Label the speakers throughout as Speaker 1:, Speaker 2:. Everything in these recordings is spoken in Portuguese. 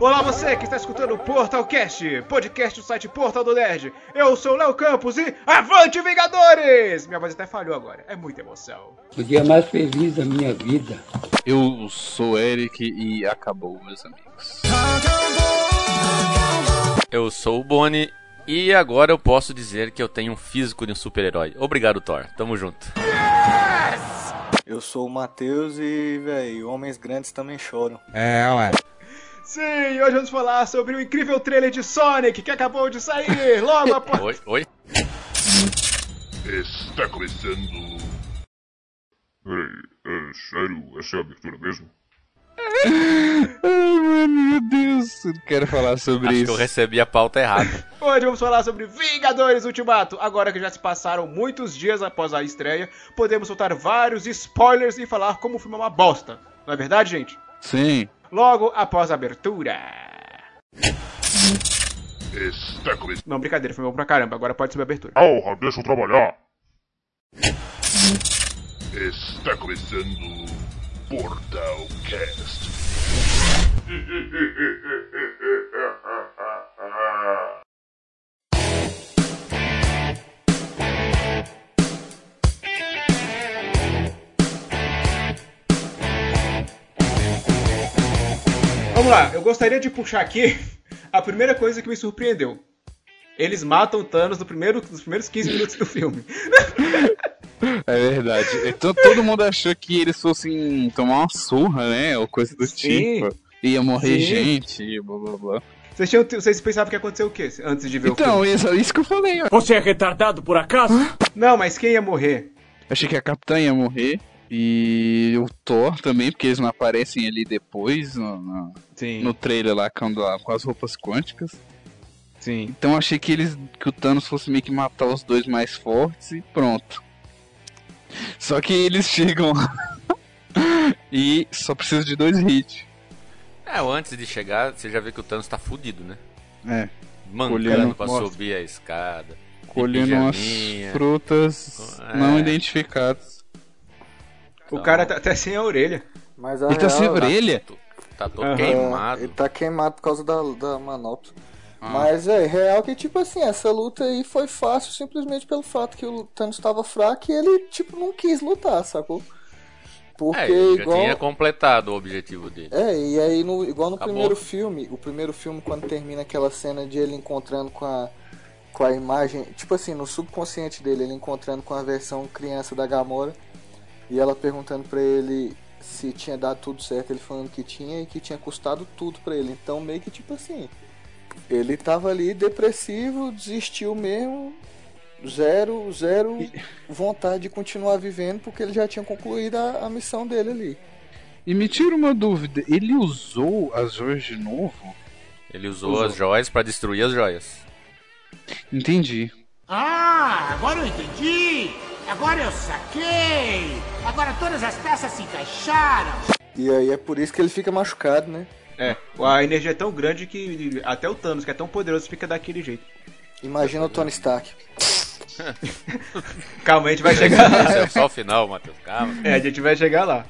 Speaker 1: Olá você que está escutando o Portalcast, podcast do site Portal do Nerd. Eu sou o Léo Campos e avante Vingadores! Minha voz até falhou agora, é muita emoção.
Speaker 2: O dia mais feliz da minha vida.
Speaker 3: Eu sou Eric e acabou, meus amigos.
Speaker 4: Eu sou o Boni e agora eu posso dizer que eu tenho um físico de um super-herói. Obrigado, Thor. Tamo junto.
Speaker 5: Eu sou o Matheus e, velho, homens grandes também choram.
Speaker 6: É, ué.
Speaker 1: Sim, hoje vamos falar sobre o incrível trailer de Sonic que acabou de sair logo após.
Speaker 4: Oi, oi.
Speaker 7: Está começando. Peraí, é sério? Essa é a abertura mesmo?
Speaker 3: Ai, mano, meu Deus, eu não quero falar sobre
Speaker 4: Acho que eu
Speaker 3: isso.
Speaker 4: recebi a pauta errada.
Speaker 1: Hoje vamos falar sobre Vingadores Ultimato. Agora que já se passaram muitos dias após a estreia, podemos soltar vários spoilers e falar como o filme é uma bosta. Não é verdade, gente?
Speaker 3: Sim.
Speaker 1: Logo após a abertura.
Speaker 7: Está começando.
Speaker 1: Não, brincadeira, foi bom pra caramba. Agora pode subir a abertura.
Speaker 7: Alra, deixa eu trabalhar! Está começando. Portal Cast.
Speaker 1: Vamos lá, eu gostaria de puxar aqui a primeira coisa que me surpreendeu. Eles matam o Thanos no primeiro, nos primeiros 15 minutos do filme.
Speaker 3: É verdade. Então todo mundo achou que eles fossem tomar uma surra, né? Ou coisa do
Speaker 1: Sim.
Speaker 3: tipo. Ia morrer
Speaker 1: Sim.
Speaker 3: gente, e blá blá blá.
Speaker 1: Vocês, tinham, vocês pensavam que ia acontecer o quê antes de ver o filme?
Speaker 3: Então, isso, isso que eu falei, ó.
Speaker 8: Você é retardado por acaso?
Speaker 1: Não, mas quem ia morrer?
Speaker 3: Achei que a capitã ia morrer. E o Thor também, porque eles não aparecem ali depois no, no,
Speaker 1: Sim,
Speaker 3: no trailer lá quando, com as roupas quânticas.
Speaker 1: sim.
Speaker 3: Então achei que eles que o Thanos fosse meio que matar os dois mais fortes e pronto. Só que eles chegam lá e só precisa de dois hits.
Speaker 4: É, antes de chegar, você já vê que o Thanos tá fudido, né?
Speaker 3: É,
Speaker 4: Mancando
Speaker 3: Olhando,
Speaker 4: pra
Speaker 3: mostra.
Speaker 4: subir a escada. de
Speaker 3: colhendo umas
Speaker 4: pijaminha.
Speaker 3: frutas
Speaker 4: É.
Speaker 3: não identificadas.
Speaker 1: O cara tá até sem a orelha.
Speaker 5: Mas a
Speaker 3: Ele tá
Speaker 4: Então
Speaker 5: real, é,
Speaker 3: sem orelha?
Speaker 4: Tá todo
Speaker 1: Aham.
Speaker 4: queimado. Ah.
Speaker 5: Ele tá queimado por causa da, da manopla. Mas, é real que, tipo assim, essa luta aí foi fácil simplesmente pelo fato que o Thanos tava fraco e ele, tipo, não quis lutar, sacou?
Speaker 3: tá
Speaker 5: Porque,
Speaker 4: É, ele já
Speaker 5: igual.
Speaker 4: tinha completado o objetivo dele.
Speaker 5: É, e aí, no, igual no
Speaker 4: Acabou.
Speaker 5: primeiro filme, o primeiro filme, quando termina aquela cena de ele encontrando com a, com a imagem, tipo assim, no subconsciente dele, ele encontrando com a versão criança da Gamora, e ela perguntando pra ele se tinha dado tudo certo, ele falando que tinha e que tinha custado tudo pra ele. Então, meio que tipo assim, ele tava ali depressivo, desistiu mesmo, zero, zero vontade de continuar vivendo, porque ele já tinha concluído a, a missão dele ali.
Speaker 3: E me tira uma dúvida, ele usou as joias de novo?
Speaker 4: Ele usou, as joias pra destruir as joias.
Speaker 3: Entendi.
Speaker 8: Ah, agora eu entendi! Agora eu saquei! Agora todas as peças se encaixaram!
Speaker 5: E aí é por isso que ele fica machucado, né?
Speaker 1: É, a energia é tão grande que até o Thanos, que é tão poderoso, fica daquele jeito.
Speaker 5: Imagina o Tony Stark.
Speaker 1: Calma, a gente vai chegar lá.
Speaker 4: Esse é só o final, Matheus. Calma.
Speaker 1: É, a gente vai chegar lá.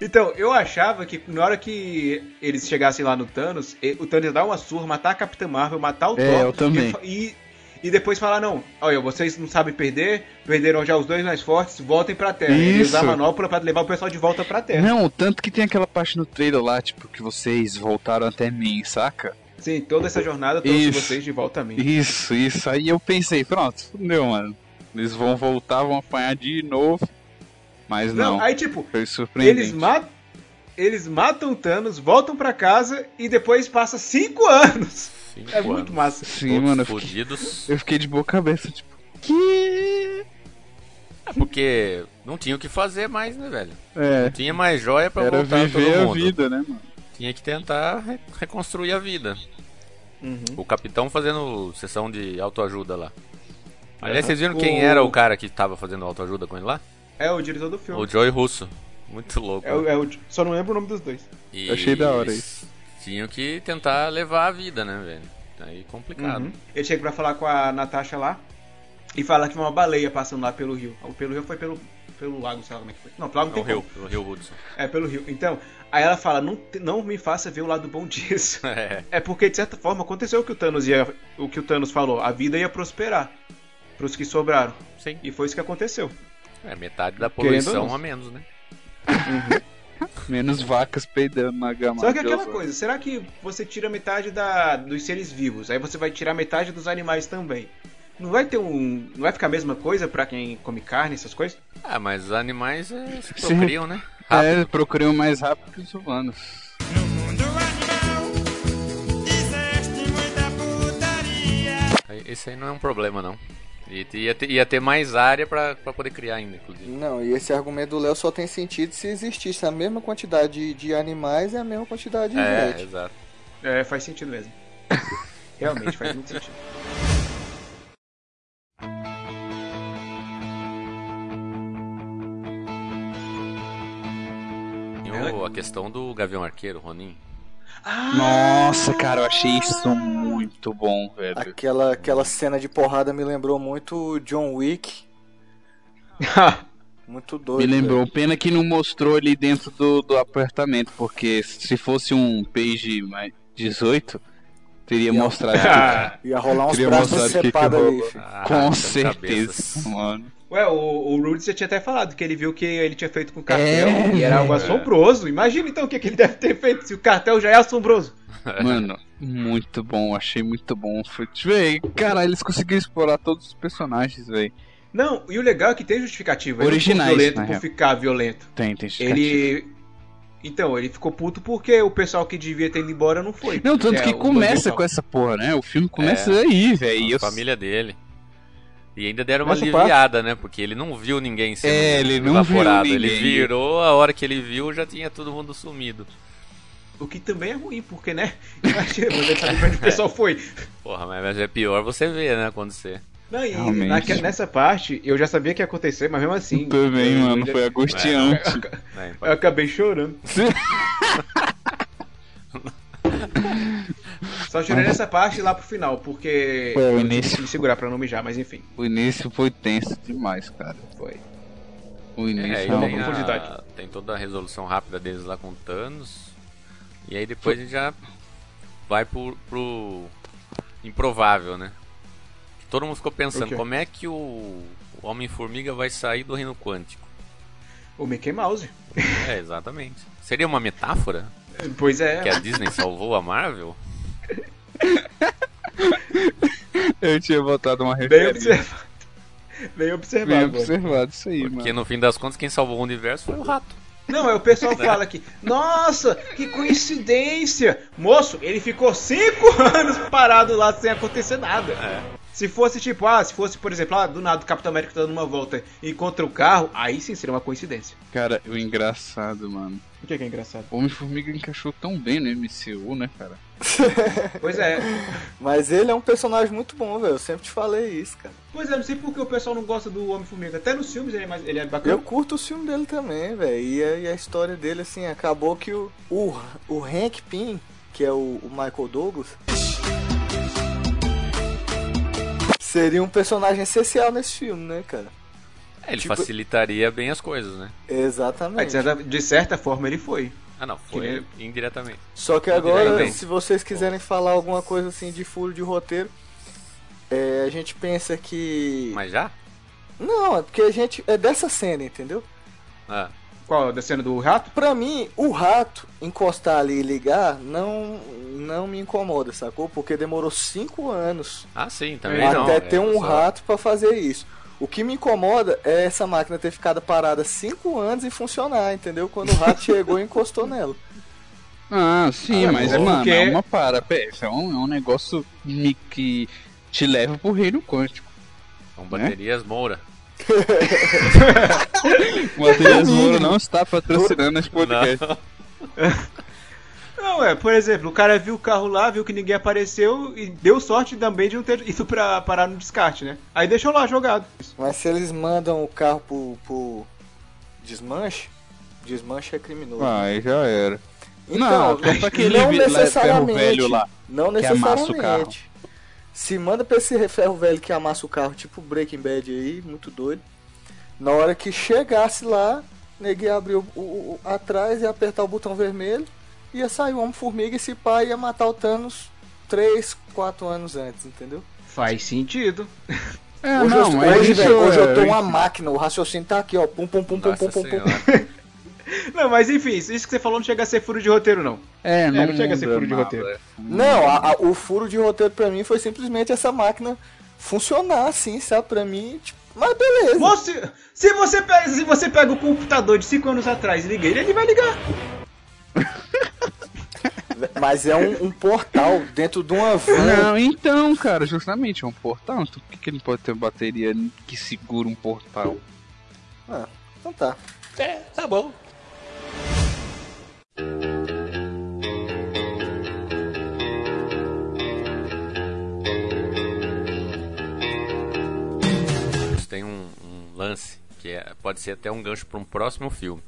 Speaker 1: Então, eu achava que na hora que eles chegassem lá no Thanos, e- o Thanos ia dar uma surra, matar a Capitã Marvel, matar o
Speaker 3: É,
Speaker 1: Thor.
Speaker 3: eu também.
Speaker 1: e fa- E, e depois falar, não, olha, vocês não sabem perder, perderam já os dois mais fortes, voltem pra Terra. E
Speaker 3: Isso.
Speaker 1: usar a manopla pra levar o pessoal de volta pra Terra.
Speaker 3: Não, tanto que tem aquela parte no trailer lá, tipo, que vocês voltaram até mim, saca?
Speaker 1: Sim, toda essa jornada trouxe
Speaker 3: Isso.
Speaker 1: vocês de volta a mim.
Speaker 3: Isso, isso. Aí eu pensei, pronto, fudeu, mano. Eles vão voltar, vão apanhar de novo. Mas não,
Speaker 1: aí tipo,
Speaker 3: foi surpreendente.
Speaker 1: Eles matam. Eles matam o Thanos, voltam pra casa e depois passa cinco anos.
Speaker 4: Cinco
Speaker 1: É muito
Speaker 4: anos.
Speaker 1: massa.
Speaker 3: Sim,
Speaker 4: Todos
Speaker 3: mano, eu fiquei,
Speaker 4: fodidos.
Speaker 3: eu fiquei de boca aberta, tipo, que...
Speaker 4: É porque não tinha o que fazer mais, né, velho?
Speaker 3: É,
Speaker 4: Não tinha mais joia pra
Speaker 3: era
Speaker 4: voltar
Speaker 3: viver
Speaker 4: todo
Speaker 3: a
Speaker 4: mundo.
Speaker 3: vida, né, mano?
Speaker 4: Tinha que tentar re- reconstruir a vida. O capitão fazendo sessão de autoajuda lá. Aliás, vocês viram quem
Speaker 1: O-
Speaker 4: era o cara que tava fazendo autoajuda com ele lá?
Speaker 1: É o diretor do filme.
Speaker 4: O Joey Russo. Muito louco.
Speaker 1: É o- é o- só não lembro o nome dos dois.
Speaker 4: E
Speaker 3: Eu achei da hora
Speaker 4: eles Tinham que tentar levar a vida, né, velho? Aí complicado.
Speaker 1: Uhum. Ele chega pra falar com a Natasha lá e fala que foi uma baleia passando lá pelo rio. Ou Pelo rio foi pelo, pelo lago, sei lá como é que foi. Não, pelo lago
Speaker 4: É o
Speaker 1: tem
Speaker 4: Rio,
Speaker 1: como.
Speaker 4: o Rio Hudson.
Speaker 1: É, pelo rio. Então, Aí ela fala, não, te- não me faça ver o lado bom disso.
Speaker 4: É.
Speaker 1: É porque, de certa forma, aconteceu o que o Thanos ia. O que o Thanos falou, a vida ia prosperar. Pros que sobraram.
Speaker 4: Sim.
Speaker 1: E foi isso que aconteceu.
Speaker 4: É metade da
Speaker 1: Querendo ou
Speaker 4: poluição
Speaker 1: não.
Speaker 4: a menos, né?
Speaker 3: Menos vacas peidando na gama.
Speaker 1: Só que
Speaker 3: de
Speaker 1: aquela
Speaker 3: ozônio.
Speaker 1: coisa, será que você tira metade da, dos seres vivos, aí você vai tirar metade dos animais também? Não vai ter um. Não vai ficar a mesma coisa pra quem come carne, essas coisas?
Speaker 4: Ah, mas os animais é, se
Speaker 3: Sim.
Speaker 4: procriam, né?
Speaker 3: É, procuram mais rápido que os humanos.
Speaker 4: Aí- Esse aí não é um problema, não. E te- ia ter, ia ter mais área pra, pra poder criar ainda, inclusive.
Speaker 5: Não, e esse argumento do Léo só tem sentido se existisse a mesma quantidade de, de animais e a mesma quantidade de
Speaker 4: É,
Speaker 5: gente.
Speaker 4: exato.
Speaker 1: É, faz sentido mesmo. Realmente faz muito sentido.
Speaker 4: E o-
Speaker 3: É.
Speaker 4: a questão do Gavião Arqueiro, Ronin.
Speaker 3: Nossa, cara, eu achei isso muito bom, velho.
Speaker 5: Aquela, aquela cena de porrada me lembrou muito o John Wick. Muito doido.
Speaker 4: é.
Speaker 3: Me
Speaker 5: velho.
Speaker 3: lembrou. Pena que não mostrou ali dentro do, do apartamento, porque se fosse um page mais 18, teria mostrado.
Speaker 1: Ah.
Speaker 5: Ia rolar uns
Speaker 3: Queria
Speaker 5: braços
Speaker 3: mostrar o que que
Speaker 5: separados
Speaker 3: eu
Speaker 5: aí,
Speaker 3: vou-
Speaker 5: filho.
Speaker 4: Ah,
Speaker 3: Com
Speaker 4: arrancando
Speaker 3: certeza,
Speaker 4: cabeças.
Speaker 3: mano.
Speaker 1: Ué, o, o Rudy já tinha até falado que ele viu que ele tinha feito com o cartel
Speaker 3: É,
Speaker 1: e era algo
Speaker 4: é.
Speaker 1: assombroso. Imagina então o que, que ele deve ter feito se o cartel já é assombroso.
Speaker 3: Mano, muito bom, achei muito bom. Foi, véi, cara, eles conseguiram explorar todos os personagens, velho.
Speaker 1: Não, e o legal é que tem justificativa.
Speaker 3: Originais,
Speaker 1: ele não ficou violento por
Speaker 3: na real.
Speaker 1: ficar violento.
Speaker 3: Tem, tem justificativa.
Speaker 1: Ele. Então, ele ficou puto porque o pessoal que devia ter ido embora não foi.
Speaker 3: Não, tanto
Speaker 1: É,
Speaker 3: que
Speaker 1: o
Speaker 3: começa
Speaker 1: bandido
Speaker 3: com essa porra, né? O filme começa aí, velho. e
Speaker 4: É. a
Speaker 3: eu-
Speaker 4: família dele. E ainda deram uma
Speaker 5: Nessa
Speaker 4: aliviada, né? Porque ele não viu ninguém sendo
Speaker 3: É, ele não viu
Speaker 4: evaporado. Ele
Speaker 3: ninguém.
Speaker 4: virou, a hora que ele viu, já tinha todo mundo sumido.
Speaker 1: tal. O que também é ruim, porque, né? Imagina, você sabe pra onde o pessoal foi.
Speaker 4: Porra, mas mas é pior você ver, né? Quando você.
Speaker 1: Não, e
Speaker 3: Realmente.
Speaker 1: naque- nessa parte, eu já sabia que ia acontecer, mas mesmo assim.
Speaker 3: Também,
Speaker 1: eu-
Speaker 3: mano,
Speaker 1: eu-
Speaker 3: foi angustiante.
Speaker 1: É,
Speaker 4: né,
Speaker 1: Eu acabei chorando. Só chorei nessa parte lá pro final, porque.
Speaker 3: Foi,
Speaker 1: eu
Speaker 3: o
Speaker 1: tive
Speaker 3: início.
Speaker 1: que me segurar pra não mijar, mas enfim.
Speaker 3: O início foi tenso demais, cara.
Speaker 1: Foi.
Speaker 3: O
Speaker 4: É,
Speaker 3: início
Speaker 4: aí
Speaker 3: é, uma
Speaker 4: tem, a-
Speaker 1: profundidade.
Speaker 4: tem toda a resolução rápida deles lá com o Thanos. E aí depois a gente já vai pro, pro improvável, né? Todo mundo ficou pensando,
Speaker 1: O quê?
Speaker 4: como é que o, o Homem-Formiga vai sair do reino quântico?
Speaker 1: O Mickey Mouse.
Speaker 4: É, exatamente. Seria uma metáfora?
Speaker 1: Pois é.
Speaker 4: Que a Disney salvou a Marvel?
Speaker 3: Eu tinha botado uma
Speaker 1: Bem
Speaker 3: referência.
Speaker 1: observado. Bem observado.
Speaker 3: Bem
Speaker 1: mano.
Speaker 3: observado isso aí,
Speaker 4: Porque
Speaker 3: mano.
Speaker 4: no fim das contas, quem salvou o universo foi o rato.
Speaker 1: Não, é o pessoal fala aqui. Nossa, que coincidência! Moço, ele ficou cinco anos parado lá sem acontecer nada. Se fosse tipo, ah, se fosse, por exemplo, ah, do nada o Capitão América tá dando uma volta e encontra o carro, aí sim seria uma coincidência.
Speaker 3: Cara, o engraçado, mano.
Speaker 1: O que é, que é engraçado?
Speaker 3: O Homem-Formiga encaixou tão bem no MCU, né, cara?
Speaker 1: Pois é.
Speaker 5: Mas ele é um personagem muito bom, velho. Eu sempre te falei isso, cara.
Speaker 1: Pois é, não sei por que o pessoal não gosta do Homem-Formiga. Até nos filmes ele é, mais, ele é bacana.
Speaker 5: Eu curto o filme dele também, velho. E, a- e a história dele, assim, acabou que o, o, o Hank Pym, que é o, o Michael Douglas, seria um personagem essencial nesse filme, né, cara?
Speaker 4: É, ele
Speaker 5: Tipo-
Speaker 4: facilitaria bem as coisas, né?
Speaker 1: Mas, É, de,
Speaker 5: Exatamente.
Speaker 1: certa, de certa forma ele foi.
Speaker 4: Ah, não, foi indiretamente.
Speaker 5: Só que agora,
Speaker 4: Diretamente.
Speaker 5: se vocês quiserem falar alguma coisa assim de furo de roteiro, é, a gente pensa que.
Speaker 4: Mas já?
Speaker 5: Não, é porque a gente. É dessa cena, entendeu?
Speaker 4: Ah,
Speaker 1: Qual? Da cena do rato?
Speaker 5: Ah, Pra mim, o rato encostar ali e ligar não, não me incomoda, sacou? Porque demorou cinco anos
Speaker 4: ah, sim, também
Speaker 1: Até
Speaker 4: não.
Speaker 5: até
Speaker 4: é,
Speaker 5: ter um
Speaker 4: só-
Speaker 5: rato pra fazer isso. O que me incomoda é essa máquina ter ficado parada cinco anos e funcionar, entendeu? Quando o rato chegou e encostou nela.
Speaker 3: Ah, sim,
Speaker 1: Ah,
Speaker 3: mas,
Speaker 1: porque-
Speaker 3: mano, é uma para. pé, isso É um, é um negócio me- que te leva pro reino quântico.
Speaker 4: São baterias Moura.
Speaker 3: O Matheus Moura não está patrocinando esse podcast.
Speaker 1: Não, é, por exemplo, o cara viu o carro lá, viu que ninguém apareceu e deu sorte também de não ter ido pra parar no descarte, né? Aí deixou lá jogado.
Speaker 5: Mas se eles mandam o carro pro, pro desmanche, desmanche é criminoso.
Speaker 3: Ai, já era. Então, não, compra aquele
Speaker 5: Então, não
Speaker 3: vi- lá- é ferro
Speaker 5: necessariamente,
Speaker 3: velho lá.
Speaker 5: Não
Speaker 3: que amassa
Speaker 5: necessariamente.
Speaker 3: o carro.
Speaker 5: Se manda pra esse ferro velho que amassa o carro, tipo Breaking Bad aí, muito doido. Na hora que chegasse lá, Neguei abriu o, o- o- atrás e apertar o botão vermelho. Ia sair o Homem-Formiga e esse pai ia matar o Thanos 3, 4 anos antes, entendeu?
Speaker 1: Faz sentido.
Speaker 3: É,
Speaker 5: hoje
Speaker 3: não,
Speaker 5: eu,
Speaker 3: mas
Speaker 5: hoje,
Speaker 3: isso
Speaker 5: velho, hoje eu tô
Speaker 3: é-
Speaker 5: uma máquina, o raciocínio tá aqui, ó. Pum, pum, pum, pum, pum,
Speaker 4: Nossa
Speaker 5: pum, pum.
Speaker 4: senhora.
Speaker 1: Não, mas enfim, isso isso que você falou não chega a ser furo de roteiro, não.
Speaker 3: É, não,
Speaker 1: não chega a ser
Speaker 3: muda
Speaker 1: furo de
Speaker 3: nada.
Speaker 1: roteiro.
Speaker 5: Não, a- a- o furo de roteiro pra mim foi simplesmente essa máquina funcionar assim, sabe? Pra mim, tipo, mas beleza.
Speaker 1: Moço, se, se você pega, se você pega o computador de 5 anos atrás e liga ele, ele vai ligar.
Speaker 5: Mas é um, um portal dentro de uma van.
Speaker 3: Não, então, cara, justamente é um portal. Então por que, que ele não pode ter uma bateria que segura um portal?
Speaker 5: Então tá.
Speaker 4: tem um, um lance que é- pode ser até um gancho para um próximo filme.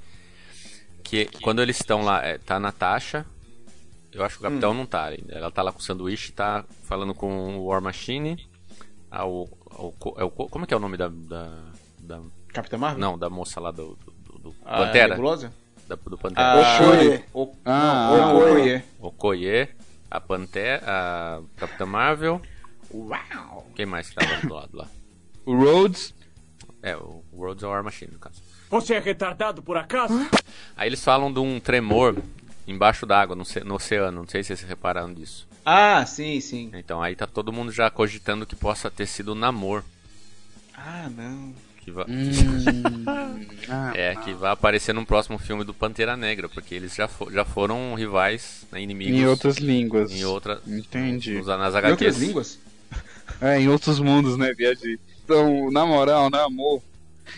Speaker 4: Que quando eles estão lá, é, tá a Natasha, eu acho que o
Speaker 5: Hum.
Speaker 4: capitão não tá ainda. Ela tá lá com o sanduíche, tá falando com o War Machine. a o- a o co- é o co- como é que é o nome da. da- da-
Speaker 1: Capitão Marvel?
Speaker 4: não, da moça lá do. do, do- do
Speaker 5: Ah,
Speaker 1: A
Speaker 4: Pantera?
Speaker 1: Nebulosa?
Speaker 4: Da- do Pantera.
Speaker 1: Ah,
Speaker 5: Okoye.
Speaker 1: O- é.
Speaker 3: Ah,
Speaker 1: não,
Speaker 5: Okoye.
Speaker 1: Okoye.
Speaker 4: Okoye, a Pantera, a Capitã Marvel. Quem mais que tava do lado lá?
Speaker 3: O Rhodes.
Speaker 4: É, o World's War Machine, no caso.
Speaker 8: Você é retardado por acaso?
Speaker 4: Aí eles falam de um tremor embaixo d'água, no, ce- no oceano. Não sei se vocês repararam disso.
Speaker 1: Ah, sim, sim.
Speaker 4: Então aí tá todo mundo já cogitando que possa ter sido o Namor.
Speaker 1: Ah, não.
Speaker 4: Que va-
Speaker 3: Hum. Ah,
Speaker 4: Hum. É, que vai aparecer num próximo filme do Pantera Negra, porque eles já, fo- já foram rivais, né, inimigos.
Speaker 3: Em outras línguas.
Speaker 4: Em outra-
Speaker 3: Entendi.
Speaker 4: nos- nas
Speaker 1: Em outras
Speaker 4: HQs.
Speaker 1: línguas?
Speaker 3: É, em outros mundos, né, viajei. Então, na moral, né, amor?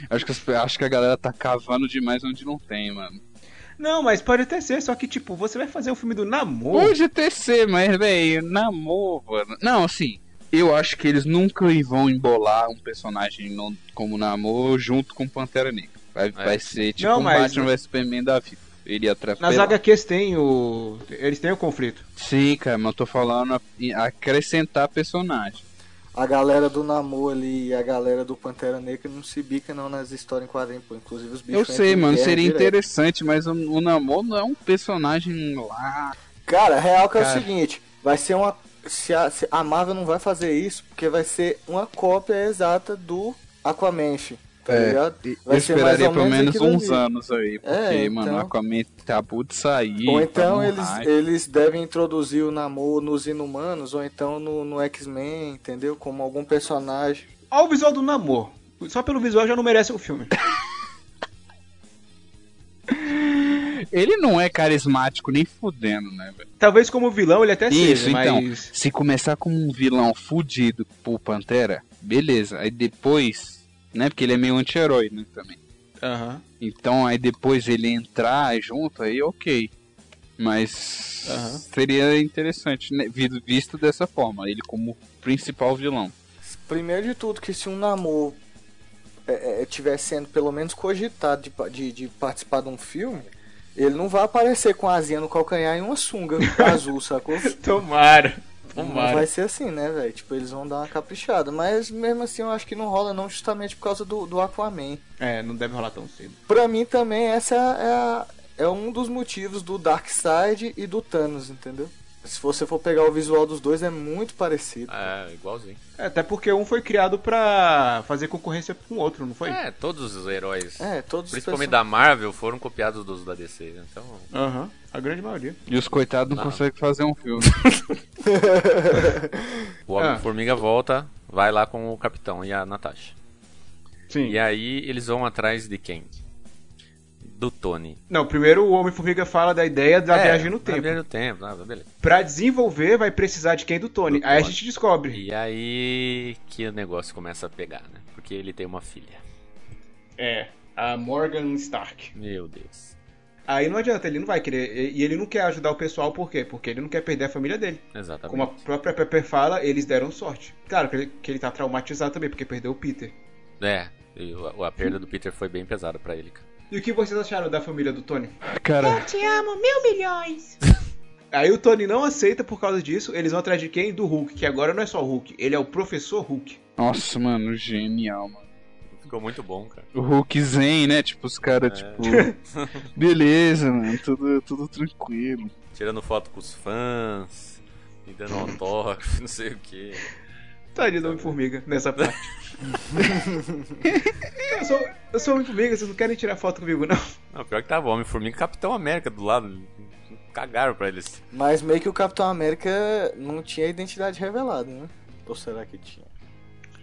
Speaker 3: Acho que, as pe- acho que a galera tá cavando demais onde não tem, mano.
Speaker 1: Não, mas pode até ser, só que tipo, você vai fazer o filme do namoro.
Speaker 3: Pode ter ser, mas, velho, namor, mano. Não, assim, eu acho que eles nunca vão embolar um personagem não- como namor junto com Pantera Negra. Vai,
Speaker 5: É.
Speaker 3: vai ser tipo
Speaker 1: Não,
Speaker 3: um
Speaker 1: mas-
Speaker 3: Batman vs Superman da vida. Ele ia atrapalhar.
Speaker 1: Nas HQs tem o. Eles têm o conflito.
Speaker 3: Sim, cara, mas eu tô falando a- em acrescentar personagem.
Speaker 5: A galera do Namor ali e a galera do Pantera Negra não se bica não nas histórias em quadrinho, pô. Inclusive os bichos.
Speaker 3: eu sei,
Speaker 5: entram em
Speaker 3: mano,
Speaker 5: é guerra
Speaker 3: seria
Speaker 5: direto.
Speaker 3: interessante, mas o, o Namor não é um personagem lá.
Speaker 5: Cara, a real que é o
Speaker 3: Cara.
Speaker 5: seguinte, vai ser uma. Se a, se a Marvel não vai fazer isso, porque vai ser uma cópia exata do Aquaman, tá
Speaker 3: É,
Speaker 5: ligado?
Speaker 3: E- Eu
Speaker 5: Vai ser mais
Speaker 3: esperaria
Speaker 5: ou
Speaker 3: pelo
Speaker 5: menos
Speaker 3: menos
Speaker 5: aquilo
Speaker 3: uns
Speaker 5: ali.
Speaker 3: anos aí, porque,
Speaker 5: então.
Speaker 3: mano, Aquaman acabou de sair.
Speaker 5: Ou
Speaker 3: tá
Speaker 5: então
Speaker 3: num
Speaker 5: eles,
Speaker 3: hype.
Speaker 5: eles devem introduzir o Namor nos Inumanos, ou então no, no X-Men, entendeu? Como algum personagem.
Speaker 1: Olha o visual do namoro. Só pelo visual já não merece o filme.
Speaker 3: Ele não é carismático nem fudendo, né, velho?
Speaker 1: Talvez como vilão ele até
Speaker 3: Isso,
Speaker 1: seja,
Speaker 3: então.
Speaker 1: mas.
Speaker 3: Se começar com um vilão fudido pro Pantera, beleza. Aí depois, né, porque ele é meio anti-herói, né, também.
Speaker 1: Aham.
Speaker 3: Então aí depois ele entrar junto, aí ok. Mas
Speaker 1: Aham.
Speaker 3: seria interessante, né, visto- visto dessa forma, ele como principal vilão.
Speaker 5: Primeiro de tudo, que se um Namor é, é, tiver sendo pelo menos cogitado de, pa- de, de participar de um filme, ele não vai aparecer com a asinha no calcanhar e uma sunga azul, sacou?
Speaker 1: Tomara.
Speaker 5: Não vai ser assim, né, velho? Tipo, eles vão dar uma caprichada. Mas mesmo assim, eu acho que não rola, não, justamente por causa do, do Aquaman.
Speaker 1: É, não deve rolar tão cedo.
Speaker 5: Pra mim também, essa é, a- é um dos motivos do Darkseid e do Thanos, entendeu? Se você for pegar o visual dos dois, é muito parecido.
Speaker 4: É, igualzinho.
Speaker 1: É, Até porque um foi criado pra fazer concorrência com o outro, não foi?
Speaker 4: É, todos os heróis,
Speaker 5: É, todos os
Speaker 4: principalmente da
Speaker 5: person-
Speaker 4: Marvel, foram copiados dos da DC. né? Então,
Speaker 1: Aham. A grande maioria.
Speaker 3: E os coitados não conseguem fazer um filme.
Speaker 4: o
Speaker 1: Ah.
Speaker 4: Homem-Formiga volta, vai lá com o Capitão e a Natasha.
Speaker 1: Sim.
Speaker 4: E aí eles vão atrás de quem? Do Tony. É,
Speaker 1: Não, primeiro o Homem-Formiga fala da ideia da viagem no
Speaker 4: da
Speaker 1: tempo.
Speaker 4: Viagem no tempo, ah, beleza.
Speaker 1: Pra desenvolver, vai precisar de quem? Do Tony.
Speaker 4: Do
Speaker 1: Aí a
Speaker 4: Tony.
Speaker 1: gente descobre.
Speaker 4: E aí que o negócio começa a pegar, né? Porque ele tem uma filha.
Speaker 1: É, a Morgan Stark.
Speaker 4: Meu Deus.
Speaker 1: Aí não adianta, ele não vai querer. E e ele não quer ajudar o pessoal, por quê? Porque ele não quer perder a família dele.
Speaker 4: Exatamente.
Speaker 1: Como a própria Pepper fala, eles deram sorte. Claro que ele, que ele tá traumatizado também, porque perdeu o Peter.
Speaker 4: É, e o- a, perda do Peter foi bem pesada pra ele, cara.
Speaker 1: E o que vocês acharam da família do Tony?
Speaker 3: Cara,
Speaker 6: Te amo mil milhões.
Speaker 1: Aí o Tony não aceita por causa disso, eles vão atrás de quem? Do Hulk, que agora não é só o Hulk, ele é o professor Hulk.
Speaker 3: nossa, mano, genial, mano.
Speaker 4: Ficou muito bom, cara.
Speaker 3: O Hulk Zen, né? Tipo, os caras, tipo. Beleza, mano. Tudo, tudo tranquilo.
Speaker 4: Tirando foto com os fãs, me dando autógrafo, não sei o que.
Speaker 1: Tadinho do Homem-Formiga nessa parte. eu sou, eu sou Homem-Formiga, vocês não querem tirar foto comigo, não.
Speaker 4: Não, pior que tava Homem-Formiga e Capitão América do lado. Cagaram pra eles.
Speaker 5: Mas meio que o Capitão América não tinha identidade revelada, né? Ou será que tinha?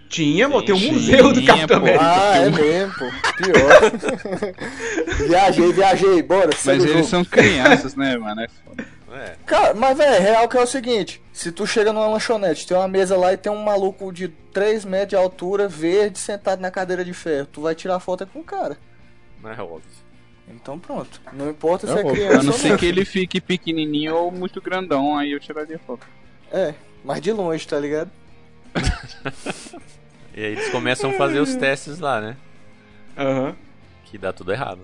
Speaker 1: Tinha, mano, tem um
Speaker 3: Tinha,
Speaker 1: museu do Capitão
Speaker 3: pô.
Speaker 1: América.
Speaker 5: Ah, é mesmo, pô. Pior. viajei, viajei, bora. segue
Speaker 3: Mas
Speaker 5: o
Speaker 3: eles
Speaker 5: jogo.
Speaker 3: são crianças, né, mano? É foda.
Speaker 4: É,
Speaker 5: Cara, mas velho, real que é o seguinte: se tu chega numa lanchonete, tem uma mesa lá e tem um maluco de 3 metros de altura, verde, sentado na cadeira de ferro, tu vai tirar foto é com o cara.
Speaker 4: não é óbvio.
Speaker 5: Então pronto. Não importa se
Speaker 3: É
Speaker 5: é,
Speaker 3: óbvio.
Speaker 5: criança
Speaker 3: A não
Speaker 5: ou
Speaker 3: ser que ele fique pequenininho ou muito grandão, aí eu tiraria foto.
Speaker 5: É, mas de longe, tá ligado?
Speaker 4: E aí eles começam a fazer os testes lá, né?
Speaker 1: Aham.
Speaker 4: Que dá tudo errado.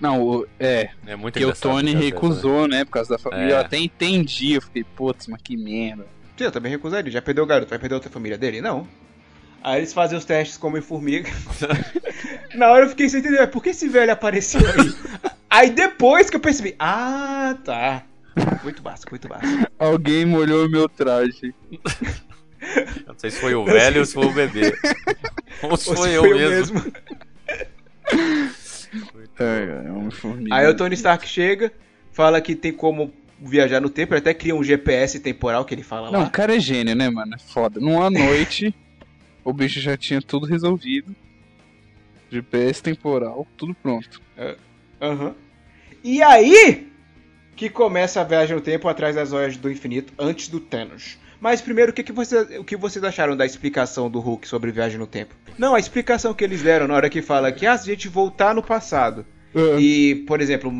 Speaker 3: Não, o- é,
Speaker 4: É muito
Speaker 3: porque o
Speaker 4: engraçado
Speaker 3: Tony
Speaker 4: muitas vezes,
Speaker 3: recusou, né? Por causa da família.
Speaker 4: É.
Speaker 3: Eu até entendi, eu fiquei, putz, mas que merda.
Speaker 1: Sim, eu também recusaria. Já perdeu o garoto, vai perder outra família dele? Não. Aí eles fazem os testes como em formiga. Na hora eu fiquei sem entender, por que esse velho apareceu aí? aí depois que eu percebi, ah, tá. Muito básico, muito básico.
Speaker 3: Alguém molhou meu traje.
Speaker 4: né? Não sei se foi o velho ou se foi o bebê. ou se
Speaker 1: Ou se
Speaker 4: foi eu
Speaker 1: foi eu
Speaker 4: mesmo.
Speaker 3: É, é um formiga.
Speaker 1: Aí o Tony Stark chega, fala que tem como viajar no tempo, ele até cria um GPS temporal que ele fala
Speaker 3: Não, o
Speaker 1: Tá lá.
Speaker 3: cara é gênio, né, mano? É foda. Numa noite, o bicho já tinha tudo resolvido. GPS temporal, tudo pronto.
Speaker 1: Aham. E aí que começa a viagem no tempo atrás das joias do infinito, antes do Thanos. Mas primeiro, o que, que, vocês, o que vocês acharam da explicação do Hulk sobre viagem no tempo? Não, a explicação que eles deram na hora que fala que ah, se a gente voltar no passado e, por exemplo,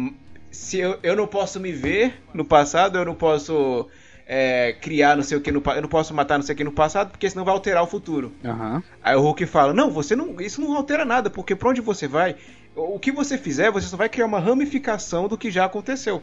Speaker 1: se eu, eu não posso me ver no passado, eu não posso é, criar não sei o que no pa- eu não posso matar não sei o que no passado, porque senão vai alterar o futuro.
Speaker 3: Aham.
Speaker 1: Aí o Hulk fala: Não, você não. Isso não altera nada, porque pra onde você vai, o que você fizer, você só vai criar uma ramificação do que já aconteceu.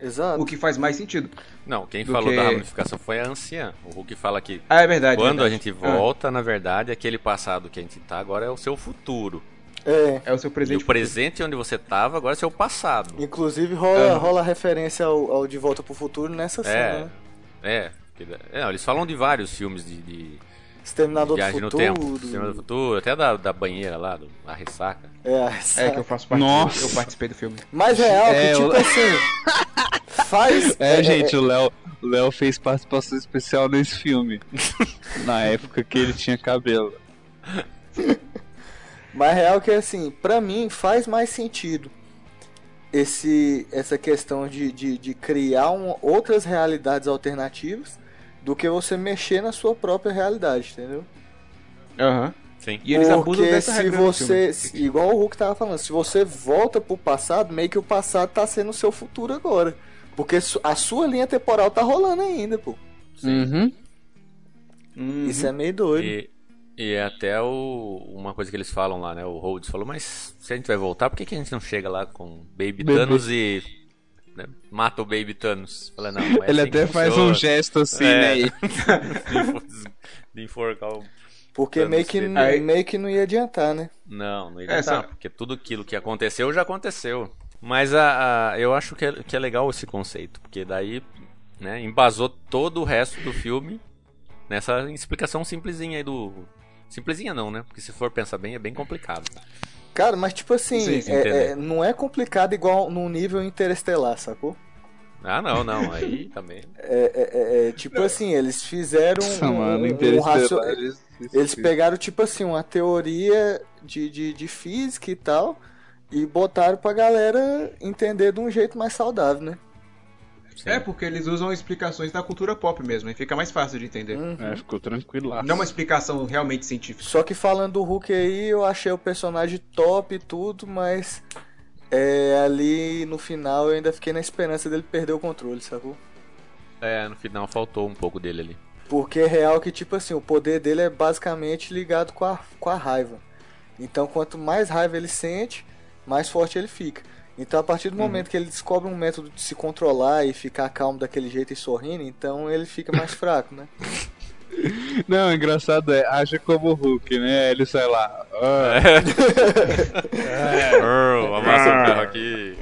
Speaker 5: Exato.
Speaker 1: O que faz mais sentido.
Speaker 4: Não, quem
Speaker 1: Do
Speaker 4: falou
Speaker 1: que-
Speaker 4: da ramificação foi a anciã. O Hulk fala que
Speaker 1: Ah, é verdade.
Speaker 4: quando a
Speaker 1: verdade.
Speaker 4: gente volta, na verdade, aquele passado que a gente tá agora é o seu futuro.
Speaker 5: É.
Speaker 1: Ah, é o seu
Speaker 4: E o
Speaker 1: presente.
Speaker 4: presente onde você tava agora é o seu passado.
Speaker 5: Inclusive rola, rola referência ao, ao De Volta pro Futuro nessa cena,
Speaker 4: É.
Speaker 5: né?
Speaker 4: É. porque- é, eles falam de vários filmes de, de
Speaker 5: Exterminador
Speaker 4: viagem
Speaker 5: do
Speaker 4: no
Speaker 5: Futuro.
Speaker 4: tempo, Cinema do Futuro, até da, da banheira lá, do, a ressaca.
Speaker 5: É,
Speaker 1: É que eu faço parte.
Speaker 3: Nossa.
Speaker 1: Eu participei do filme.
Speaker 5: Mas real, que
Speaker 3: É,
Speaker 5: tipo
Speaker 3: eu-
Speaker 5: assim. Faz.
Speaker 3: É, gente, o Léo, o Léo fez participação especial nesse filme. Na época que ele tinha cabelo.
Speaker 5: Mas real que assim, pra mim faz mais sentido esse essa questão de, de, de criar um- outras realidades alternativas do que você mexer na sua própria realidade, entendeu?
Speaker 1: Aham.
Speaker 4: Sim.
Speaker 1: E eles abusam
Speaker 5: Porque
Speaker 1: dessa
Speaker 5: se
Speaker 1: regra. no filme.
Speaker 5: você, se- igual o Hulk tava falando, se você volta pro passado, meio que o passado tá sendo o seu futuro agora. Porque su- a sua linha temporal tá rolando ainda, pô.
Speaker 3: Uhum.
Speaker 1: Uhum.
Speaker 5: Isso é meio doido.
Speaker 4: E, e é até o, uma coisa que eles falam lá, né? O Rhodes falou, mas se a gente vai voltar, por que, que a gente não chega lá com
Speaker 3: Baby.
Speaker 4: Baby, Thanos e né, mata o Baby Thanos? Fala, não, não é
Speaker 3: Ele
Speaker 4: assim
Speaker 3: até
Speaker 4: que
Speaker 3: faz um
Speaker 4: funciona.
Speaker 3: gesto assim,
Speaker 4: É.
Speaker 3: né?
Speaker 4: de, enfor- de enforcar o...
Speaker 5: Porque
Speaker 4: Dando
Speaker 5: meio que,
Speaker 4: CD.
Speaker 5: n- meio que não ia adiantar, né?
Speaker 4: Não, não ia
Speaker 1: É,
Speaker 4: adiantar,
Speaker 1: só-
Speaker 4: porque tudo aquilo que aconteceu já aconteceu. Mas a, a- eu acho que é, que é legal esse conceito, porque daí né, embasou todo o resto do filme nessa explicação simplesinha aí do... Simplesinha não, né? Porque se for pensar bem, é bem complicado.
Speaker 5: Cara, mas tipo assim,
Speaker 1: Sim, sim,
Speaker 5: é-
Speaker 4: entendeu.
Speaker 5: é- não é complicado igual num nível interestelar, sacou?
Speaker 4: Ah, não, não. Aí também.
Speaker 5: É, é- é- é, tipo assim, eles fizeram
Speaker 3: Nossa,
Speaker 5: um,
Speaker 3: mano,
Speaker 5: um- um
Speaker 3: Interestelar, é
Speaker 5: racio-
Speaker 3: eles-
Speaker 5: Eles pegaram tipo assim, uma teoria de, de, de física e tal, e botaram pra galera entender de um jeito mais saudável, né?
Speaker 4: sim.
Speaker 1: É porque eles usam explicações da cultura pop mesmo, aí fica mais fácil de entender.
Speaker 5: Hum.
Speaker 3: É, ficou tranquilo lá.
Speaker 1: Não é uma explicação realmente científica.
Speaker 5: Só que falando do Hulk aí, eu achei o personagem top e tudo, mas é, ali no final eu ainda fiquei na esperança dele perder o controle, sacou?
Speaker 4: É, no final faltou um pouco dele ali.
Speaker 5: Porque é real que, tipo assim, o poder dele é basicamente ligado com a, com a raiva. Então, quanto mais raiva ele sente, mais forte ele fica. Então, a partir do momento que ele descobre um método de se controlar e ficar calmo daquele jeito e sorrindo, então ele fica mais fraco, né?
Speaker 3: Não, o engraçado é, acha como o Hulk, né? Ele sai lá. ah,
Speaker 4: Earl, amassa o carro aqui.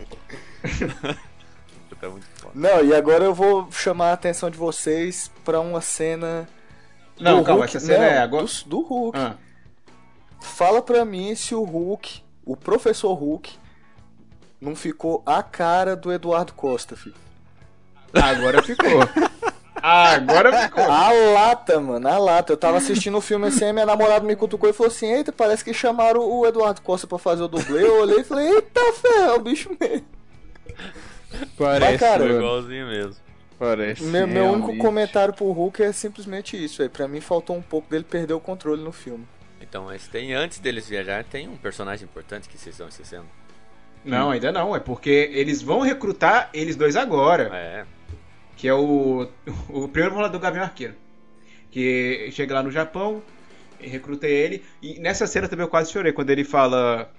Speaker 4: tá muito foda.
Speaker 5: Não, e agora eu vou chamar a atenção de vocês pra uma cena.
Speaker 1: Não,
Speaker 5: do
Speaker 1: calma,
Speaker 5: Hulk-
Speaker 1: essa cena
Speaker 5: não,
Speaker 1: é agora.
Speaker 5: Do, do Hulk.
Speaker 1: Ah,
Speaker 5: Fala pra mim se o Hulk, o professor Hulk, não ficou a cara do Eduardo Costa, filho.
Speaker 1: agora ficou. Ah, Agora ficou.
Speaker 5: A lata, mano, a lata. Eu tava assistindo o filme assim, aí minha namorada me cutucou e falou assim: Eita, parece que chamaram o Eduardo Costa pra fazer o dublê. Eu olhei e falei: Eita, fé, é o bicho mesmo.
Speaker 3: parece,
Speaker 5: Mas, cara,
Speaker 4: Foi
Speaker 3: mano,
Speaker 4: igualzinho mesmo.
Speaker 3: parece.
Speaker 5: meu meu único
Speaker 3: realmente.
Speaker 5: comentário pro Hulk é simplesmente isso, aí. Pra mim faltou um pouco dele perder o controle no filme.
Speaker 4: Então, mas tem, antes deles viajar, tem um personagem importante que vocês estão esquecendo.
Speaker 1: Não, ainda não. É porque eles vão recrutar eles dois agora.
Speaker 4: É,
Speaker 1: Que é o, o primeiro rolador do Gavião Arqueiro. Que chega lá no Japão, e recruta ele. E nessa cena também eu quase chorei quando ele fala.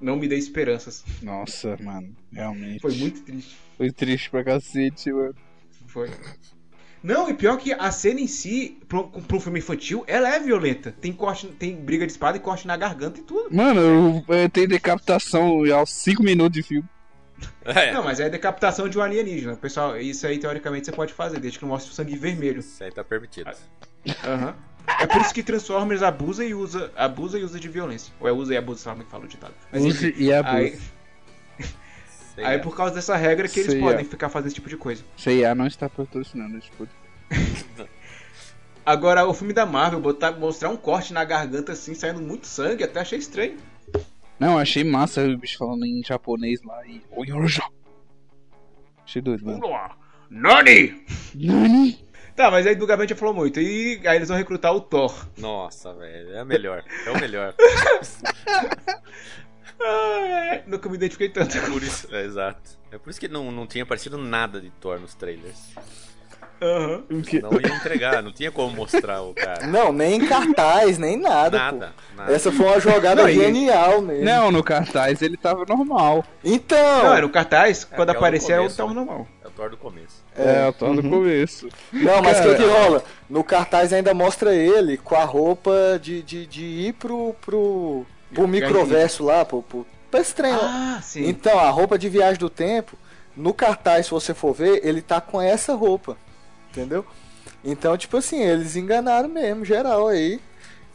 Speaker 1: Não me dê esperanças.
Speaker 3: Nossa, mano, realmente.
Speaker 1: Foi muito triste.
Speaker 3: Foi triste pra cacete, mano.
Speaker 1: Foi. Não, e pior que a cena em si, pro, pro filme infantil, ela é violenta. Tem corte, tem briga de espada e corte na garganta e tudo.
Speaker 3: Mano, eu, eu tenho decapitação aos 5 minutos de filme.
Speaker 4: É.
Speaker 1: Não, mas é decapitação de um alienígena. Pessoal, isso aí teoricamente você pode fazer, desde que não mostre o sangue vermelho.
Speaker 4: Isso aí tá permitido.
Speaker 1: Aham. É por isso que Transformers abusa e usa, abusa e usa de violência. Ou é usa e abusa, sabe como é que fala o ditado. Mas enfim,
Speaker 3: Use e é
Speaker 1: aí,
Speaker 3: abusa.
Speaker 4: Sei
Speaker 1: aí
Speaker 4: lá.
Speaker 1: por causa dessa regra que eles
Speaker 3: Sei,
Speaker 1: podem
Speaker 3: é.
Speaker 1: ficar fazendo esse tipo de coisa.
Speaker 3: CIA não está tá patrocinando esse podcast.
Speaker 1: Agora, o filme da Marvel botar, mostrar um corte na garganta assim, saindo muito sangue, até achei estranho.
Speaker 4: Né?
Speaker 3: Não, achei massa o bicho falando em japonês lá e. Oyorojá. Achei doido, mano.
Speaker 1: Vamos lá. Nani!
Speaker 3: Nani?
Speaker 1: Tá, mas aí do Gavin já falou muito. E aí eles vão recrutar o Thor.
Speaker 4: Nossa, velho, é melhor. É o melhor.
Speaker 1: Ah, é, nunca me identifiquei tanto.
Speaker 4: É por isso, é, exato. É por isso que não, não tinha aparecido nada de Thor nos trailers.
Speaker 1: Aham.
Speaker 4: Não ia entregar, não tinha como mostrar o cara.
Speaker 5: Não, nem em cartaz, nem nada.
Speaker 4: Nada,
Speaker 5: pô.
Speaker 4: nada.
Speaker 5: Essa foi uma jogada
Speaker 1: Não, e-
Speaker 5: genial mesmo.
Speaker 3: Não, no cartaz ele tava normal.
Speaker 5: Então,
Speaker 1: Não, era o cartaz,
Speaker 4: É,
Speaker 1: quando
Speaker 4: é o do
Speaker 1: aparecer é o
Speaker 4: começo,
Speaker 1: Thor
Speaker 4: né?
Speaker 1: normal.
Speaker 4: É o Thor do começo.
Speaker 3: É, eu tava no começo.
Speaker 5: não, mas o
Speaker 3: Cara.
Speaker 5: que, que rola? No cartaz ainda mostra ele com a roupa de, de, de ir pro, pro, pro
Speaker 1: Eu-
Speaker 5: microverso lá, pro, pro, pra esse trem lá.
Speaker 1: Ah, sim.
Speaker 5: Então, a roupa de viagem do tempo, no cartaz, se você for ver, ele tá com essa roupa. Entendeu? Então, tipo assim, eles enganaram mesmo, geral aí.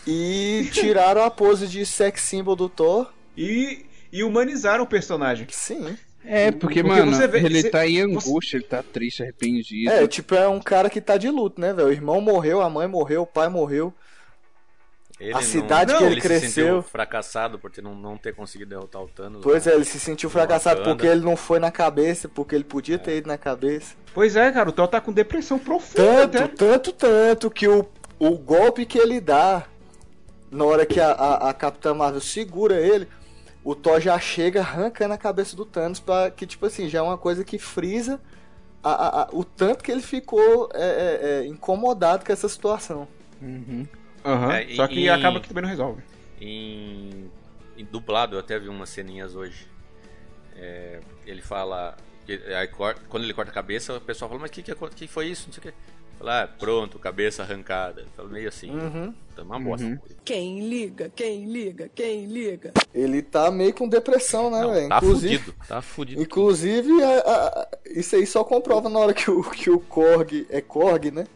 Speaker 5: E tiraram a pose de sex symbol do Thor.
Speaker 1: E, e humanizaram o personagem.
Speaker 5: Sim.
Speaker 3: É, porque,
Speaker 1: Porque
Speaker 3: mano,
Speaker 1: você vê-
Speaker 3: ele
Speaker 1: você-
Speaker 3: tá em angústia, ele tá triste, arrependido.
Speaker 5: É, tipo, é um cara que tá de luto, né, velho? O irmão morreu, a mãe morreu, o pai morreu.
Speaker 4: Ele
Speaker 5: A cidade que ele
Speaker 4: se
Speaker 5: cresceu.
Speaker 4: sentiu fracassado por ter, não, não ter conseguido derrotar o Thanos.
Speaker 5: Pois
Speaker 4: né?
Speaker 5: é, ele se sentiu fracassado
Speaker 4: Wakanda.
Speaker 5: porque ele não foi na cabeça, porque ele podia ter ido na cabeça.
Speaker 1: Pois é, cara, o Thor tá com depressão profunda.
Speaker 5: Tanto,
Speaker 1: até.
Speaker 5: tanto, tanto que o, o golpe que ele dá na hora que a, a, a Capitã Marvel segura ele, o Thor já chega arrancando a cabeça do Thanos, pra, que tipo assim, já é uma coisa que frisa a- a- a- o tanto que ele ficou é, é, é, incomodado com essa situação.
Speaker 3: Uhum.
Speaker 1: Aham,
Speaker 4: É, e-
Speaker 1: Só que
Speaker 4: e-
Speaker 1: acaba que também não resolve.
Speaker 4: Em, em dublado, eu até vi umas ceninhas hoje. É, ele fala. que- aí cor- quando ele corta a cabeça, o pessoal fala, mas o que, que, acon- que foi isso? Não sei o que. Fala, ah, pronto, cabeça arrancada. Fala meio assim.
Speaker 5: Uhum.
Speaker 4: Tá uma bosta.
Speaker 9: Quem liga, quem liga, quem liga?
Speaker 5: Ele tá meio com depressão, né,
Speaker 4: Não,
Speaker 5: velho?
Speaker 4: tá
Speaker 5: Inclusive-
Speaker 4: fudido, tá fudido.
Speaker 5: Inclusive, a- a- a- isso aí só comprova na hora que o, que o Korg é Korg, né?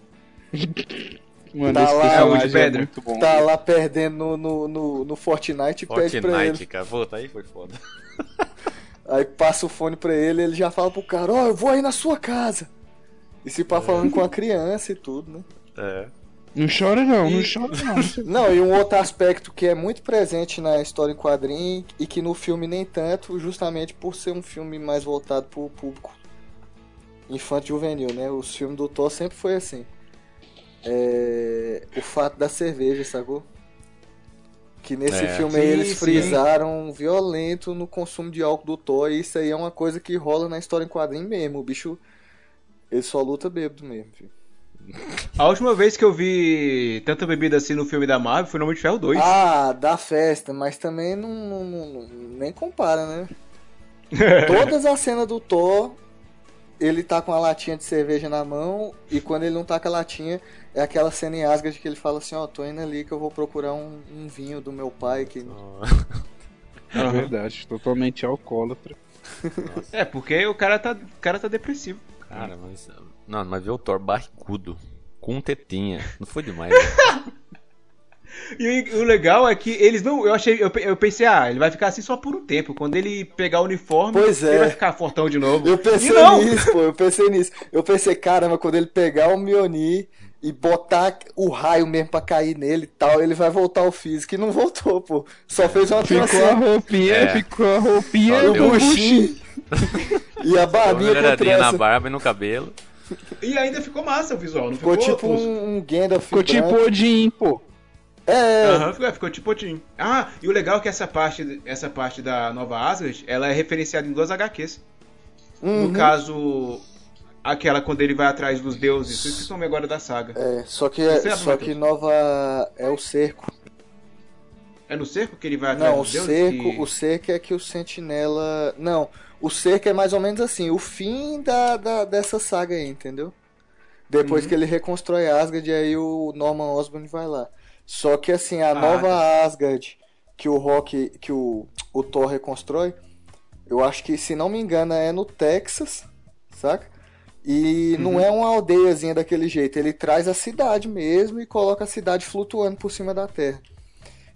Speaker 3: Mano,
Speaker 5: Tá
Speaker 3: esse
Speaker 5: lá,
Speaker 1: é o
Speaker 3: personagem
Speaker 1: de
Speaker 3: é,
Speaker 1: pedra.
Speaker 3: muito bom.
Speaker 5: Tá lá perdendo no, no, no, no Fortnite e pede pra ele.
Speaker 4: Fortnite, cara. Pô, tá aí, foi foda.
Speaker 5: Aí passa o fone pra ele ele já fala pro cara, ó, eu vou aí na sua casa. E se pá falando com a criança e tudo, né?
Speaker 4: É.
Speaker 3: Não chora não, não
Speaker 1: E-
Speaker 3: chora não.
Speaker 5: Não, e um outro aspecto que é muito presente na história em quadrinho e que no filme nem tanto, justamente por ser um filme mais voltado pro público infanto e juvenil, né? Os filmes do Thor sempre foi assim. É, O fato da cerveja, sacou? Que nesse
Speaker 4: É.
Speaker 5: filme aí
Speaker 1: Sim,
Speaker 5: eles
Speaker 1: sim.
Speaker 5: frisaram violento no consumo de álcool do Thor e isso aí é uma coisa que rola na história em quadrinho mesmo. O bicho, ele só luta bêbado mesmo, filho.
Speaker 1: A última vez que eu vi tanta bebida assim no filme da Marvel foi no Homem de Ferro 2.
Speaker 5: Ah, da festa, mas também não, não- não- não- nem compara, né? Todas as cenas do Thor ele tá com a latinha de cerveja na mão e quando ele não tá com a latinha, é aquela cena em Asgard que ele fala assim, ó, tô indo ali que eu vou procurar um, um vinho do meu pai que
Speaker 3: É verdade, totalmente alcoólatra.
Speaker 1: É, porque o cara tá, o cara tá depressivo.
Speaker 4: Cara, mas. Não, mas ver o Thor barricudo. Com tetinha. Não foi demais. né?
Speaker 1: E o legal é que eles não. Eu achei. Eu, pe- eu pensei, ah, ele vai ficar assim só por um tempo. Quando ele pegar o uniforme,
Speaker 5: Pois é.
Speaker 1: ele vai ficar fortão de novo.
Speaker 5: Eu
Speaker 1: e
Speaker 5: pensei
Speaker 1: não!
Speaker 5: nisso, pô, eu pensei nisso. Eu pensei, caramba, quando ele pegar o Mionir e botar o raio mesmo pra cair nele e tal, ele vai voltar ao físico. E não voltou, pô. Só fez uma
Speaker 3: Ficou a
Speaker 5: transição.
Speaker 3: roupinha,
Speaker 4: É.
Speaker 3: ficou a roupinha
Speaker 4: Só deu
Speaker 5: O
Speaker 4: um
Speaker 5: buchinho. E a
Speaker 4: Deu Uma
Speaker 5: barbinha com
Speaker 4: melhoradinha na
Speaker 5: trança.
Speaker 4: barba e no cabelo.
Speaker 1: E ainda ficou massa o visual, não
Speaker 5: Ficou
Speaker 1: ficou?
Speaker 5: tipo
Speaker 1: os-
Speaker 5: um, um Gandalf.
Speaker 3: Ficou tipo
Speaker 5: branco.
Speaker 3: Odin, pô.
Speaker 5: É,
Speaker 1: Aham, ficou, ficou tipo Tim. Ah, e o legal é que essa parte, essa parte da Nova Asgard, ela é referenciada em duas HQs.
Speaker 5: Uhum.
Speaker 1: No caso, aquela quando ele vai atrás dos deuses, eu esqueci o nome agora da saga.
Speaker 5: é, só que,
Speaker 1: Você abre,
Speaker 5: só que
Speaker 1: Matheus?
Speaker 5: Nova é o cerco.
Speaker 1: É no cerco que ele vai atrás
Speaker 5: Não, o
Speaker 1: dos deuses?
Speaker 5: cerco,
Speaker 1: que-
Speaker 5: o cerco é que o sentinela. Não, o cerco é mais ou menos assim, o fim da, da- dessa saga aí, entendeu? Depois
Speaker 1: Uhum.
Speaker 5: que ele reconstrói Asgard, aí o Norman Osborn vai lá. Só que assim, a
Speaker 1: Ah,
Speaker 5: nova Asgard que o Rock, que o, o Thor reconstrói, eu acho que, se não me engano, é no Texas, saca? E
Speaker 1: Uhum.
Speaker 5: não é uma aldeiazinha daquele jeito, ele traz a cidade mesmo e coloca a cidade flutuando por cima da terra.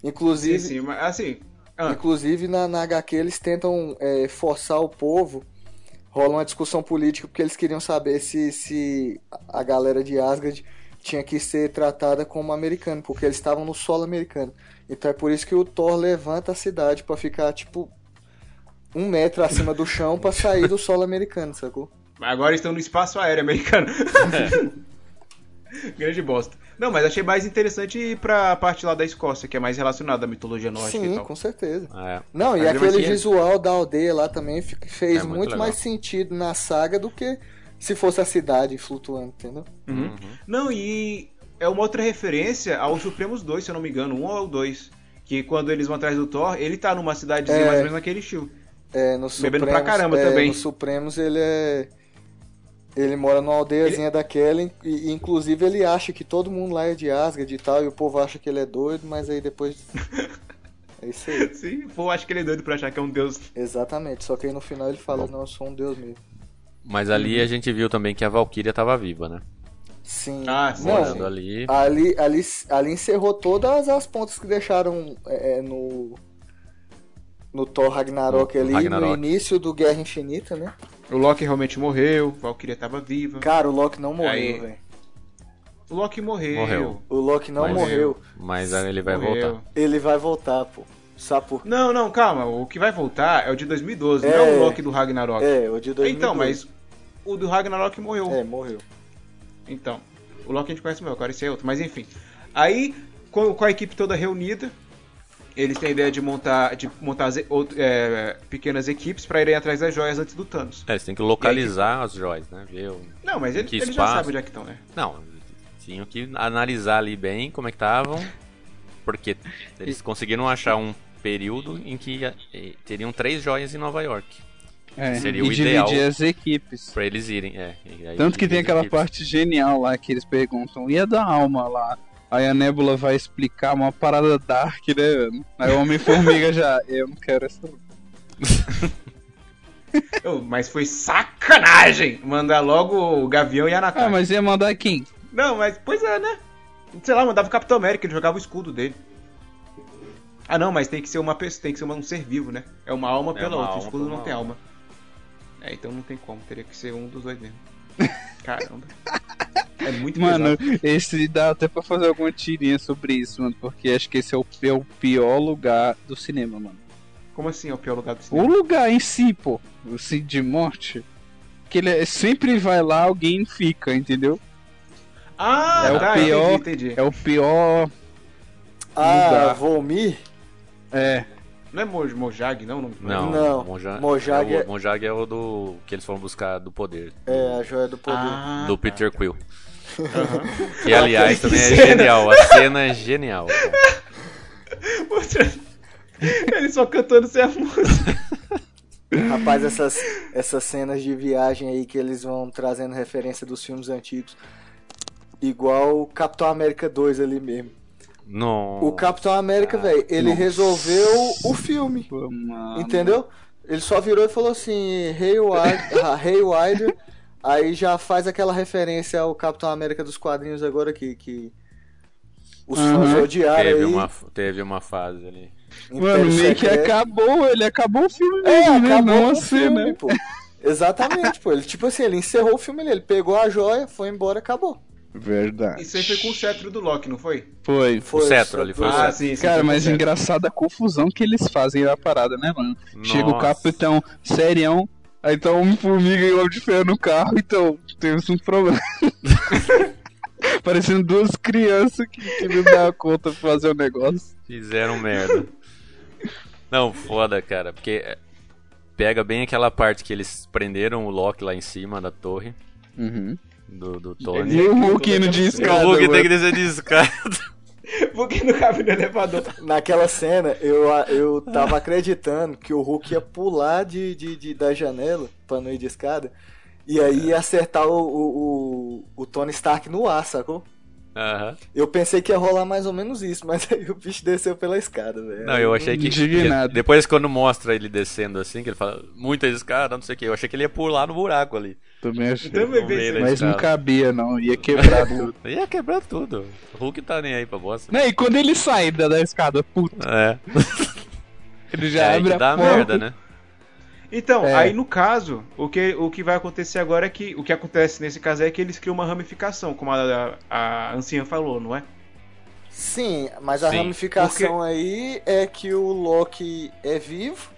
Speaker 5: Inclusive,
Speaker 1: Sim, sim, mas assim. Ah,
Speaker 5: Inclusive na, na HQ eles tentam é, forçar o povo. Rola uma discussão política porque eles queriam saber se, se a galera de Asgard tinha que ser tratada como americano, porque eles estavam no solo americano. Então é por isso que o Thor levanta a cidade pra ficar tipo um metro acima do chão pra sair do solo americano, sacou?
Speaker 1: agora estão no espaço aéreo americano. Grande bosta. Não, mas achei mais interessante ir pra parte lá da Escócia, que é mais relacionada à mitologia nórdica e
Speaker 5: Sim,
Speaker 1: tal.
Speaker 5: com certeza.
Speaker 4: Ah, é.
Speaker 5: Não, e
Speaker 1: Mas mesmo
Speaker 5: aquele
Speaker 1: assim, é-
Speaker 5: visual da aldeia lá também fi- fez
Speaker 4: É muito
Speaker 5: muito,
Speaker 4: legal.
Speaker 5: mais sentido na saga do que se fosse a cidade flutuando, entendeu?
Speaker 1: Não, e é uma outra referência aos Supremos 2, se eu não me engano, um ou dois. Que quando eles vão atrás do Thor, ele tá numa cidadezinha
Speaker 5: É.
Speaker 1: mais ou menos naquele estilo.
Speaker 5: É, no Supremos,
Speaker 1: Bebendo pra caramba
Speaker 5: é,
Speaker 1: também.
Speaker 5: No Supremos ele é. Ele mora numa aldeiazinha da Kellen e, e, inclusive ele acha que todo mundo lá é de Asgard e tal, e o povo acha que ele é doido, mas aí depois. é isso aí.
Speaker 1: Sim, pô, acho que ele é doido pra achar que é um deus.
Speaker 5: Exatamente. Só que aí no final ele fala, não, eu sou um deus mesmo.
Speaker 4: Mas ali a gente viu também que a Valkyria tava viva, né?
Speaker 5: Sim.
Speaker 1: Ah, sim.
Speaker 5: Não,
Speaker 4: Morando ali.
Speaker 5: ali, ali, ali encerrou todas as pontas que deixaram é, é, no. No Thor Ragnarok
Speaker 4: No
Speaker 5: ali,
Speaker 4: Ragnarok.
Speaker 5: no início do Guerra Infinita, né?
Speaker 1: O Loki realmente morreu, Valkyria tava viva.
Speaker 5: Cara, o Loki não
Speaker 1: Aí-
Speaker 5: morreu, velho.
Speaker 1: O Loki morreu.
Speaker 4: Morreu.
Speaker 5: O Loki não
Speaker 4: Mas-
Speaker 5: morreu.
Speaker 4: Mas aí ele vai
Speaker 1: Morreu.
Speaker 4: voltar.
Speaker 5: Ele vai voltar, pô. Sabe por
Speaker 1: Não, não, calma. O que vai voltar é o de 2012,
Speaker 5: É.
Speaker 1: não o Loki do Ragnarok.
Speaker 5: É, o de 2002.
Speaker 1: Então, mas o do Ragnarok morreu.
Speaker 5: É, morreu.
Speaker 1: Então, o Loki a gente conhece melhor, agora esse é outro, mas enfim. Aí, com, com a equipe toda reunida, eles têm a ideia de montar, de montar ze- out- é, pequenas equipes pra irem atrás das joias antes do Thanos.
Speaker 4: É, eles têm que localizar as joias, né? Ver o...
Speaker 1: Não, mas ele-
Speaker 4: Que
Speaker 1: eles já
Speaker 4: espaço.
Speaker 1: sabem onde é que estão, né?
Speaker 4: Não, tinham que analisar ali bem como é que estavam. Porque eles conseguiram achar um período em que eh, teriam três joias em Nova York.
Speaker 3: É,
Speaker 4: Seria
Speaker 3: e
Speaker 4: o ideal.
Speaker 3: dividir as equipes.
Speaker 4: Pra eles irem, é. e aí
Speaker 3: Tanto que tem
Speaker 4: dividem
Speaker 3: aquela
Speaker 4: equipes.
Speaker 3: parte genial lá que eles perguntam, e a da alma lá? Aí a Nebula vai explicar uma parada dark, né? velho? Aí o Homem-Formiga já, eu não quero essa. não."
Speaker 1: Eu- mas foi sacanagem mandar logo o Gavião e a Natasha.
Speaker 3: Ah, mas ia mandar quem?
Speaker 1: Não, mas pois é, né? Sei lá, mandava o Capitão América, ele jogava o escudo dele. Ah não, mas tem que ser uma pessoa, tem que ser uma- um ser vivo, né? É uma alma
Speaker 4: É
Speaker 1: pela
Speaker 4: uma
Speaker 1: outra, o
Speaker 4: alma
Speaker 1: escudo
Speaker 4: por
Speaker 1: não
Speaker 4: uma
Speaker 1: tem alma. É, então não tem como, teria que ser um dos dois mesmo. Caramba. É muito
Speaker 3: Mano,
Speaker 1: pesado.
Speaker 3: esse dá até pra fazer alguma tirinha sobre isso, mano, porque acho que esse é o, é o pior lugar do cinema, mano.
Speaker 1: Como assim é o pior lugar do
Speaker 3: O
Speaker 1: cinema?
Speaker 3: lugar em si, pô, assim, de morte, que ele é- sempre vai lá, alguém fica, entendeu?
Speaker 1: Ah,
Speaker 3: é o
Speaker 1: tá,
Speaker 3: pior-
Speaker 1: entendi, entendi.
Speaker 3: É o pior.
Speaker 5: Ah,
Speaker 3: dá.
Speaker 5: Volmir?
Speaker 3: É,
Speaker 1: Não é Moj, Mojag, não? o nome do
Speaker 4: Não,
Speaker 1: cara?
Speaker 5: Não,
Speaker 4: Monja-
Speaker 5: Mojag
Speaker 4: é
Speaker 5: é-
Speaker 4: o, Monjag é o do que eles foram buscar do poder.
Speaker 5: É, a joia do poder.
Speaker 1: Ah,
Speaker 4: do Peter Quill. Que aliás também é genial, a cena é genial. cara.
Speaker 1: Outra- Ele só cantando sem a música.
Speaker 5: Rapaz, essas, essas cenas de viagem aí que eles vão trazendo referência dos filmes antigos. Igual o Capitão América 2 ali mesmo.
Speaker 4: Não.
Speaker 5: O Capitão América, velho, ele resolveu o filme.
Speaker 3: Mano.
Speaker 5: Entendeu? Ele só virou e falou assim, Hayward, ah, Haywire, aí já faz aquela referência ao Capitão América dos quadrinhos agora que, que os fãs odiaram
Speaker 4: Teve
Speaker 5: aí.
Speaker 4: uma, teve uma fase ali.
Speaker 5: Império
Speaker 3: Mano, meio que
Speaker 5: Secreto.
Speaker 3: acabou, ele acabou o filme
Speaker 5: É,
Speaker 3: mesmo, né?
Speaker 5: acabou
Speaker 3: Não
Speaker 5: com o
Speaker 3: assim,
Speaker 5: filme,
Speaker 3: né?
Speaker 5: pô. Exatamente, pô. Ele, tipo assim, ele encerrou o filme ali, ele pegou a joia, foi embora, acabou.
Speaker 3: Verdade.
Speaker 1: Isso aí foi com o cetro do Loki, não foi?
Speaker 3: Foi.
Speaker 5: Foi Ah,
Speaker 4: O cetro ali, foi o cetro.
Speaker 1: Ah, sim,
Speaker 3: Cara,
Speaker 1: foi com o
Speaker 3: mas
Speaker 1: cetro.
Speaker 3: engraçada a confusão que eles fazem na parada, né, mano? Chega o
Speaker 4: Nossa.
Speaker 3: capitão então, serião, aí tá um formiga e um homem de ferro no carro, então temos um problema. Parecendo duas crianças que, que não dá conta pra fazer o negócio.
Speaker 4: Fizeram merda. Não, foda, cara, porque é, pega bem aquela parte que eles prenderam o Loki lá em cima da torre
Speaker 3: Uhum.
Speaker 4: do, do
Speaker 3: E
Speaker 4: Tony.
Speaker 3: o Hulk indo de
Speaker 4: E
Speaker 3: escada,
Speaker 4: o Hulk
Speaker 3: mano.
Speaker 4: tem que descer de escada.
Speaker 1: Porque não cabe no elevador.
Speaker 5: Naquela cena, eu, eu tava acreditando que o Hulk ia pular de, de, de- da janela pra não ir de escada. E aí ia acertar o, o, o, o Tony Stark no ar, sacou?
Speaker 4: Aham.
Speaker 5: Eu pensei que ia rolar mais ou menos isso, mas aí o bicho desceu pela escada, velho.
Speaker 4: Não, eu achei que.
Speaker 3: Indignado.
Speaker 4: que- Depois quando mostra ele descendo assim, que ele fala muita escada, não sei o que, eu achei que ele ia pular no buraco ali.
Speaker 3: Também achei.
Speaker 1: Também
Speaker 4: No meio
Speaker 1: pensei.
Speaker 4: da
Speaker 3: Mas um não
Speaker 4: escada.
Speaker 3: cabia, não. Ia quebrar tudo.
Speaker 4: Ia quebrar tudo. O Hulk tá nem aí pra bosta.
Speaker 3: Não, e quando ele sai da, da escada, puta,
Speaker 4: É.
Speaker 3: ele já
Speaker 4: Já é
Speaker 3: abre
Speaker 4: que
Speaker 3: a
Speaker 4: dá
Speaker 3: porta.
Speaker 4: merda, né?
Speaker 1: Então,
Speaker 3: É.
Speaker 1: aí no caso, o que, o que vai acontecer agora é que. O que acontece nesse caso é que eles criam uma ramificação, como a, a, a anciã falou, não é?
Speaker 5: Sim, mas a
Speaker 4: Sim,
Speaker 5: ramificação aí é que o Loki é vivo.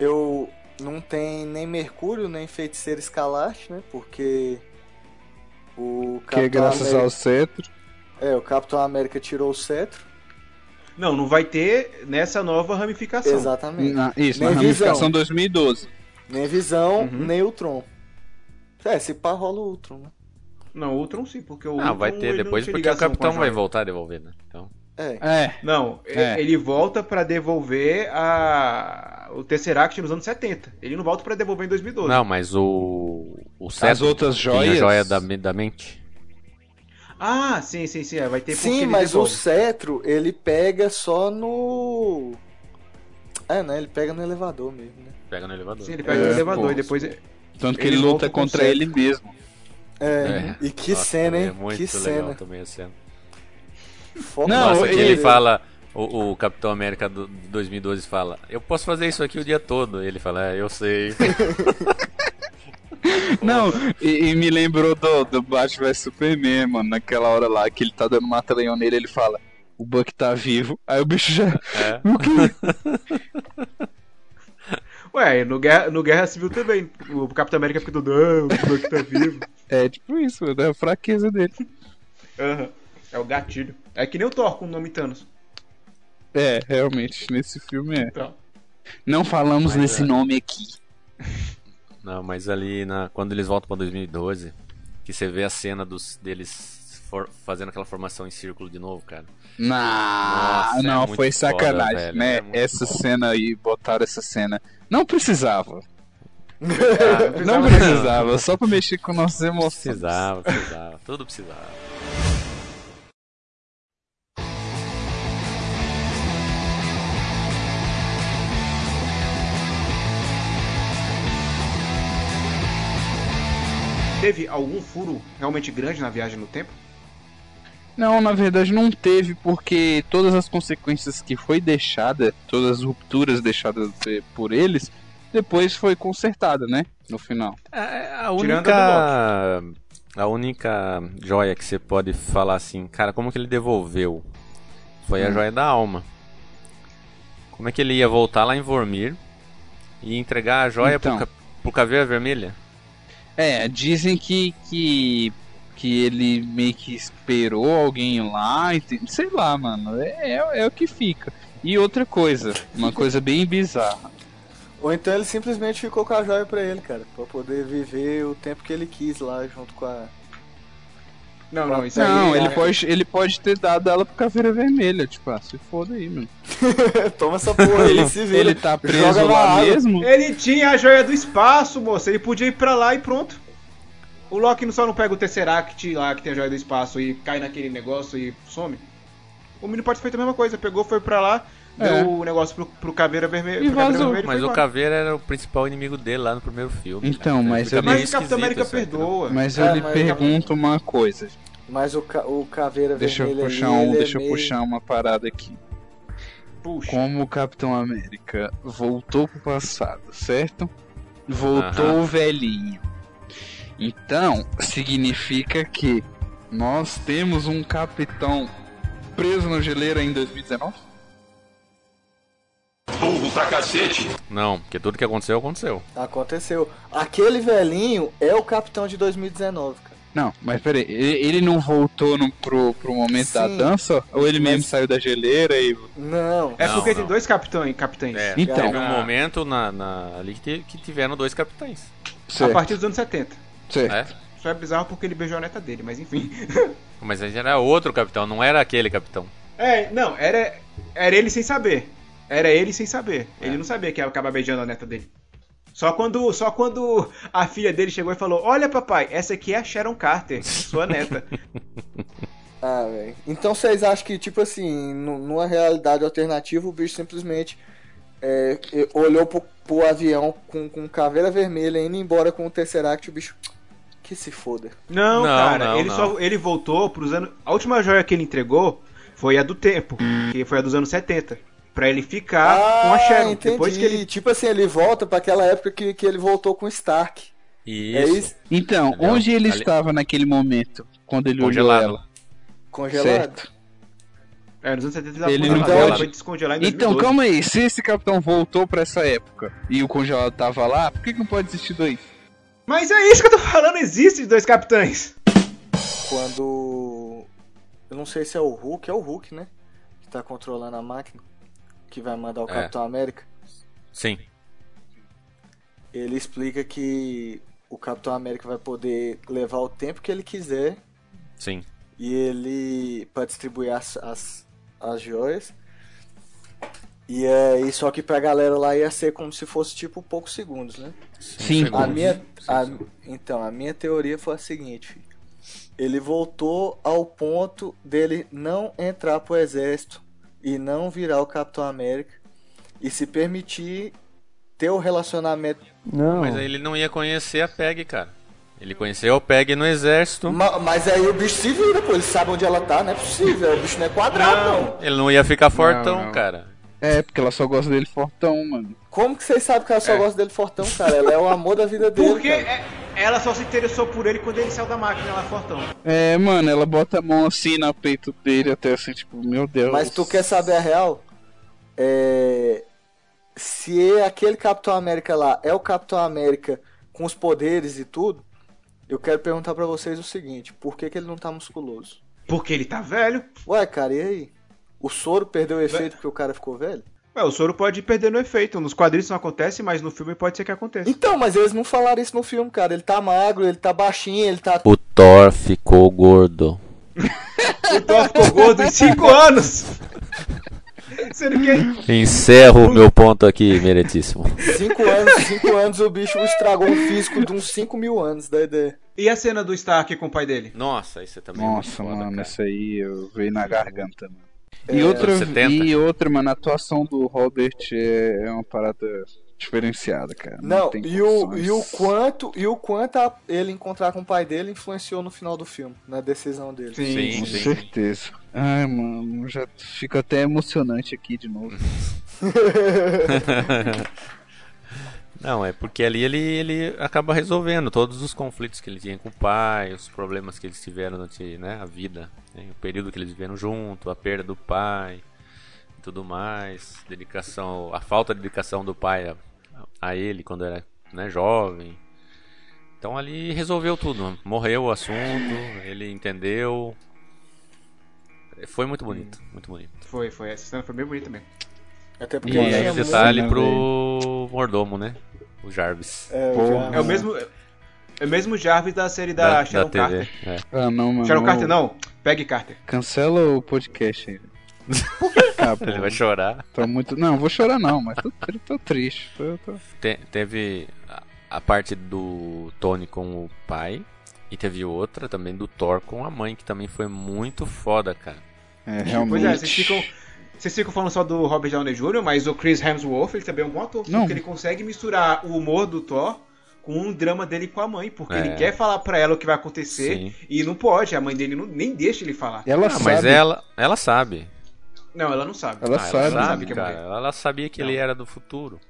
Speaker 5: Eu não tem nem Mercúrio, nem Feiticeiro Escalarte, né? Porque o
Speaker 3: Que é graças ao
Speaker 5: América,
Speaker 3: cetro.
Speaker 5: é, o Capitão América tirou o cetro.
Speaker 1: Não, não vai ter nessa nova ramificação.
Speaker 5: Exatamente.
Speaker 3: Na, isso, na
Speaker 5: Nem
Speaker 3: ramificação
Speaker 5: visão.
Speaker 3: 2012.
Speaker 5: Nem Visão,
Speaker 1: Uhum.
Speaker 5: nem Ultron. É, se pá rola o Ultron, né?
Speaker 1: Não, o Ultron sim, porque o
Speaker 4: Ah,
Speaker 1: Ultron,
Speaker 4: vai ter
Speaker 1: ele não
Speaker 4: depois
Speaker 1: tinha
Speaker 4: porque o
Speaker 1: ligação
Speaker 3: assim,
Speaker 1: com a
Speaker 4: capitão vai
Speaker 1: joia.
Speaker 4: voltar a devolver, né? Então.
Speaker 5: É.
Speaker 3: É.
Speaker 1: Não, e-
Speaker 3: É.
Speaker 1: ele volta pra devolver a o Tesseract nos anos 70. Ele não volta pra devolver em 2012.
Speaker 4: Não, mas o. O cetro,
Speaker 3: outras
Speaker 4: tinha
Speaker 3: joias?
Speaker 4: a joia da, me- da mente.
Speaker 1: Ah, sim, sim, sim, é, vai ter porque
Speaker 5: Sim,
Speaker 1: ele
Speaker 5: mas o
Speaker 1: devolve.
Speaker 5: cetro ele pega só no. É, né? Ele pega no elevador mesmo, né?
Speaker 4: Pega no elevador.
Speaker 1: Sim, ele pega
Speaker 3: É,
Speaker 1: o elevador
Speaker 3: pô.
Speaker 1: e depois
Speaker 3: Tanto que ele,
Speaker 1: Ele
Speaker 3: luta
Speaker 1: volta com
Speaker 3: contra
Speaker 1: cetro.
Speaker 3: ele mesmo.
Speaker 5: É. E que
Speaker 4: Nossa,
Speaker 5: cena,
Speaker 4: é
Speaker 5: hein?
Speaker 4: muito
Speaker 5: que
Speaker 4: legal
Speaker 5: cena.
Speaker 4: também a cena.
Speaker 5: Foco
Speaker 3: Não,
Speaker 4: Nossa, que
Speaker 3: ele-
Speaker 4: ele, fala. O, o Capitão América do, de 2012 fala: Eu posso fazer isso aqui o dia todo. E ele fala: É, eu sei.
Speaker 3: Não, e, e me lembrou do, do Batman vs Superman, mano. Naquela hora lá que ele tá dando uma talenhão nele, ele fala: O Buck tá vivo. Aí o bicho já.
Speaker 4: É.
Speaker 3: O quê?
Speaker 1: Ué, no Guerra, no Guerra Civil também. O Capitão América fica todo. Ah, o Buck tá vivo.
Speaker 3: É tipo isso, mano. É a fraqueza dele.
Speaker 1: Aham. É o gatilho. É que nem o Thor com o nome Thanos.
Speaker 3: É, realmente, nesse filme é.
Speaker 1: Então.
Speaker 3: Não falamos
Speaker 4: Mas,
Speaker 3: nesse
Speaker 4: é.
Speaker 3: nome aqui.
Speaker 4: Não, mas ali, na, quando eles voltam pra 2012, que você vê a cena dos, deles for- fazendo aquela formação em círculo de novo, cara.
Speaker 3: Nah,
Speaker 4: Nossa, é
Speaker 3: não,
Speaker 4: muito
Speaker 3: foi
Speaker 4: foda,
Speaker 3: sacanagem,
Speaker 4: velho,
Speaker 3: né?
Speaker 4: é muito
Speaker 3: essa
Speaker 4: foda.
Speaker 3: cena aí, botaram essa cena. Não precisava.
Speaker 1: Ah,
Speaker 3: Não precisava, só pra mexer com nossas emoções.
Speaker 4: Precisava, precisava. Tudo precisava.
Speaker 1: Teve algum furo realmente grande na viagem no tempo?
Speaker 3: Não, na verdade não teve, porque todas as consequências que foi deixada, todas as rupturas deixadas eh, por eles, depois foi consertada, né? No final.
Speaker 4: A, a
Speaker 1: Tirando
Speaker 4: única. A única joia que você pode falar assim, cara, como que ele devolveu? Foi a joia da alma. Como é que ele ia voltar lá em Vormir e entregar a joia
Speaker 3: Então.
Speaker 4: pro, ca- pro Caveira Vermelha?
Speaker 3: É, dizem que que, que ele meio que esperou alguém lá, ente- sei lá, mano. É, é, é o que fica. E outra coisa, uma coisa bem bizarra.
Speaker 5: Ou então ele simplesmente ficou com a joia pra ele, cara. Pra poder viver o tempo que ele quis lá junto com a.
Speaker 1: Não, não, isso aí.
Speaker 3: Não, ele
Speaker 1: é-
Speaker 3: pode, ele pode ter dado ela pro Caveira Vermelha. Tipo, ah, se foda aí, mano.
Speaker 5: Toma essa porra, ele se vira.
Speaker 3: Ele tá
Speaker 5: Joga
Speaker 3: preso
Speaker 5: na
Speaker 3: lá
Speaker 5: água. É,
Speaker 3: mesmo?
Speaker 1: Ele tinha a joia do espaço, moça. Ele podia ir pra lá e pronto. O Loki não só não pega o Tesseract lá que tem a joia do espaço e cai naquele negócio e some. O menino pode ter feito a mesma coisa. Pegou, foi pra lá,
Speaker 3: É.
Speaker 1: deu o negócio pro, pro Caveira Vermelha.
Speaker 3: E
Speaker 1: pro Caveira
Speaker 3: vazou.
Speaker 1: Vermelha e
Speaker 4: Mas
Speaker 1: foi
Speaker 4: o
Speaker 1: embora.
Speaker 4: Caveira era o principal inimigo dele lá no primeiro filme.
Speaker 3: Então,
Speaker 4: cara.
Speaker 3: mas
Speaker 4: Fica
Speaker 3: eu-
Speaker 4: meio
Speaker 1: Mas o Capitão
Speaker 4: é esquisito assim, né?
Speaker 1: América
Speaker 4: isso aí, entendeu?
Speaker 1: perdoa.
Speaker 3: Mas
Speaker 5: É,
Speaker 3: eu lhe
Speaker 5: mas-
Speaker 3: pergunto uma coisa.
Speaker 5: Mas o, ca o caveira
Speaker 3: Deixa eu
Speaker 5: vermelha
Speaker 3: puxar
Speaker 5: ali,
Speaker 3: um,
Speaker 5: ele é
Speaker 3: deixa eu
Speaker 5: meio-
Speaker 3: puxar uma parada aqui.
Speaker 1: Puxa.
Speaker 3: Como o Capitão América voltou pro passado, certo? Voltou
Speaker 4: Aham.
Speaker 3: o velhinho. Então, significa que nós temos um capitão preso na geleira em 2019?
Speaker 7: Burro pra cacete!
Speaker 4: Não, porque tudo que aconteceu, aconteceu.
Speaker 5: Aconteceu. Aquele velhinho é o capitão de 2019, cara.
Speaker 3: Não, mas peraí, ele, ele não voltou no, pro, pro momento da
Speaker 5: Sim,
Speaker 3: dança? Ou ele mesmo
Speaker 5: mas-
Speaker 3: saiu da geleira e.
Speaker 5: Não.
Speaker 1: É
Speaker 4: Não,
Speaker 1: porque tem
Speaker 4: não.
Speaker 1: dois capitães. capitães.
Speaker 4: É,
Speaker 3: Então.
Speaker 4: teve um
Speaker 1: Ah.
Speaker 4: momento na, na- ali que, te- que tiveram dois capitães.
Speaker 1: A
Speaker 3: Certo,
Speaker 1: partir dos anos 70.
Speaker 3: certo.
Speaker 4: É?
Speaker 1: Só é bizarro porque ele beijou a neta dele, mas enfim.
Speaker 4: Mas aí era outro capitão, não era aquele capitão.
Speaker 1: É, não, era, era ele sem saber. Era ele sem saber. Ele não sabia que ia acabar beijando a neta dele. Só quando, só quando a filha dele chegou e falou: Olha, papai, essa aqui é a Sharon Carter, sua neta.
Speaker 5: Ah, velho. Então vocês acham que, tipo assim, nu- numa realidade alternativa, o bicho simplesmente é, e- olhou pro, pro avião com, com caveira vermelha indo embora com o Tesseract, o bicho. Que se foda.
Speaker 1: Não,
Speaker 4: Não,
Speaker 1: cara,
Speaker 4: não,
Speaker 1: ele
Speaker 4: não.
Speaker 1: só ele voltou pros anos. A última joia que ele entregou foi a do tempo, que foi a dos anos 70. Pra ele ficar Ah, com a Sharon.
Speaker 5: Ah, entendi.
Speaker 1: Depois que ele.
Speaker 5: Tipo assim, ele volta pra aquela época que, que ele voltou com o Stark.
Speaker 4: Isso.
Speaker 5: É isso?
Speaker 3: Então,
Speaker 4: Entendeu?
Speaker 3: onde ele
Speaker 4: Ali-
Speaker 3: estava naquele momento? Quando ele
Speaker 4: Congelado.
Speaker 3: olhou ela?
Speaker 5: Congelado.
Speaker 3: Certo.
Speaker 1: É, nos anos 70 tava
Speaker 3: Ele
Speaker 1: congelado,
Speaker 5: não
Speaker 1: ela
Speaker 5: pode.
Speaker 1: foi descongelar em
Speaker 3: Então,
Speaker 1: 2012.
Speaker 3: calma aí, se esse capitão voltou pra essa época e o congelado tava lá, por que, que não pode existir dois?
Speaker 1: Mas é isso que eu tô falando, existe dois capitães.
Speaker 5: Quando. Eu não sei se é o Hulk, é o Hulk, né? Que tá controlando a máquina. Que vai mandar o
Speaker 4: É.
Speaker 5: Capitão América.
Speaker 4: Sim.
Speaker 5: Ele explica que o Capitão América vai poder levar o tempo que ele quiser
Speaker 4: Sim.
Speaker 5: e ele para distribuir as, as, as joias. E aí, só que pra galera lá ia ser como se fosse tipo poucos segundos, né?
Speaker 3: Cinco.
Speaker 5: A minha,
Speaker 4: É né? Sim,
Speaker 5: a-
Speaker 4: sim.
Speaker 5: então, a minha teoria foi a seguinte: filho. ele voltou ao ponto dele não entrar pro exército e não virar o Capitão América e se permitir ter o relacionamento.
Speaker 2: Não.
Speaker 4: Mas aí ele não ia conhecer a PEG, cara. Ele conheceu a PEG no exército.
Speaker 5: Ma- Mas aí o bicho se vira, pô, ele sabe onde ela tá, não é possível, o bicho não é quadrado, não.
Speaker 4: Ele não ia ficar fortão,
Speaker 3: não.
Speaker 4: cara.
Speaker 3: É, porque ela só gosta dele fortão, mano.
Speaker 5: Como que vocês sabem que
Speaker 4: É.
Speaker 5: ela só gosta dele fortão, cara? Ela é o amor da vida dele.
Speaker 1: Porque
Speaker 5: cara.
Speaker 1: é- ela só se interessou por ele quando ele saiu da máquina lá, fortão.
Speaker 3: É, mano, ela bota a mão assim no peito dele até assim, tipo, meu Deus.
Speaker 5: Mas tu quer saber a real? É... Se aquele Capitão América lá é o Capitão América com os poderes e tudo, eu quero perguntar pra vocês o seguinte: por que, que ele não tá musculoso?
Speaker 1: Porque ele tá velho.
Speaker 5: Ué, cara, e aí? O soro perdeu o efeito porque o cara ficou velho?
Speaker 1: Ué, É, o soro pode ir perdendo efeito. Nos quadrinhos isso não acontece, mas no filme pode ser que aconteça.
Speaker 5: Então, mas eles não falaram isso no filme, cara. Ele tá magro, ele tá baixinho, ele tá.
Speaker 4: O Thor ficou gordo.
Speaker 1: O Thor tá ficou gordo em 5 anos. Sendo que.
Speaker 4: Encerro o meu ponto aqui, meritíssimo.
Speaker 5: 5 anos, 5 anos o bicho estragou o físico de uns 5 mil anos da ideia.
Speaker 1: E a cena do Stark com o pai dele?
Speaker 4: Nossa, isso também é muito
Speaker 3: Nossa,
Speaker 4: foda,
Speaker 3: mano,
Speaker 4: cara.
Speaker 3: isso aí eu veio na garganta, mano.
Speaker 5: É,
Speaker 3: E, outra,
Speaker 4: 70.
Speaker 3: e outra, mano, a atuação do Robert é, é uma parada diferenciada, cara.
Speaker 5: Não,
Speaker 3: tem
Speaker 5: e o,
Speaker 3: condições.
Speaker 5: e o quanto, e o quanto a- ele encontrar com o pai dele influenciou no final do filme, na decisão dele.
Speaker 4: Sim,
Speaker 3: Com
Speaker 4: sim.
Speaker 3: certeza. Ai, mano, já fico até emocionante aqui de novo.
Speaker 4: Não, é porque ali ele, ele acaba resolvendo todos os conflitos que ele tinha com o pai, os problemas que eles tiveram durante né, a vida, né, o período que eles viveram junto, a perda do pai, tudo mais, dedicação, a falta de dedicação do pai a, a ele quando era né, jovem. Então ali resolveu tudo, morreu o assunto, ele entendeu. Foi muito bonito, muito bonito.
Speaker 1: Foi, foi. Essa cena foi bem bonita mesmo.
Speaker 5: Até porque
Speaker 4: E
Speaker 3: Nossa,
Speaker 5: ele
Speaker 4: aí um esse
Speaker 5: tinha é muito-
Speaker 3: tá-
Speaker 4: detalhe
Speaker 3: né,
Speaker 4: pro mordomo, né? O Jarvis.
Speaker 5: é,
Speaker 3: Porra.
Speaker 5: já-
Speaker 1: É o mesmo. É o mesmo Jarvis da série Ah. da,
Speaker 4: da, da
Speaker 1: Sharon
Speaker 4: TV.
Speaker 1: Carter.
Speaker 4: É.
Speaker 3: Ah, não, mano.
Speaker 1: Sharon Carter não, Peggy Carter.
Speaker 3: Cancela o podcast aí. Ah, pô,
Speaker 4: Ele vai chorar.
Speaker 3: tô muito... Não, vou chorar não, mas tô, eu tô triste. Tô, eu tô... é,
Speaker 4: Te- teve a, a parte do Tony com o pai. E teve outra também do Thor com a mãe, que também foi muito foda, cara.
Speaker 3: É, realmente.
Speaker 1: Pois é, vocês ficam, vocês ficam falando só do Robert Downey Jr., mas o Chris Hemsworth, ele também é um bom ator,
Speaker 3: Não.
Speaker 1: porque ele consegue misturar o humor do Thor com o drama dele com a mãe, porque
Speaker 4: É.
Speaker 1: ele quer falar pra ela o que vai acontecer
Speaker 4: Sim.
Speaker 1: e não pode, a mãe dele não- nem deixa ele falar.
Speaker 3: Ela
Speaker 4: Ah,
Speaker 3: sabe.
Speaker 4: mas ela, ela sabe.
Speaker 1: Não, ela não sabe.
Speaker 3: Ela
Speaker 4: Ah,
Speaker 3: sabe.
Speaker 4: Ela sabe,
Speaker 1: que é
Speaker 4: cara.
Speaker 1: mulher.
Speaker 4: Ela sabia que ele era do futuro.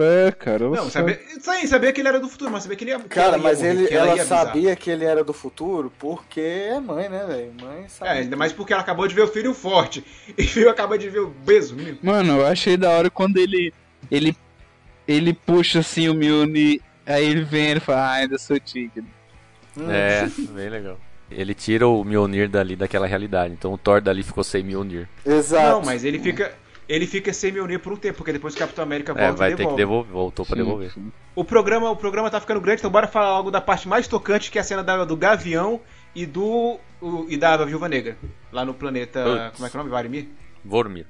Speaker 3: É, cara, ela
Speaker 1: Não,
Speaker 3: sabe.
Speaker 1: sabia, sim, sabia que ele era do futuro, mas sabia que ele ia. que é
Speaker 5: Cara,
Speaker 1: ia
Speaker 5: mas
Speaker 1: morrer,
Speaker 5: ele,
Speaker 1: que
Speaker 5: ela
Speaker 1: ia avisar.
Speaker 5: sabia que ele era do futuro porque é mãe, né, velho? Mãe sabe.
Speaker 1: É, ainda mais porque ela acabou de ver o filho forte e viu, acaba de ver o beso, menino.
Speaker 3: Mano, eu achei da hora quando ele. Ele. Ele puxa assim o Mjolnir, aí ele vem e fala, ah, ainda sou tigre.
Speaker 5: Hum.
Speaker 4: É, bem legal. Ele tira o Mjolnir dali daquela realidade. Então o Thor dali ficou sem Mjolnir.
Speaker 5: Exato.
Speaker 1: Não, mas ele fica. Ele fica sem me unir por um tempo, porque depois o Capitão América volta
Speaker 4: É,
Speaker 1: e
Speaker 4: vai ter que
Speaker 1: devolve.
Speaker 4: devolver. Voltou pra
Speaker 3: Sim,
Speaker 4: devolver.
Speaker 3: sim.
Speaker 1: O programa, o programa tá ficando grande, então bora falar logo da parte mais tocante, que é a cena da- do Gavião e do. o- e da Viúva Negra. Lá no planeta.
Speaker 4: Putz.
Speaker 1: Como é que é o nome? Varimir?
Speaker 4: Vormir.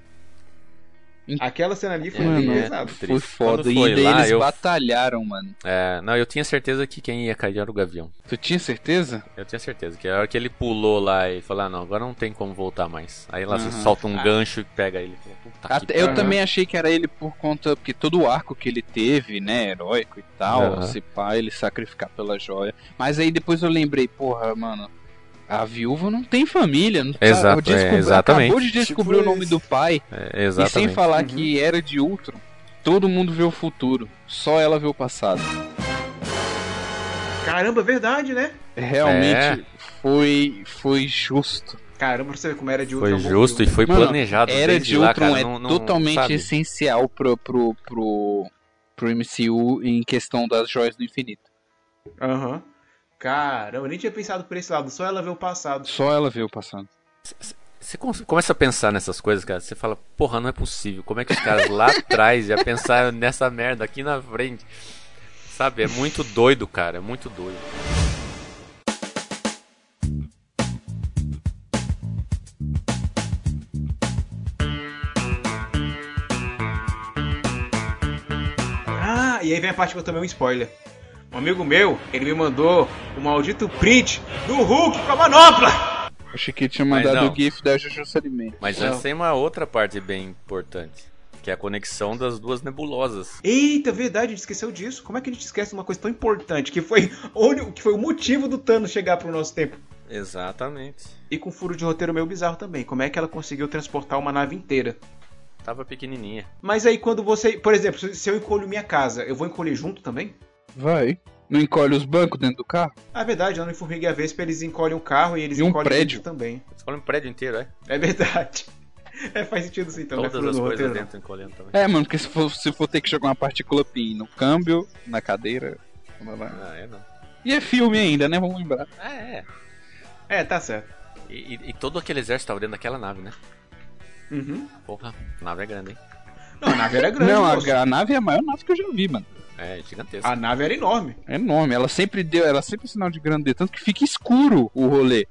Speaker 1: Aquela cena ali
Speaker 4: É,
Speaker 1: foi bem
Speaker 3: Mano,
Speaker 4: né?
Speaker 1: pesada.
Speaker 3: foi
Speaker 4: Triste.
Speaker 3: foda.
Speaker 4: Quando
Speaker 3: e
Speaker 4: foi
Speaker 3: daí
Speaker 4: lá,
Speaker 3: eles
Speaker 4: eu-
Speaker 3: batalharam, mano.
Speaker 4: É, não, eu tinha certeza que quem ia cair era o Gavião.
Speaker 3: Tu tinha certeza?
Speaker 4: Eu tinha certeza que a hora que ele pulou lá e falou, ah, não, agora não tem como voltar mais. Aí lá você
Speaker 3: Aham.
Speaker 4: solta um gancho e pega ele. Puta
Speaker 3: Uhum. Ah. Até-
Speaker 4: que
Speaker 3: eu
Speaker 4: pariu.
Speaker 3: também achei que era ele por conta. Porque todo o arco que ele teve, né? Heróico e tal.
Speaker 4: Aham.
Speaker 3: Se pá, ele sacrificar pela joia. Mas aí depois eu lembrei, porra, mano. A viúva não tem família. Não tá-
Speaker 4: Exato,
Speaker 3: eu descobri-
Speaker 4: é, exatamente.
Speaker 3: Acabou de descobrir
Speaker 5: Tipo
Speaker 3: o nome
Speaker 5: isso.
Speaker 3: do pai.
Speaker 4: É,
Speaker 3: E sem
Speaker 4: exatamente.
Speaker 3: falar que era de Ultron. Todo mundo vê o futuro. Só ela vê o passado.
Speaker 1: Caramba, verdade, né?
Speaker 4: É.
Speaker 3: Realmente foi, foi justo.
Speaker 1: Caramba, pra você ver como era de outro.
Speaker 4: Foi justo e foi
Speaker 3: Mano,
Speaker 4: planejado.
Speaker 3: Era
Speaker 4: desde
Speaker 3: de
Speaker 4: lá,
Speaker 3: Ultron
Speaker 4: cara,
Speaker 3: é
Speaker 4: não- não-
Speaker 3: totalmente
Speaker 4: sabe?
Speaker 3: essencial pro, pro, pro, pro MCU em questão das joias do infinito.
Speaker 1: Aham. Caramba, eu nem tinha pensado por esse lado, só ela vê o passado.
Speaker 3: Só ela vê o passado.
Speaker 4: Você com- começa a pensar nessas coisas, cara. Você fala, porra, não é possível. Como é que os caras lá atrás iam pensar nessa merda aqui na frente? Sabe, é muito doido, cara. É muito doido.
Speaker 1: Ah, e aí vem a parte que eu tomei um spoiler. Um amigo meu, ele me mandou o maldito print do Hulk com a manopla!
Speaker 3: Achei que ele tinha
Speaker 4: Mas
Speaker 3: mandado
Speaker 4: não.
Speaker 3: o GIF da Juju Salimene.
Speaker 4: Mas
Speaker 1: Não.
Speaker 4: antes tem uma outra parte bem importante. Que é a conexão das duas nebulosas.
Speaker 1: Eita, verdade, a gente esqueceu disso. Como é que a gente esquece uma coisa tão importante que foi, onde, que foi o motivo do Thanos chegar pro nosso tempo?
Speaker 4: Exatamente.
Speaker 1: E com furo de roteiro meio bizarro também. Como é que ela conseguiu transportar uma nave inteira?
Speaker 4: Tava pequenininha.
Speaker 1: Mas aí quando você. Por exemplo, se- se eu encolho minha casa, eu vou encolher junto também?
Speaker 3: Vai. Não encolhe os bancos dentro do carro?
Speaker 1: Ah, é verdade, Ana e Formiga e a Vespa eles encolhem o carro e eles
Speaker 3: E um
Speaker 1: encolhem
Speaker 3: prédio.
Speaker 1: dentro também.
Speaker 4: Você fala um prédio inteiro, é?
Speaker 1: É verdade. É, faz sentido sim, então,
Speaker 4: Todas
Speaker 1: não é furo
Speaker 4: as
Speaker 1: no roteiro.
Speaker 4: coisas
Speaker 1: não.
Speaker 4: dentro encolhendo também.
Speaker 3: É, mano, porque se for, se for ter que jogar uma partícula PIN no câmbio, na cadeira. blá, blá.
Speaker 4: Ah, é não.
Speaker 3: E é filme ainda, né? Vamos lembrar.
Speaker 4: Ah, é.
Speaker 1: É, tá certo.
Speaker 4: E, e- e todo aquele exército tava dentro daquela nave, né?
Speaker 1: Uhum.
Speaker 4: Porra, a nave é grande, hein?
Speaker 1: Não, a nave era grande.
Speaker 3: não,
Speaker 1: moço.
Speaker 3: a, a nave é a maior nave que eu já vi, mano.
Speaker 4: É, gigantesca.
Speaker 1: a nave era enorme.
Speaker 3: É enorme. Ela sempre deu, ela sempre é sinal de grandeza, tanto que fica escuro o rolê.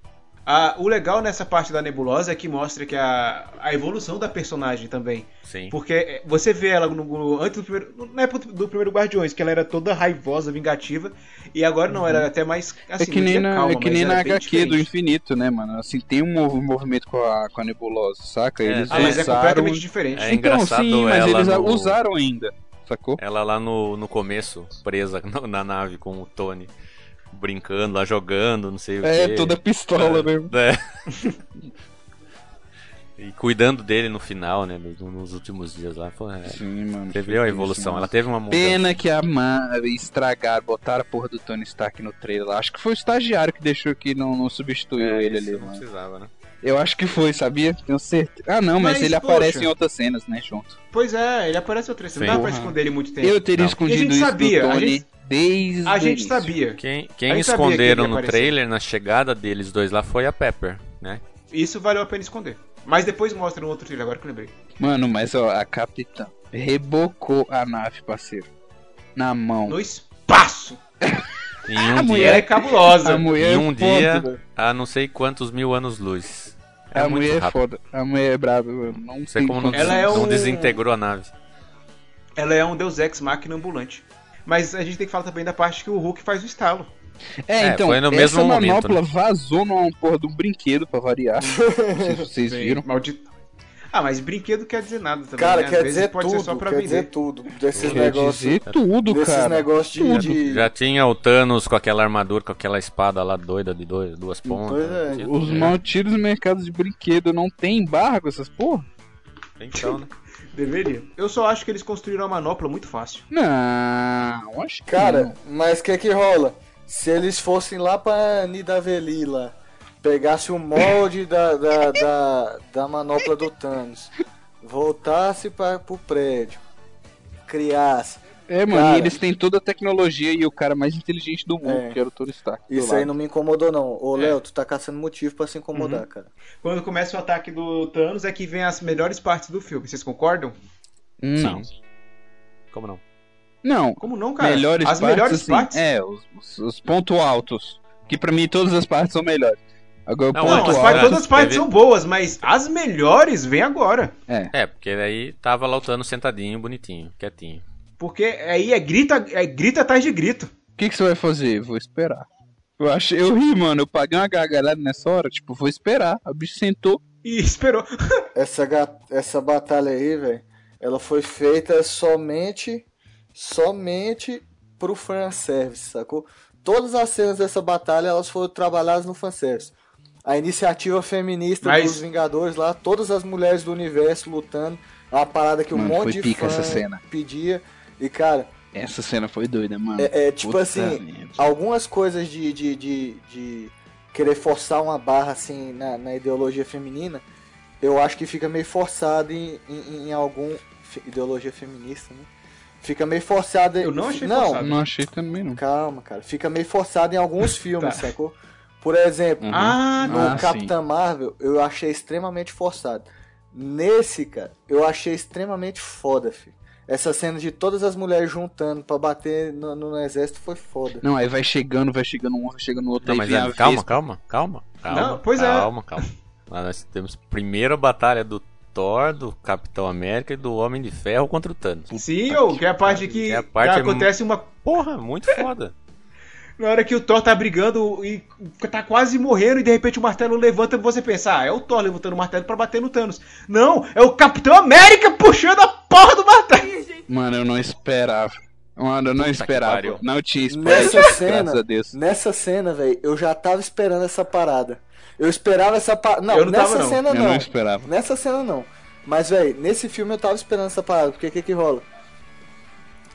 Speaker 1: Ah, o legal nessa parte da nebulosa é que mostra que a, a evolução da personagem também.
Speaker 3: Ah,
Speaker 4: Sim.
Speaker 1: Porque é, você vê ela no- no- antes do primeiro. Na época do primeiro Guardiões, que ela era toda raivosa, vingativa. E agora não, ela é até mais. Assim,
Speaker 3: é que nem
Speaker 1: não
Speaker 3: na,
Speaker 1: tinha calma,
Speaker 3: é que nem
Speaker 1: mas
Speaker 3: na
Speaker 1: era bem
Speaker 3: HQ do
Speaker 1: diferente.
Speaker 3: infinito, né, mano? Assim, tem um mov- movimento com a, com a nebulosa, saca?
Speaker 4: É,
Speaker 3: Eles
Speaker 1: Ah, mas é
Speaker 3: usaram-
Speaker 1: completamente diferente.
Speaker 4: É
Speaker 3: então,
Speaker 4: engraçado
Speaker 3: sim, mas
Speaker 4: ela
Speaker 3: eles a-
Speaker 4: no-
Speaker 3: usaram ainda, sacou?
Speaker 4: Ela lá no, no começo, presa no- na nave com o Tony, brincando lá, jogando, não sei o
Speaker 3: É,
Speaker 4: quê.
Speaker 3: toda pistola
Speaker 4: É.
Speaker 3: mesmo.
Speaker 4: É. e cuidando dele no final, né? no- Nos últimos dias lá. Pô, é,
Speaker 3: Sim, mano.
Speaker 4: Você
Speaker 3: foi
Speaker 4: viu a evolução,
Speaker 3: isso,
Speaker 4: ela tá
Speaker 3: mano.
Speaker 4: teve uma mudança.
Speaker 3: Pena que a ma... estragaram, botaram a porra do Tony Stark no trailer. lá. Acho que foi o estagiário que deixou que não, não substituiu
Speaker 4: É,
Speaker 3: ele
Speaker 4: isso
Speaker 3: ali,
Speaker 4: não
Speaker 3: mano.
Speaker 4: precisava, né?
Speaker 3: Eu acho que foi, sabia? Tenho certeza. Ah, não, mas,
Speaker 1: Mas,
Speaker 3: ele
Speaker 1: poxa.
Speaker 3: aparece em outras cenas, né, junto.
Speaker 1: Pois é, ele aparece outra vez. Não
Speaker 4: Sim.
Speaker 1: dá pra
Speaker 3: Porra.
Speaker 1: esconder ele muito tempo.
Speaker 3: Eu teria
Speaker 1: E
Speaker 4: Não.
Speaker 1: a
Speaker 3: escondido
Speaker 1: gente
Speaker 3: isso
Speaker 1: sabia,
Speaker 3: do
Speaker 1: a
Speaker 3: Tony
Speaker 1: gente-
Speaker 3: desde
Speaker 1: A
Speaker 3: o
Speaker 1: gente
Speaker 3: início.
Speaker 1: sabia.
Speaker 4: Quem, quem
Speaker 1: Aí sabia que ele
Speaker 4: esconderam
Speaker 1: ia
Speaker 4: no
Speaker 1: aparecer.
Speaker 4: trailer, na chegada deles dois lá, foi a Pepper, né?
Speaker 1: Isso valeu a pena esconder. Mas depois mostra no outro trilho, agora que eu lembrei.
Speaker 3: Mano, mas ó, a capitã rebocou a nave, parceiro. Na mão.
Speaker 1: No espaço!
Speaker 4: Em um
Speaker 3: Ah, A
Speaker 4: dia,
Speaker 3: mulher
Speaker 1: Ela é cabulosa.
Speaker 3: A mulher
Speaker 4: em
Speaker 3: é foda,
Speaker 4: um dia
Speaker 3: velho.
Speaker 4: a não sei quantos mil anos-luz. É
Speaker 3: a
Speaker 4: muito
Speaker 3: mulher é
Speaker 4: rápido.
Speaker 3: foda. A mulher é brava, mano. Não
Speaker 4: Não sei
Speaker 3: tem
Speaker 4: como não,
Speaker 1: Ela é
Speaker 4: não
Speaker 1: um-
Speaker 4: desintegrou a nave.
Speaker 1: Ela é um Deus Ex Machina ambulante. Mas a gente tem que falar também da parte que o Hulk faz o estalo.
Speaker 3: É,
Speaker 4: É,
Speaker 3: então,
Speaker 4: foi no
Speaker 3: essa
Speaker 4: mesmo momento, né?
Speaker 3: manopla vazou numa porra de um brinquedo pra variar. Não sei se vocês viram.
Speaker 1: Maldito. Ah, mas brinquedo quer dizer nada também.
Speaker 5: Cara,
Speaker 1: né? Às
Speaker 5: quer
Speaker 1: vezes
Speaker 5: dizer
Speaker 1: pode
Speaker 5: tudo,
Speaker 1: ser só pra
Speaker 5: quer
Speaker 1: vender.
Speaker 5: dizer tudo. Desses
Speaker 3: Quer
Speaker 5: negócios.
Speaker 3: dizer tudo,
Speaker 5: Desses
Speaker 3: cara.
Speaker 5: negócios
Speaker 3: um
Speaker 5: de. de-
Speaker 4: Já tinha o Thanos com aquela armadura, com aquela espada lá doida de dois- duas pontas. assim,
Speaker 5: Pois é.
Speaker 3: Os mal tiros no mercado de brinquedo não tem embargo, essas porra?
Speaker 4: Então, né?
Speaker 1: Deveria. Eu só acho que eles construíram a manopla muito fácil.
Speaker 3: Não, acho que
Speaker 5: Cara, mas o que que rola? Se eles fossem lá pra Nidaveli lá, pegasse o molde da, da, da, da manopla do Thanos, voltasse pra, pro prédio, criasse.
Speaker 3: É, mano,
Speaker 5: Cara.
Speaker 3: e eles têm toda a tecnologia e o cara mais inteligente do mundo,
Speaker 5: É.
Speaker 3: que era o Tony Stark. do
Speaker 5: Isso aí
Speaker 3: lado. É. Uhum.
Speaker 5: não me incomodou não. Ô, Léo, tu tá caçando motivo pra se incomodar, cara.
Speaker 1: Quando começa o ataque do Thanos é que vem as melhores partes do filme. Vocês concordam?
Speaker 3: Não.
Speaker 4: Como não?
Speaker 3: Não,
Speaker 1: Como não, cara?
Speaker 3: melhores
Speaker 1: as
Speaker 3: partes,
Speaker 1: melhores
Speaker 3: assim,
Speaker 1: partes.
Speaker 3: É, os, os- os pontos altos. Que pra mim todas as partes são melhores. Agora, o
Speaker 4: Não,
Speaker 1: Não,
Speaker 3: ponto
Speaker 1: as
Speaker 4: Pontual,
Speaker 1: partes,
Speaker 4: né?
Speaker 3: alto.
Speaker 1: todas as partes
Speaker 4: Teve-
Speaker 1: são boas, mas as melhores vêm agora.
Speaker 4: É, porque daí tava lá o Thanos sentadinho, bonitinho, quietinho.
Speaker 1: Porque aí é grita, é grita atrás de grito.
Speaker 3: O que, que você vai fazer? Vou esperar. Eu, achei, eu ri, mano. Eu paguei uma gargalhada nessa hora. Tipo, vou esperar. O bicho sentou.
Speaker 1: E esperou.
Speaker 3: Uhum.
Speaker 5: Essa, ga- essa batalha aí, velho, ela foi feita somente, somente pro fanservice, sacou? Todas as cenas dessa batalha, elas foram trabalhadas no fanservice. A iniciativa feminista
Speaker 1: Mas-
Speaker 5: dos Vingadores lá, todas as mulheres do universo lutando, a parada que um
Speaker 3: Mano,
Speaker 5: monte
Speaker 3: foi
Speaker 5: de
Speaker 3: pica
Speaker 5: fã
Speaker 3: essa cena.
Speaker 5: pedia. E, cara,
Speaker 3: Essa cena foi doida, mano.
Speaker 5: é, é tipo
Speaker 3: Puta
Speaker 5: assim,
Speaker 3: merda.
Speaker 5: algumas coisas de, de, de, de querer forçar uma barra assim na, na ideologia feminina, eu acho que fica meio forçado em, em, em algum fe- ideologia feminista, né? Fica meio forçado. em-
Speaker 1: Eu não achei
Speaker 5: não,
Speaker 1: forçado.
Speaker 3: Não achei também, não.
Speaker 5: Calma, cara. Fica meio forçado em alguns filmes,
Speaker 1: Tá.
Speaker 5: sacou? Por exemplo,
Speaker 3: Uhum.
Speaker 1: Ah,
Speaker 5: no
Speaker 3: Ah, sim.
Speaker 5: Capitã Marvel eu achei extremamente forçado. Nesse, cara, eu achei extremamente foda, filho. Essa cena de todas as mulheres juntando pra bater no, no exército foi foda.
Speaker 3: Não, aí vai chegando, vai chegando um, vai chegando outro.
Speaker 4: Não,
Speaker 3: aí
Speaker 4: mas
Speaker 3: vem
Speaker 4: é,
Speaker 3: a
Speaker 4: calma,
Speaker 3: Vespa.
Speaker 4: calma, calma, calma.
Speaker 1: Não, pois é.
Speaker 4: calma, calma. Mas nós temos primeiro a batalha do Thor, do Capitão América e do Homem de Ferro contra o Thanos.
Speaker 1: Sim, ô, que é a
Speaker 3: Uhum.
Speaker 1: parte que,
Speaker 4: É a parte
Speaker 1: que acontece uma.
Speaker 4: Porra, muito
Speaker 1: É.
Speaker 4: foda.
Speaker 1: Na hora que o Thor tá brigando e tá quase morrendo, e de repente o martelo levanta e você pensa, ah, é o Thor levantando o martelo pra bater no Thanos. Não, é o Capitão América puxando a porra do martelo.
Speaker 3: Mano, eu não esperava. Mano, eu não esperava.
Speaker 4: pariu.
Speaker 3: Não tinha esperado.
Speaker 5: Nessa
Speaker 3: Graças
Speaker 5: cena,
Speaker 3: a Deus.
Speaker 5: nessa cena, velho, eu já tava esperando essa parada. Eu esperava essa parada. Não,
Speaker 1: Eu não
Speaker 5: nessa
Speaker 1: tava, não.
Speaker 5: cena
Speaker 3: Eu
Speaker 5: não.
Speaker 3: não esperava.
Speaker 5: Nessa cena não. Mas, velho, nesse filme eu tava esperando essa parada, porque o que que rola?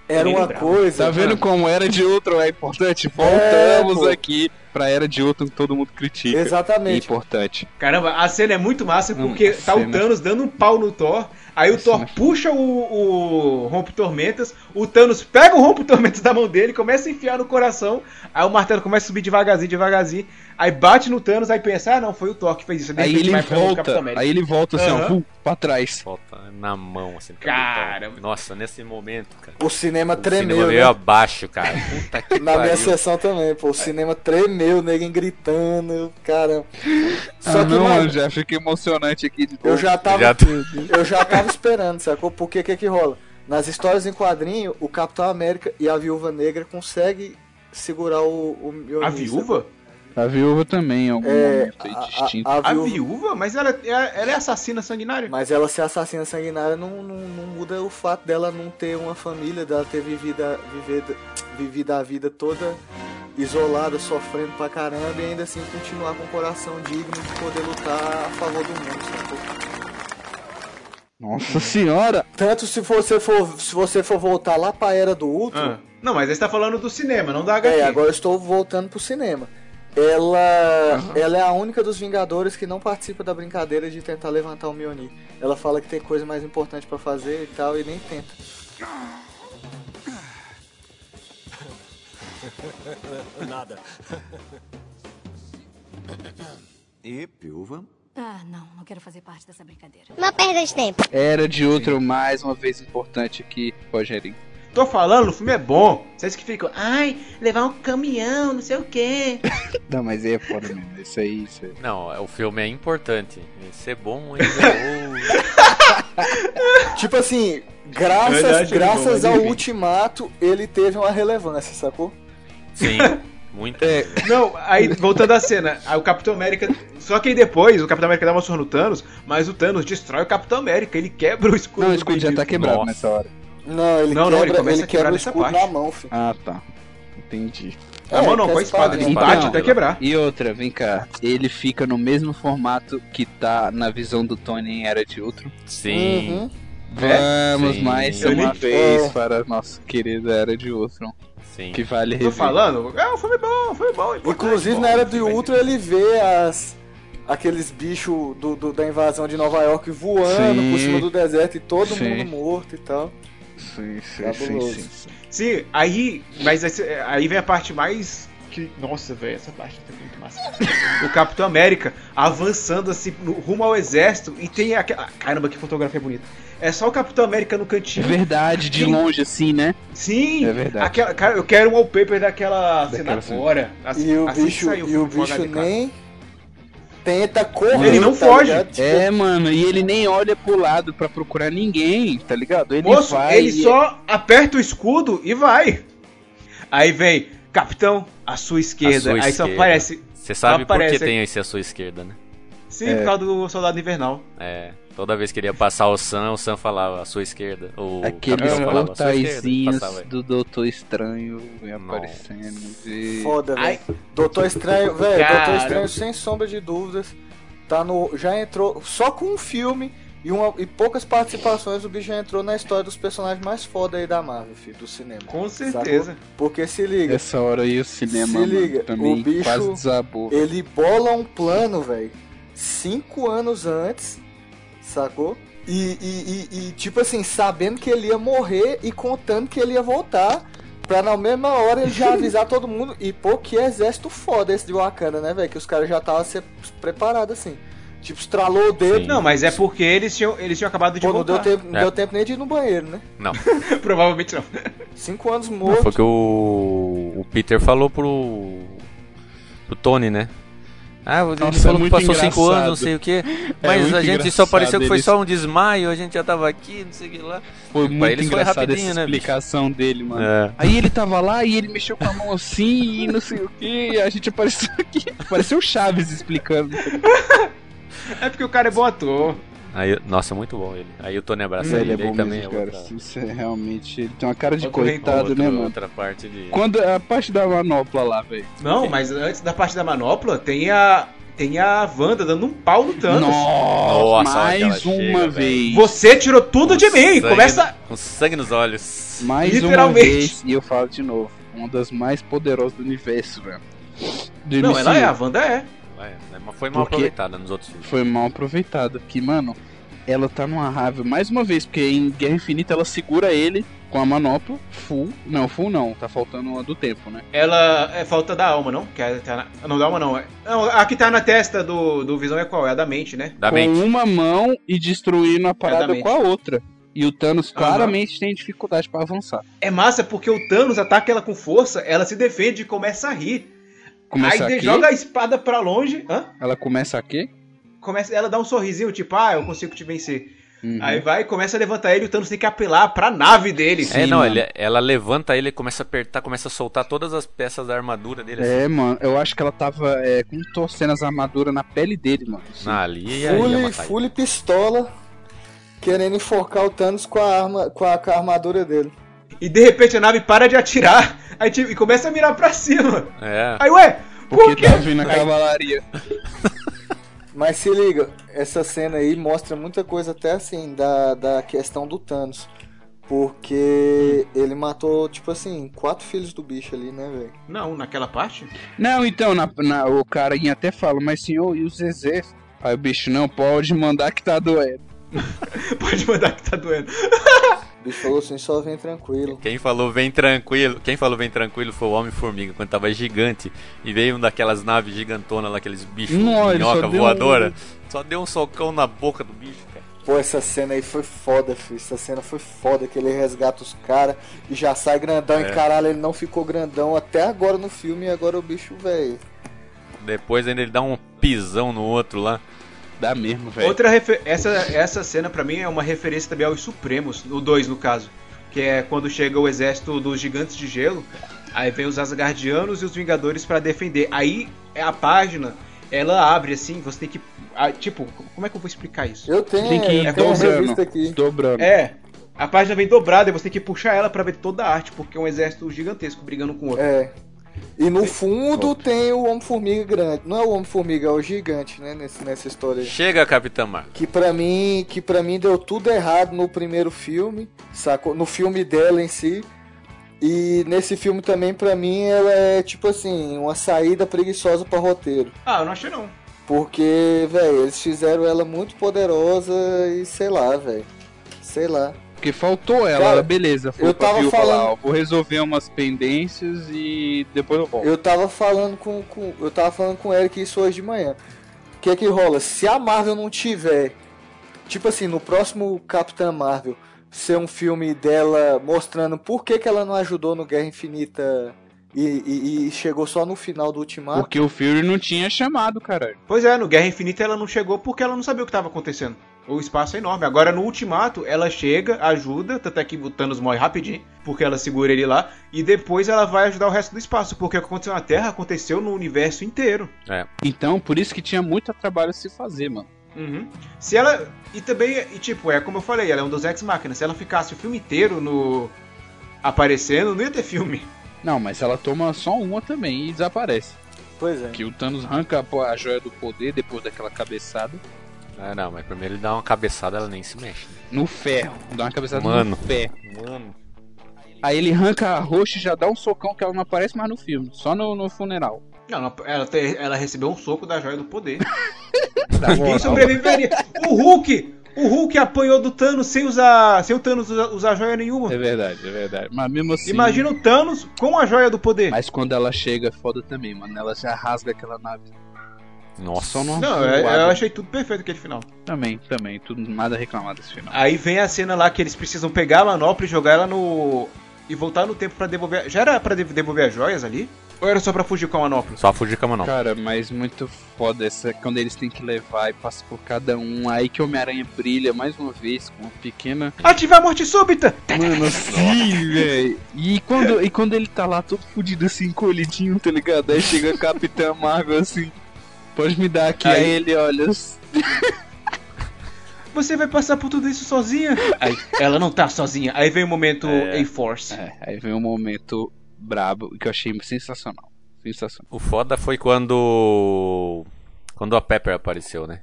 Speaker 5: Era
Speaker 1: Nem
Speaker 5: uma
Speaker 1: lembrava.
Speaker 5: coisa.
Speaker 3: Tá vendo como Era de Ultron é importante?
Speaker 5: É,
Speaker 3: Voltamos
Speaker 5: pô.
Speaker 3: aqui pra Era de Ultron que todo mundo critica. É
Speaker 5: Exatamente.
Speaker 3: Importante.
Speaker 1: Caramba, a cena é muito massa
Speaker 3: Não,
Speaker 1: porque
Speaker 3: a
Speaker 1: tá o
Speaker 3: cena- é
Speaker 1: Thanos dando um pau no Thor, aí o
Speaker 3: A
Speaker 1: Thor
Speaker 3: cena- é
Speaker 1: puxa o, o rompe-tormentas, o Thanos pega o rompe-tormentas da mão dele, começa a enfiar no coração, aí o martelo começa a subir devagarzinho, devagarzinho, aí bate no Thanos, aí pensa, ah não, foi o Thor que fez isso, de
Speaker 3: Aí
Speaker 1: repente
Speaker 3: ele
Speaker 1: vai pra onde o Capitão
Speaker 3: volta,
Speaker 1: América.
Speaker 3: aí ele volta assim, ó,
Speaker 1: Aham.
Speaker 3: uh, pra trás.
Speaker 4: Falta na mão, assim. do
Speaker 1: Cara.
Speaker 4: Capitão. Nossa, nesse momento, cara.
Speaker 5: O cinema
Speaker 4: O
Speaker 5: tremeu,
Speaker 4: cinema
Speaker 5: Tá né?
Speaker 4: veio abaixo, cara. Puta que
Speaker 5: Na minha
Speaker 4: pariu.
Speaker 5: sessão também, pô. O cinema tremeu, ninguém gritando, cara. Só
Speaker 3: ah,
Speaker 5: que,
Speaker 3: não,
Speaker 5: mano,
Speaker 3: eu já fiquei emocionante aqui de
Speaker 5: eu já tava.
Speaker 4: Já-
Speaker 5: Eu já tava esperando, sacou? Porque o que que rola? Nas histórias em quadrinho, o Capitão América e a Viúva Negra conseguem segurar o, o Mjolnir,
Speaker 1: A
Speaker 5: sacou?
Speaker 1: viúva?
Speaker 3: A viúva também, em algum
Speaker 5: É,
Speaker 3: momento aí
Speaker 5: a,
Speaker 3: distinto.
Speaker 5: a- a
Speaker 1: A
Speaker 5: viúva,
Speaker 1: viúva? Mas ela, é- ela é assassina sanguinária?
Speaker 5: Mas ela ser assassina sanguinária não, não, não muda o fato dela não ter uma família, dela ter vivido a, vivido, vivido a vida toda isolada, sofrendo pra caramba e ainda assim continuar com um coração digno de poder lutar a favor do mundo, sacou?
Speaker 3: Nossa senhora!
Speaker 5: Tanto se você for, se você for voltar lá pra Era do Ultron,
Speaker 1: Ah. Não, mas aí você tá falando do cinema, não da HQ.
Speaker 5: É, agora eu estou voltando pro cinema. Ela, ela é a única dos Vingadores que não participa da brincadeira de tentar levantar o Mjolnir. Ela fala que tem coisa mais importante pra fazer e tal e nem tenta.
Speaker 10: Ah, não, não quero fazer parte dessa brincadeira.
Speaker 6: Não perda de tempo.
Speaker 3: Era de outro mais uma vez importante aqui, Rogerinho.
Speaker 1: Tô falando, o filme é bom. Vocês que ficam, ai, levar um caminhão, não sei o quê.
Speaker 3: Não, mas aí é foda mesmo. Isso aí, isso aí.
Speaker 4: Não, é- o filme é importante. Isso é bom ainda.
Speaker 5: Tipo assim, graças,
Speaker 1: Verdade,
Speaker 5: graças
Speaker 1: ele é bom,
Speaker 5: ao
Speaker 1: ele é
Speaker 5: Ultimato, ele teve uma relevância, sacou?
Speaker 4: ou- Sim, muito.
Speaker 5: É.
Speaker 1: Não, aí voltando à cena, aí o Capitão América. Só que aí depois o Capitão América dá uma surra no Thanos, mas o Thanos destrói o Capitão América, ele quebra o escudo.
Speaker 3: Não, o
Speaker 1: do
Speaker 3: escudo já tá
Speaker 1: bendito.
Speaker 3: quebrado
Speaker 4: Nossa.
Speaker 3: nessa hora.
Speaker 5: Não, ele
Speaker 1: Não, não,
Speaker 5: quebra,
Speaker 1: ele começa a quebrar
Speaker 5: quebra o
Speaker 1: nessa
Speaker 5: escudo
Speaker 1: parte.
Speaker 5: na mão, filho.
Speaker 3: Ah, tá. Entendi.
Speaker 1: Na mão Ah, não, com a espada, ele bate
Speaker 3: Então,
Speaker 1: até quebrar.
Speaker 3: E outra, vem cá. Ele fica no mesmo formato que tá na visão do Tony em Era de Ultron.
Speaker 4: Sim.
Speaker 5: Uhum.
Speaker 3: Vamos
Speaker 4: Sim.
Speaker 3: mais
Speaker 1: Eu
Speaker 3: uma
Speaker 1: li-
Speaker 3: vez
Speaker 5: É.
Speaker 3: para nosso querido Era de Ultron.
Speaker 4: Sim.
Speaker 3: Que vale
Speaker 1: Tô
Speaker 3: rever.
Speaker 1: falando, é um filme bom, foi bom. importante,
Speaker 5: Inclusive,
Speaker 1: tá, bom,
Speaker 5: na era
Speaker 1: sim,
Speaker 5: do
Speaker 1: mas-
Speaker 5: Ultra, ele vê as... Aqueles bichos do, do- da invasão de Nova York voando
Speaker 3: Sim.
Speaker 5: por cima do deserto e todo
Speaker 3: Sim.
Speaker 5: mundo morto e tal.
Speaker 3: Sim, sim, sim,
Speaker 5: Cabuloso.
Speaker 3: sim, sim.
Speaker 1: Sim, aí. Mas esse- aí vem a parte mais. Que, nossa, velho, essa parte tá muito massa. o Capitão América avançando assim no- rumo ao exército e tem aquela. Caramba, que fotografia bonita. É só o Capitão América no
Speaker 3: É
Speaker 1: cantinho.
Speaker 3: verdade, de longe assim, né?
Speaker 1: Sim!
Speaker 3: É verdade.
Speaker 1: Aquela, cara, eu quero um wallpaper daquela,
Speaker 3: Daquela
Speaker 1: senadora. Assim,
Speaker 5: E o
Speaker 1: assim que
Speaker 5: bicho,
Speaker 1: saiu
Speaker 5: e o
Speaker 1: filme com
Speaker 5: bicho
Speaker 1: HD, claro.
Speaker 5: nem tenta correr.
Speaker 1: Ele não
Speaker 5: tá
Speaker 1: foge.
Speaker 5: ligado? Tipo,
Speaker 3: É, mano, e ele nem olha pro lado pra procurar ninguém, tá ligado? Ele
Speaker 1: Moço,
Speaker 3: vai
Speaker 1: ele
Speaker 3: e-
Speaker 5: é-
Speaker 1: só aperta o escudo e vai. Aí vem, capitão, à sua esquerda.
Speaker 4: sua
Speaker 1: Aí só
Speaker 4: esquerda.
Speaker 1: aparece.
Speaker 4: Você sabe por
Speaker 1: Aparece
Speaker 4: que
Speaker 1: aqui.
Speaker 4: tem esse à sua esquerda, né?
Speaker 1: Sim,
Speaker 3: É.
Speaker 1: por causa do soldado invernal.
Speaker 4: É. Toda vez que ele ia passar o Sam, o Sam falava à sua esquerda. Ou
Speaker 3: Aqueles
Speaker 4: portaizinhos
Speaker 3: portaizinhos do Doutor Estranho vem aparecendo. e-
Speaker 5: Foda,
Speaker 1: Ai.
Speaker 5: velho. Doutor Estranho, velho, Doutor
Speaker 1: Cara.
Speaker 5: Estranho, sem sombra de dúvidas, tá no, já entrou só com um filme e, uma, e poucas participações, o bicho já entrou na história dos personagens mais foda aí da Marvel, filho, do cinema.
Speaker 1: Com certeza.
Speaker 5: Porque se liga,
Speaker 3: Essa hora aí o cinema
Speaker 5: Se
Speaker 3: mano,
Speaker 5: liga,
Speaker 3: também
Speaker 5: o bicho-
Speaker 3: quase desabou.
Speaker 5: ele bola um plano, velho, cinco anos antes, sacou? E, e- e- e, tipo assim, sabendo que ele ia morrer e contando que ele ia voltar. Pra na mesma hora ele já avisar todo mundo. E pô, que exército foda esse de Wakanda, né, velho? Que os caras já estavam se preparados assim. Tipo, estralou o dedo.
Speaker 4: Sim.
Speaker 1: Não, mas é porque eles tinham, eles tinham acabado de
Speaker 5: Pô, não
Speaker 1: voltar.
Speaker 5: deu, tempo, não
Speaker 4: É.
Speaker 5: deu tempo nem de ir no banheiro, né?
Speaker 1: Provavelmente não.
Speaker 5: Cinco anos
Speaker 4: Não,
Speaker 5: morto.
Speaker 4: foi o que o, o Peter falou pro, pro Tony, né? Ah, ele
Speaker 3: Nossa, é
Speaker 4: falou que
Speaker 3: muito
Speaker 4: passou cinco
Speaker 3: engraçado. É
Speaker 4: anos, não sei o que. Mas
Speaker 3: muito
Speaker 4: a gente
Speaker 3: engraçado
Speaker 4: só pareceu que foi
Speaker 3: eles-
Speaker 4: só um desmaio, a gente já tava aqui, não sei o que lá.
Speaker 3: Foi muito
Speaker 4: eles foi
Speaker 3: engraçada
Speaker 4: rapidinho,
Speaker 3: essa
Speaker 4: né, bicho?
Speaker 3: explicação dele, mano.
Speaker 4: É.
Speaker 3: Aí ele tava lá e ele mexeu com a mão assim e não sei o que, e a gente apareceu aqui. Pareceu o Chaves explicando.
Speaker 1: É porque o cara é bom ator.
Speaker 4: Aí, nossa, é muito bom ele. Aí o Tony abraça ele, aí também é outra,
Speaker 3: Isso é realmente. Ele tem uma cara de
Speaker 1: Outro
Speaker 3: coitado,
Speaker 4: outra,
Speaker 3: né, mano?
Speaker 4: outra parte de.
Speaker 3: Quando é, a parte da manopla lá, velho.
Speaker 1: Não, mas antes da parte da manopla, tem a. Tem a Wanda dando um pau no Thanos.
Speaker 3: Nossa,
Speaker 4: Nossa, olha que ela
Speaker 3: mais
Speaker 4: chega,
Speaker 3: uma
Speaker 4: velho.
Speaker 3: vez.
Speaker 1: Você tirou tudo de mim!
Speaker 4: sangue
Speaker 1: Começa.
Speaker 4: no- Com sangue nos olhos.
Speaker 3: Mais uma
Speaker 1: Literalmente.
Speaker 3: vez, e eu falo de novo, uma das mais poderosas do universo, velho. Do
Speaker 1: Não,
Speaker 3: MCU.
Speaker 1: ela é, a Wanda é.
Speaker 4: Vai, né, Mas foi mal
Speaker 3: Porque-
Speaker 4: aproveitada nos outros filmes.
Speaker 3: Foi mal aproveitada, porque, mano, ela tá numa raiva, mais uma vez, porque em Guerra Infinita ela segura ele com a manopla, full, não, full não, tá faltando uma do tempo, né?
Speaker 1: Ela é falta da alma, não? Que é- tá na- Não da alma, não. É... não. A que tá na testa do, do Visão é qual? É a da mente, né?
Speaker 4: Da
Speaker 3: com um
Speaker 4: mente.
Speaker 3: uma mão e destruindo a parada
Speaker 1: Exatamente.
Speaker 3: com a outra. E o Thanos
Speaker 1: Aham.
Speaker 3: claramente tem dificuldade pra avançar.
Speaker 1: É massa porque o Thanos ataca ela com força, ela se defende e começa a rir.
Speaker 3: Começa
Speaker 1: Aí
Speaker 3: aqui,
Speaker 1: de- joga a espada pra longe. Hã?
Speaker 3: ela começa aqui.
Speaker 1: Começa, ela dá um sorrisinho, tipo, ah, eu consigo te vencer.
Speaker 3: Uhum.
Speaker 1: Aí vai, começa a levantar ele, o Thanos tem que apelar pra nave dele.
Speaker 4: é,
Speaker 3: Sim,
Speaker 4: não,
Speaker 3: mano.
Speaker 4: ele, ela levanta ele, começa a apertar, começa a soltar todas as peças da armadura dele. assim.
Speaker 3: É, mano, eu acho que ela tava é, contorcendo as armaduras na pele dele, mano. Assim.
Speaker 4: Ah, ali aí, ia
Speaker 5: Fully,
Speaker 4: matar ele.
Speaker 5: fully pistola. Querendo enforcar o Thanos com a, arma, com a, com a armadura dele.
Speaker 1: E de repente a nave para de atirar aí, tipo, e começa a mirar pra cima.
Speaker 4: É.
Speaker 1: Aí, ué, por
Speaker 3: Porque
Speaker 1: quê?
Speaker 3: tá vindo a cavalaria.
Speaker 5: Mas se liga, essa cena aí mostra muita coisa até assim da, da questão do Thanos.
Speaker 3: Hum.
Speaker 5: Porque ele matou, tipo assim, quatro filhos do bicho ali, né, velho?
Speaker 1: Não, naquela parte?
Speaker 3: Não, então, na, na- o carinha até fala, mas senhor, e o Zezé? Aí o bicho, não, pode mandar que tá doendo.
Speaker 1: Pode mandar que tá doendo.
Speaker 5: O bicho falou assim, só vem tranquilo.
Speaker 4: Quem falou vem tranquilo, quem falou vem tranquilo foi o Homem-Formiga, quando tava gigante e veio um daquelas naves gigantonas lá, aqueles bichos
Speaker 3: Não, ele só
Speaker 4: minhoca
Speaker 3: deu
Speaker 4: voadora. Só deu um socão na um boca do bicho, cara.
Speaker 5: Pô, essa cena aí foi foda, filho. Essa cena foi foda, que ele resgata os caras e já sai grandão.
Speaker 3: É.
Speaker 5: E caralho, ele não ficou grandão até agora no filme e agora o bicho, velho.
Speaker 4: Depois ainda ele dá um pisão no outro lá.
Speaker 3: Dá mesmo, velho.
Speaker 1: Outra refer- essa, essa cena pra mim é uma referência também aos Supremos, o 2 no caso. Que é quando chega o exército dos gigantes de gelo, aí vem os Asgardianos e os Vingadores pra defender. Aí é a página, ela abre assim, você tem que. ah, tipo, como é que eu vou explicar isso?
Speaker 5: Eu tenho,
Speaker 3: Tem que ir
Speaker 5: eu tenho uma
Speaker 3: É, dobrando.
Speaker 5: revista aqui.
Speaker 3: Dobrando.
Speaker 1: É, a página vem dobrada e você tem que puxar ela pra ver toda a arte, porque é um exército gigantesco brigando com o outro.
Speaker 5: É. E no fundo tem o Homem-Formiga grande. Não é o Homem-Formiga, é o gigante, né? Nesse, nessa história. aí.
Speaker 4: Chega, Capitã Marvel.
Speaker 5: Que pra mim, que para mim deu tudo errado no primeiro filme, sacou? No filme dela em si. E nesse filme também pra mim ela é tipo assim, uma saída preguiçosa pra roteiro,
Speaker 1: Ah, eu não achei não.
Speaker 5: porque, velho, eles fizeram ela muito poderosa e sei lá, velho. Sei lá.
Speaker 3: Porque faltou ela,
Speaker 5: Cara,
Speaker 3: beleza. Foi
Speaker 5: eu
Speaker 3: pra
Speaker 5: tava
Speaker 3: Viúva
Speaker 5: falando-
Speaker 3: lá, ó, vou resolver umas pendências e depois eu volto.
Speaker 5: Eu tava falando com, com- eu tava falando com o Eric isso hoje de manhã. O que é que rola? Se a Marvel não tiver, tipo assim, no próximo Capitã Marvel ser um filme dela mostrando por que, que ela não ajudou no Guerra Infinita e, e- e chegou só no final do Ultimato.
Speaker 3: Porque o Fury não tinha chamado, caralho.
Speaker 1: Pois é, no Guerra Infinita ela não chegou porque ela não sabia o que tava acontecendo. O espaço é enorme. Agora no Ultimato ela chega, ajuda, tanto é que o Thanos morre rapidinho, porque ela segura ele lá, e depois ela vai ajudar o resto do espaço, porque o que aconteceu na Terra aconteceu no universo inteiro.
Speaker 3: Então, por isso que tinha muito trabalho a se fazer, mano.
Speaker 1: Uhum. Se ela. E também, e tipo, é como eu falei, ela é um dos ex-máquinas. Se ela ficasse o filme inteiro no. aparecendo, não ia ter filme.
Speaker 3: Não, mas ela toma só uma também e desaparece.
Speaker 5: Pois é.
Speaker 3: Que o Thanos arranca a po- a joia do poder depois daquela cabeçada
Speaker 4: Ah, não, mas primeiro ele dá uma cabeçada, ela nem se mexe.
Speaker 3: no ferro. Dá uma cabeçada
Speaker 4: Mano.
Speaker 3: no ferro.
Speaker 4: Mano.
Speaker 3: Aí ele arranca a roxa e já dá um socão que ela não aparece mais no filme. Só no, no funeral.
Speaker 1: Não, ela, ela, te- ela recebeu um soco da joia do poder.
Speaker 3: Da
Speaker 1: Quem
Speaker 3: moral.
Speaker 1: sobreviveria? O Hulk! O Hulk apanhou do Thanos sem usar. sem o Thanos usa- usar, joia nenhuma.
Speaker 3: É verdade, é verdade. Mas mesmo assim.
Speaker 1: Imagina o Thanos com a joia do poder.
Speaker 3: Mas quando ela chega, é foda também, mano. Ela já rasga aquela nave.
Speaker 4: Nossa.
Speaker 3: Só numa
Speaker 1: Não, eu,
Speaker 3: voada.
Speaker 1: eu achei tudo perfeito aquele final.
Speaker 3: Também, também. Tudo, nada a reclamar desse final.
Speaker 1: Aí vem a cena lá que eles precisam pegar a manopla e jogar ela no. e voltar no tempo pra devolver. Já era pra de- devolver as joias ali? Ou era só pra fugir com a manopla?
Speaker 4: Só fugir com a manopla.
Speaker 3: Cara, mas muito foda essa quando eles têm que levar e passa por cada um. Aí que Homem-Aranha brilha mais uma vez com uma pequena.
Speaker 1: Ativar a morte súbita!
Speaker 3: Mano, sim, velho. E quando, e quando ele tá lá todo fudido assim, encolhidinho, tá ligado? Aí chega a Capitã Marvel assim. Pode me dar aqui. Aí,
Speaker 1: Aí-
Speaker 3: ele olha. assim,
Speaker 1: Você vai passar por tudo isso sozinha? Aí, ela não tá sozinha. Aí vem o momento
Speaker 4: É.
Speaker 1: A-Force.
Speaker 3: É, aí vem um momento brabo que eu achei sensacional. Sensacional.
Speaker 4: O foda foi quando. Quando a Pepper apareceu, né?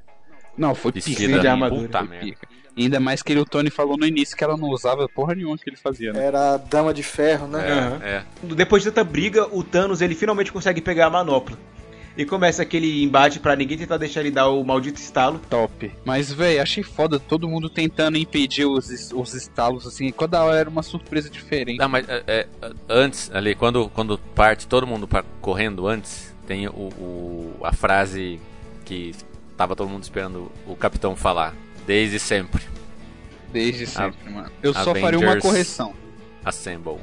Speaker 3: Não, foi
Speaker 4: Vestida
Speaker 3: pica.
Speaker 1: de
Speaker 3: né?
Speaker 1: armadura.
Speaker 3: Puta
Speaker 4: Puta
Speaker 3: merda.
Speaker 4: merda.
Speaker 3: Ainda mais que ele- o Tony falou no início que ela não usava porra nenhuma que ele fazia, né?
Speaker 5: Era a Dama de Ferro, né?
Speaker 1: Aham.
Speaker 4: É.
Speaker 1: Depois de tanta briga, o Thanos ele finalmente consegue pegar a manopla. E começa aquele embate pra ninguém tentar deixar ele dar o maldito estalo.
Speaker 3: É Top. Mas, véi, achei foda todo mundo tentando impedir os, es- os estalos, assim. Cada hora era uma surpresa diferente.
Speaker 4: Não, mas é, é, antes, ali, quando, quando parte, todo mundo pa- correndo antes, tem o, o- a frase que tava todo mundo esperando o capitão falar. Desde sempre.
Speaker 3: Desde sempre, mano. Eu só
Speaker 4: Avengers.
Speaker 3: faria uma correção.
Speaker 4: Assemble.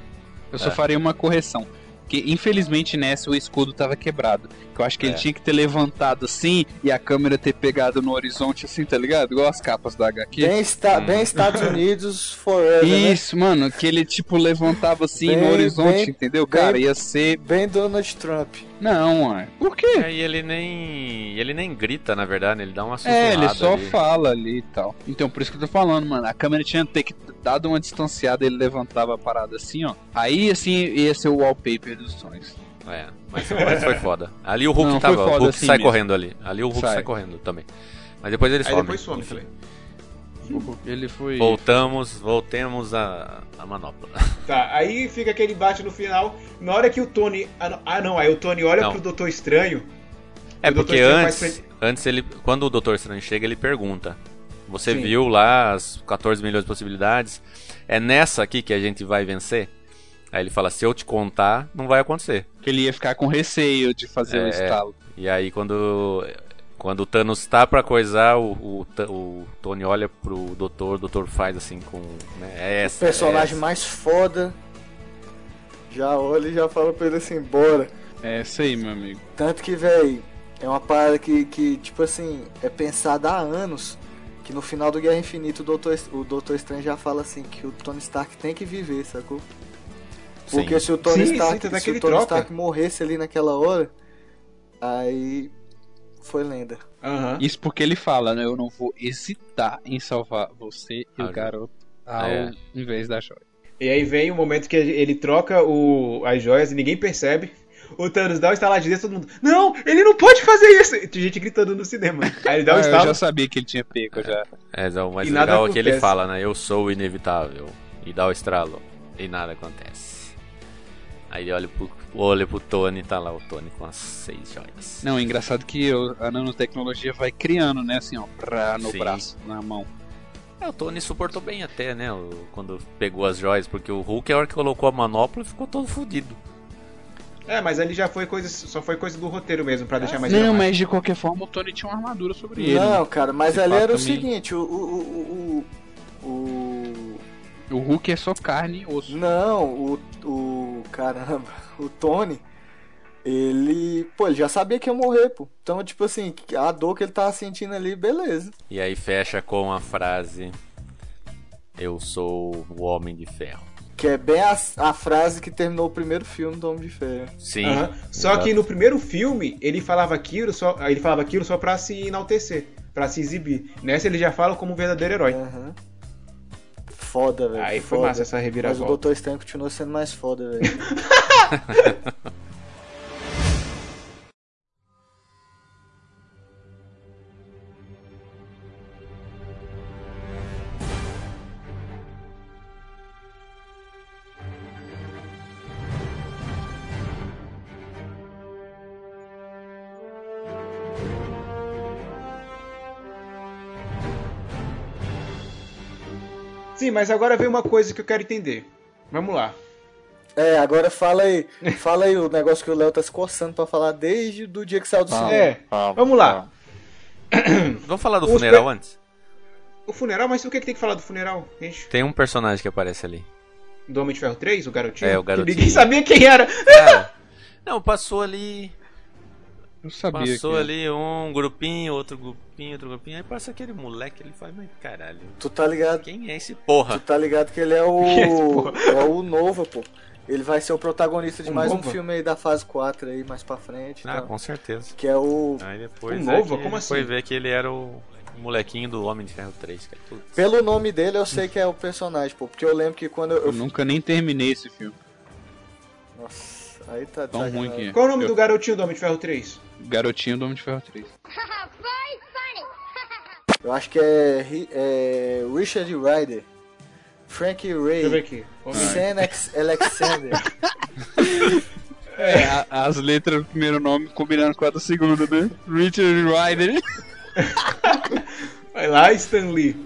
Speaker 3: Eu só
Speaker 4: É.
Speaker 3: faria uma correção. Que infelizmente nessa o escudo tava quebrado. Que eu acho que ele
Speaker 4: É.
Speaker 3: tinha que ter levantado assim e a câmera ter pegado no horizonte assim, tá ligado? Igual as capas da HQ.
Speaker 5: Bem, esta, bem Estados Unidos forever, né?
Speaker 3: Hum. Isso, mano, que ele tipo levantava assim
Speaker 5: Bem,
Speaker 3: no horizonte,
Speaker 5: bem,
Speaker 3: entendeu? Cara,
Speaker 5: bem-
Speaker 3: ia ser.
Speaker 5: Bem Donald Trump.
Speaker 3: Não, mano. Por quê?
Speaker 4: É, e ele nem. Ele nem grita, na verdade, ele dá uma sussurrada
Speaker 3: É, ele só
Speaker 4: ali.
Speaker 3: fala ali e tal. Então, por isso que eu tô falando, mano. A câmera tinha que ter que dado uma distanciada, ele levantava a parada assim, ó. Aí, assim, ia ser o wallpaper dos sonhos.
Speaker 4: É, mas, mas foi foda. Ali o Hulk
Speaker 3: Não, foi
Speaker 4: tava. o
Speaker 3: foda
Speaker 4: Hulk
Speaker 3: assim
Speaker 4: sai
Speaker 3: mesmo.
Speaker 4: correndo ali. Ali o Hulk
Speaker 3: Sai.
Speaker 4: sai, correndo também. Mas depois ele
Speaker 1: Aí
Speaker 4: some.
Speaker 1: depois some, falei.
Speaker 3: Ele foi.
Speaker 4: Voltamos, voltemos a, a manopla.
Speaker 1: Tá, aí fica aquele bate no final. Na hora que o Tony. Ah, não, ah, não aí o Tony olha
Speaker 4: Não.
Speaker 1: pro Doutor Estranho.
Speaker 4: É
Speaker 1: O Doutor
Speaker 4: porque
Speaker 1: Estranho
Speaker 4: antes,
Speaker 1: faz
Speaker 4: antes ele, quando o Doutor Estranho chega, ele pergunta: Você
Speaker 1: Sim.
Speaker 4: viu lá as 14 milhões de possibilidades? É nessa aqui que a gente vai vencer? Aí ele fala: Se eu te contar, não vai acontecer.
Speaker 3: Que ele ia ficar com receio de fazer um o
Speaker 4: É.
Speaker 3: estalo.
Speaker 4: E aí quando Quando o Thanos tá pra coisar, o, o, Ta- o Tony olha pro doutor, o doutor faz assim com. Né, é essa. é
Speaker 5: Personagem
Speaker 4: essa.
Speaker 5: mais foda. Já olha e já fala pra ele assim, bora.
Speaker 3: É isso aí, meu amigo.
Speaker 5: Tanto que, velho, é uma parada que, que, tipo assim, é pensada há anos. Que no final do Guerra Infinita o Doutor, o Doutor Estranho já fala assim que o Tony Stark tem que viver, sacou?
Speaker 4: Sim.
Speaker 5: Porque se o Tony,
Speaker 1: Sim, sim,
Speaker 5: Stark,
Speaker 1: tanto é
Speaker 5: se
Speaker 1: que
Speaker 5: o
Speaker 1: ele
Speaker 5: Tony
Speaker 1: troca.
Speaker 5: Stark morresse ali naquela hora, aí foi lenda.
Speaker 1: Aham.
Speaker 3: Isso porque ele fala, né? Eu não vou hesitar em salvar você e
Speaker 4: Ah,
Speaker 3: o garoto ao
Speaker 4: é.
Speaker 3: invés da joia.
Speaker 1: E aí vem o momento que ele troca o, as joias e ninguém percebe. O Thanos dá o estalar de dedo todo mundo. Não, ele não pode fazer isso! E Tem gente gritando no cinema. Aí ele dá
Speaker 3: Ah,
Speaker 1: o
Speaker 3: eu já
Speaker 1: estalo.
Speaker 3: sabia que ele tinha pego já.
Speaker 4: É, mas o mais
Speaker 1: E nada
Speaker 4: legal é que ele
Speaker 1: acontece.
Speaker 4: fala, né? Eu sou o inevitável. E dá o estralo. E nada acontece. Aí ele olha pro, olha pro Tony tá lá o Tony com as seis joias.
Speaker 3: Não, é engraçado que eu- a nanotecnologia vai criando, né? Assim, ó, pra, no
Speaker 4: Sim.
Speaker 3: braço, na mão.
Speaker 4: É, o Tony suportou bem até, né? o- Quando pegou as joias, porque o Hulk, a hora que colocou a manopla, ficou todo fudido.
Speaker 1: É, mas ali já foi coisa. Só foi coisa do roteiro mesmo, pra deixar mais
Speaker 3: Ah, não,
Speaker 1: dramático.
Speaker 3: mas de qualquer forma o Tony tinha uma armadura sobre ele. né?
Speaker 5: não, cara, mas
Speaker 3: Esse
Speaker 5: ali era
Speaker 3: fato
Speaker 5: o
Speaker 3: também.
Speaker 5: seguinte, o. o- o- o- o-
Speaker 3: O Hulk é só carne e osso.
Speaker 5: Não, o, o. Caramba, o Tony. Ele. Pô, ele já sabia que ia morrer, pô. Então, tipo assim, a dor que ele tava sentindo ali, beleza.
Speaker 4: E aí fecha com a frase: Eu sou o Homem de Ferro.
Speaker 5: Que é bem a, a frase que terminou o primeiro filme do Homem de Ferro.
Speaker 4: Sim.
Speaker 1: Aham. Só
Speaker 4: Exato.
Speaker 1: que no primeiro filme ele falava aquilo só, ele falava aquilo só pra se enaltecer, pra se exibir. Nessa ele já fala como um verdadeiro herói.
Speaker 5: Aham. Foda, velho.
Speaker 1: Aí foi
Speaker 5: foda.
Speaker 1: massa essa
Speaker 5: Mas o
Speaker 1: reviravolta.
Speaker 5: Doutor Estranho continuou sendo mais foda, velho.
Speaker 1: Sim, mas agora vem uma coisa que eu quero entender. Vamos lá.
Speaker 5: é, agora fala aí. Fala aí o negócio que o Léo tá se coçando pra falar desde o dia que saiu do cinema.
Speaker 1: É, vamos lá.
Speaker 4: Vamos falar do
Speaker 1: Os
Speaker 4: funeral
Speaker 1: pe-
Speaker 4: antes?
Speaker 1: O funeral, mas o que, é que tem que falar do funeral, gente?
Speaker 4: Tem um personagem que aparece ali.
Speaker 1: Do Homem de Ferro 3, o garotinho?
Speaker 4: É, o
Speaker 1: Que
Speaker 4: garotinho.
Speaker 1: Ninguém sabia quem era.
Speaker 4: Cara, não, passou ali.
Speaker 3: Eu sabia.
Speaker 4: Passou
Speaker 3: que...
Speaker 4: ali um grupinho, outro grupinho, outro grupinho. Aí passa aquele moleque, ele faz, mas caralho,
Speaker 5: Tu tá ligado?
Speaker 4: quem é esse
Speaker 5: Tu
Speaker 4: porra?
Speaker 5: tá ligado que ele é o. é o Nova, pô. Ele vai ser o protagonista de
Speaker 1: O
Speaker 5: mais
Speaker 1: Nova?
Speaker 5: um filme aí da fase 4 aí, mais pra frente. e
Speaker 4: Ah,
Speaker 5: tal.
Speaker 4: com certeza.
Speaker 5: Que é o.
Speaker 4: Aí depois.
Speaker 1: Um
Speaker 4: é
Speaker 1: novo?
Speaker 4: que
Speaker 1: Como assim?
Speaker 4: Foi ver que ele era o molequinho do Homem de Ferro 3, cara. Putz.
Speaker 5: Pelo nome dele eu sei que é o personagem, pô. Porque eu lembro que quando eu.
Speaker 3: Eu nunca nem terminei esse filme.
Speaker 5: Nossa, aí tá.
Speaker 3: Tão ruim que é.
Speaker 1: Qual o nome
Speaker 3: Eu-
Speaker 1: do garotinho do Homem de Ferro 3?
Speaker 3: Garotinho do Homem de Ferro 3.
Speaker 5: Eu acho que é. Ri- é Richard Ryder. Frank
Speaker 1: Deixa eu ver
Speaker 5: Ray.
Speaker 1: aqui.
Speaker 5: Sam Ex- Alexander.
Speaker 3: É, a- as letras do primeiro nome combinando com a do segundo, né? Richard Ryder.
Speaker 1: Vai lá, Stan Lee.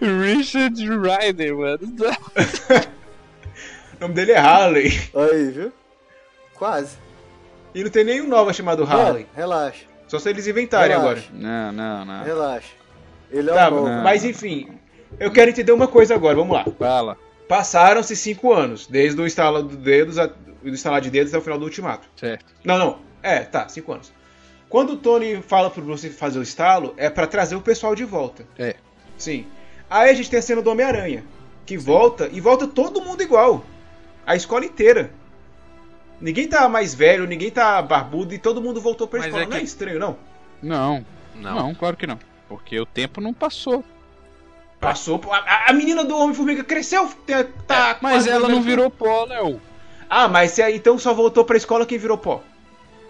Speaker 3: Richard Ryder, mano.
Speaker 1: O nome dele é Harley.
Speaker 5: aí, viu? Quase.
Speaker 1: E não tem nenhum nova
Speaker 5: É.
Speaker 1: chamado Harley.
Speaker 5: Mano, relaxa.
Speaker 1: Só se eles inventarem agora.
Speaker 5: relaxa,
Speaker 3: Não, não, não.
Speaker 5: Relaxa. Ele é
Speaker 1: Tá,
Speaker 5: o Nova.
Speaker 1: mas enfim. Eu quero entender uma coisa agora, vamos lá.
Speaker 3: Fala.
Speaker 1: Passaram-se cinco anos, desde o instalar do dedos a- do instalar de dedos até o final do ultimato.
Speaker 3: Certo.
Speaker 1: Não, não. É, tá, cinco anos. Quando o Tony fala pro Bruce fazer o estalo, é pra trazer o pessoal de volta.
Speaker 3: É.
Speaker 1: Sim. Aí a gente tem a cena do Homem-Aranha, que volta e volta todo mundo igual. A escola inteira. Ninguém tá mais velho, ninguém tá barbudo e todo mundo voltou pra
Speaker 4: Mas
Speaker 1: escola.
Speaker 4: é
Speaker 1: Não é
Speaker 4: que-
Speaker 1: estranho, não.
Speaker 3: Não,
Speaker 4: Não.
Speaker 3: não, claro que não. Porque o tempo não passou.
Speaker 1: Passou. por- A, a menina do Homem-Formiga cresceu. Tá, tá
Speaker 3: É, Mas
Speaker 1: quase
Speaker 3: ela
Speaker 1: no
Speaker 3: não
Speaker 1: mesmo-
Speaker 3: virou pó, Léo.
Speaker 1: Ah, mas se- então só voltou pra escola quem virou pó.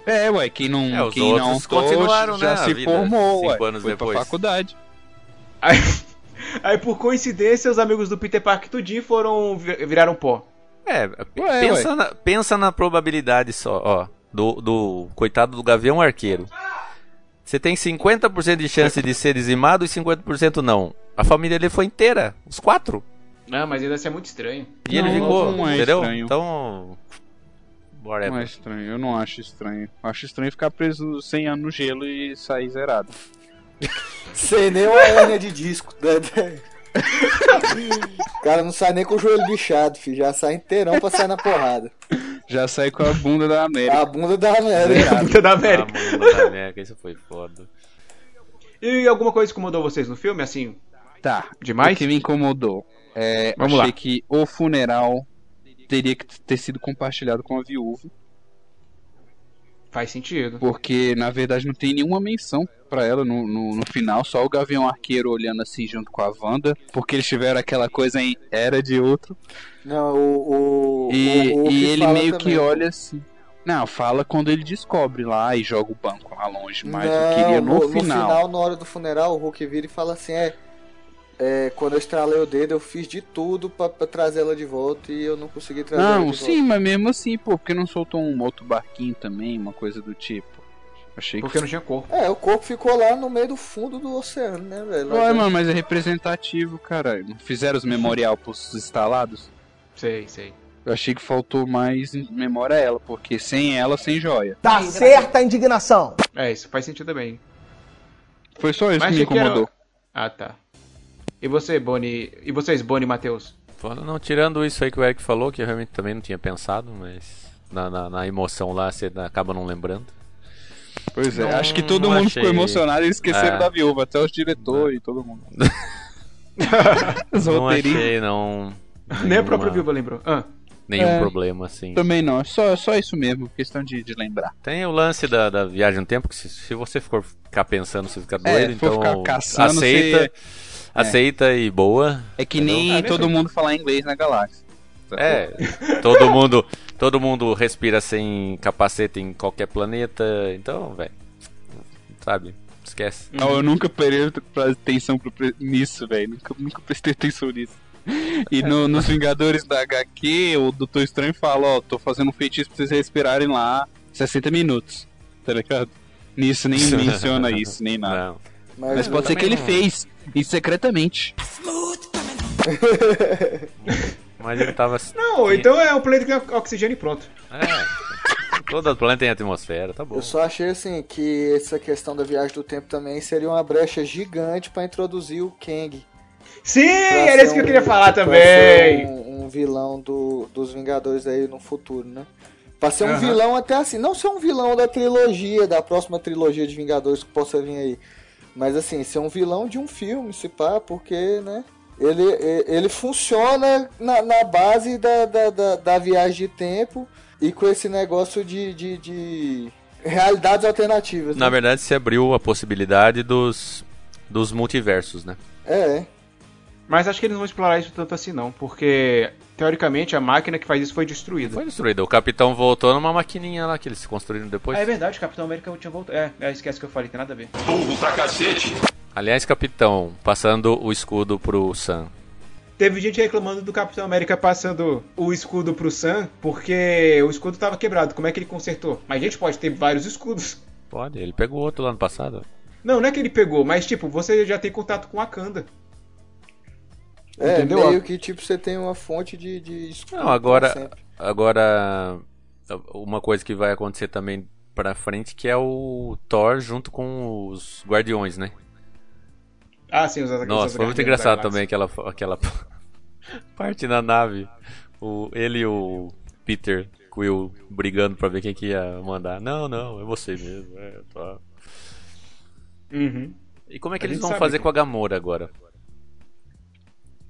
Speaker 3: É, ué, quem não,
Speaker 4: É, os
Speaker 3: quem
Speaker 4: outros
Speaker 3: não tô,
Speaker 4: continuaram,
Speaker 3: já
Speaker 4: né, a
Speaker 3: se
Speaker 4: vida
Speaker 3: formou,
Speaker 4: cinco
Speaker 3: ué.
Speaker 4: anos
Speaker 3: foi
Speaker 4: depois.
Speaker 3: pra faculdade.
Speaker 1: Aí, aí, por coincidência, os amigos do Peter Park tudinho foram vi- viraram pó.
Speaker 4: É, pe- pensa, Na, pensa na probabilidade só, ó. Do, do coitado do Gavião Arqueiro. Você tem 50% de chance de ser dizimado e 50% não. A família dele foi inteira, os quatro.
Speaker 1: Não, mas ainda assim é muito estranho.
Speaker 4: E
Speaker 3: Não,
Speaker 4: ele ficou,
Speaker 3: não é
Speaker 4: entendeu?
Speaker 3: estranho.
Speaker 4: Então. whatever.
Speaker 3: Não é estranho, eu não acho estranho. Eu acho estranho ficar preso 100 anos no gelo e sair zerado.
Speaker 5: Sem nem uma hérnia de disco. né? o cara não sai nem com o joelho bichado, filho. Já sai inteirão pra sair na porrada.
Speaker 3: Já saí com a bunda da América.
Speaker 5: A bunda da América.
Speaker 1: Puta Tá da América.
Speaker 4: Ah, mula da América, isso foi foda.
Speaker 1: E alguma coisa que incomodou vocês no filme, assim?
Speaker 3: Tá.
Speaker 1: Demais?
Speaker 3: O que me incomodou é.
Speaker 1: Vamos
Speaker 3: achei
Speaker 1: lá.
Speaker 3: que o funeral teria que ter sido compartilhado com a viúva.
Speaker 1: Faz sentido.
Speaker 3: Porque, na verdade, não tem nenhuma menção pra ela no, no, no final. Só o Gavião Arqueiro olhando assim junto com a Wanda. Porque eles tiveram aquela coisa em Era de Outro.
Speaker 5: Não, o. o
Speaker 3: E,
Speaker 5: o, o
Speaker 3: e
Speaker 5: que
Speaker 3: ele
Speaker 5: fala
Speaker 3: meio
Speaker 5: também.
Speaker 3: que olha assim. Não, fala quando ele descobre lá e joga o banco lá longe. Mas
Speaker 5: não,
Speaker 3: eu queria no,
Speaker 5: no
Speaker 3: final.
Speaker 5: na hora do funeral, o Hulk vira e fala assim: é. é, quando eu estralei o dedo, eu fiz de tudo pra, pra trazer ela de volta e eu não consegui trazer ela
Speaker 3: Não,
Speaker 5: de
Speaker 3: sim, mas mesmo assim, pô, porque não soltou um outro barquinho também, uma coisa do tipo. Achei que
Speaker 1: Porque não tinha corpo.
Speaker 5: volta. É, o corpo ficou lá no meio do fundo do oceano, né, velho?
Speaker 3: Ué, mano, mas é representativo, caralho. Não Fizeram os memorial pros instalados?
Speaker 1: Sei, sei.
Speaker 3: Eu achei que faltou mais em memória a ela, porque sem ela, sem joia.
Speaker 10: Tá certa a indignação.
Speaker 1: É, isso faz sentido também.
Speaker 3: Foi só isso
Speaker 1: Mas
Speaker 3: que me
Speaker 1: achei que era-
Speaker 3: incomodou.
Speaker 1: Ah, tá. E você, Boni. E vocês, Boni e Matheus?
Speaker 4: Foda, não, tirando isso aí que o Eric falou, que eu realmente também não tinha pensado, mas na, na, na emoção lá você acaba não lembrando.
Speaker 3: Pois é,
Speaker 4: Não-
Speaker 3: acho que todo
Speaker 4: não
Speaker 3: mundo
Speaker 4: achei.
Speaker 3: ficou emocionado e esqueceram
Speaker 4: É.
Speaker 3: da viúva, até os diretores e todo mundo. os
Speaker 4: Não
Speaker 3: roteiristas
Speaker 4: achei, não.
Speaker 1: Nem a
Speaker 4: nenhuma-
Speaker 1: própria viúva lembrou. Ah,
Speaker 4: Nenhum
Speaker 3: É.
Speaker 4: problema, assim.
Speaker 3: também não, é só, só isso mesmo, questão de, de lembrar.
Speaker 4: Tem o lance da, da viagem no tempo, que se, se você for ficar pensando, você fica
Speaker 3: É,
Speaker 4: doido,
Speaker 3: for
Speaker 4: então
Speaker 3: ficar caçando,
Speaker 4: aceita, aceita e boa.
Speaker 3: É que
Speaker 4: ah,
Speaker 3: nem todo mundo falar inglês na galáxia.
Speaker 4: É, todo mundo, todo mundo respira sem capacete em qualquer planeta, então, velho, sabe, esquece.
Speaker 3: Não,
Speaker 1: Uhum.
Speaker 3: eu nunca parei pra atenção pro, pre- nisso, velho. Nunca, nunca prestei atenção nisso. E
Speaker 1: É.
Speaker 3: no- nos Vingadores da HQ, o Doutor Estranho fala, ó, tô fazendo um feitiço pra vocês respirarem lá 60 minutos. Tá ligado? Nisso nem menciona isso, nem nada.
Speaker 4: Não.
Speaker 3: Mas pode ser que ele fez, e secretamente.
Speaker 4: Mas ele tava. assim,
Speaker 1: não, então é um planeta que tem oxigênio e pronto.
Speaker 4: É, todo planeta tem atmosfera, tá bom.
Speaker 5: Eu só achei assim que essa questão da viagem do tempo também seria uma brecha gigante pra introduzir o Kang.
Speaker 1: Sim,
Speaker 5: Pra
Speaker 1: era
Speaker 5: ser
Speaker 1: isso que eu
Speaker 5: um-
Speaker 1: queria falar
Speaker 5: pra
Speaker 1: também.
Speaker 5: ser Um, um vilão do, dos Vingadores aí no futuro, né? Pra ser um
Speaker 1: Aham.
Speaker 5: vilão até assim, não ser um vilão da trilogia, da próxima trilogia de Vingadores que possa vir aí. Mas assim, ser um vilão de um filme, se pá, porque, né? Ele, e- ele funciona na, na base da, da, da, da viagem de tempo e com esse negócio de, de, de realidades alternativas.
Speaker 4: Na
Speaker 5: né?
Speaker 4: verdade, se abriu a possibilidade dos, dos multiversos, né?
Speaker 5: É, é.
Speaker 1: Mas acho que eles não vão explorar isso tanto assim, não. Porque, teoricamente, a máquina que faz isso foi destruída.
Speaker 4: Foi destruído. O capitão voltou numa maquininha lá que eles construíram depois.
Speaker 1: Ah, é verdade, o Capitão América tinha voltado. É, é, esquece que eu falei, tem nada a ver.
Speaker 4: Aliás, capitão, passando o escudo pro Sam.
Speaker 1: Teve gente reclamando do Capitão América passando o escudo pro Sam, porque o escudo tava quebrado. Como é que ele consertou? Mas a gente pode ter vários escudos.
Speaker 4: Pode, ele pegou outro lá no passado.
Speaker 1: Não, não é que ele pegou, mas tipo, você já tem contato com a Kanda.
Speaker 5: É,
Speaker 1: Entendeu?
Speaker 5: meio que tipo você tem uma fonte de, de escudo,
Speaker 4: Não, agora-
Speaker 5: né, sempre.
Speaker 4: Agora, uma coisa que vai acontecer também pra frente, que é o Thor junto com os Guardiões, né?
Speaker 1: Ah, sim, os os- os-
Speaker 4: Nossa, foi
Speaker 1: os-
Speaker 4: muito
Speaker 1: os-
Speaker 4: engraçado
Speaker 1: os-
Speaker 4: também aquela, aquela parte na nave. O, ele e o Peter Quill brigando pra ver quem que ia mandar. Não, não, é você mesmo. é, tá.
Speaker 1: Uhum.
Speaker 4: E como é que
Speaker 1: A
Speaker 4: eles
Speaker 1: gente
Speaker 4: vão
Speaker 1: sabe
Speaker 4: fazer
Speaker 1: que-
Speaker 4: com a Gamora agora?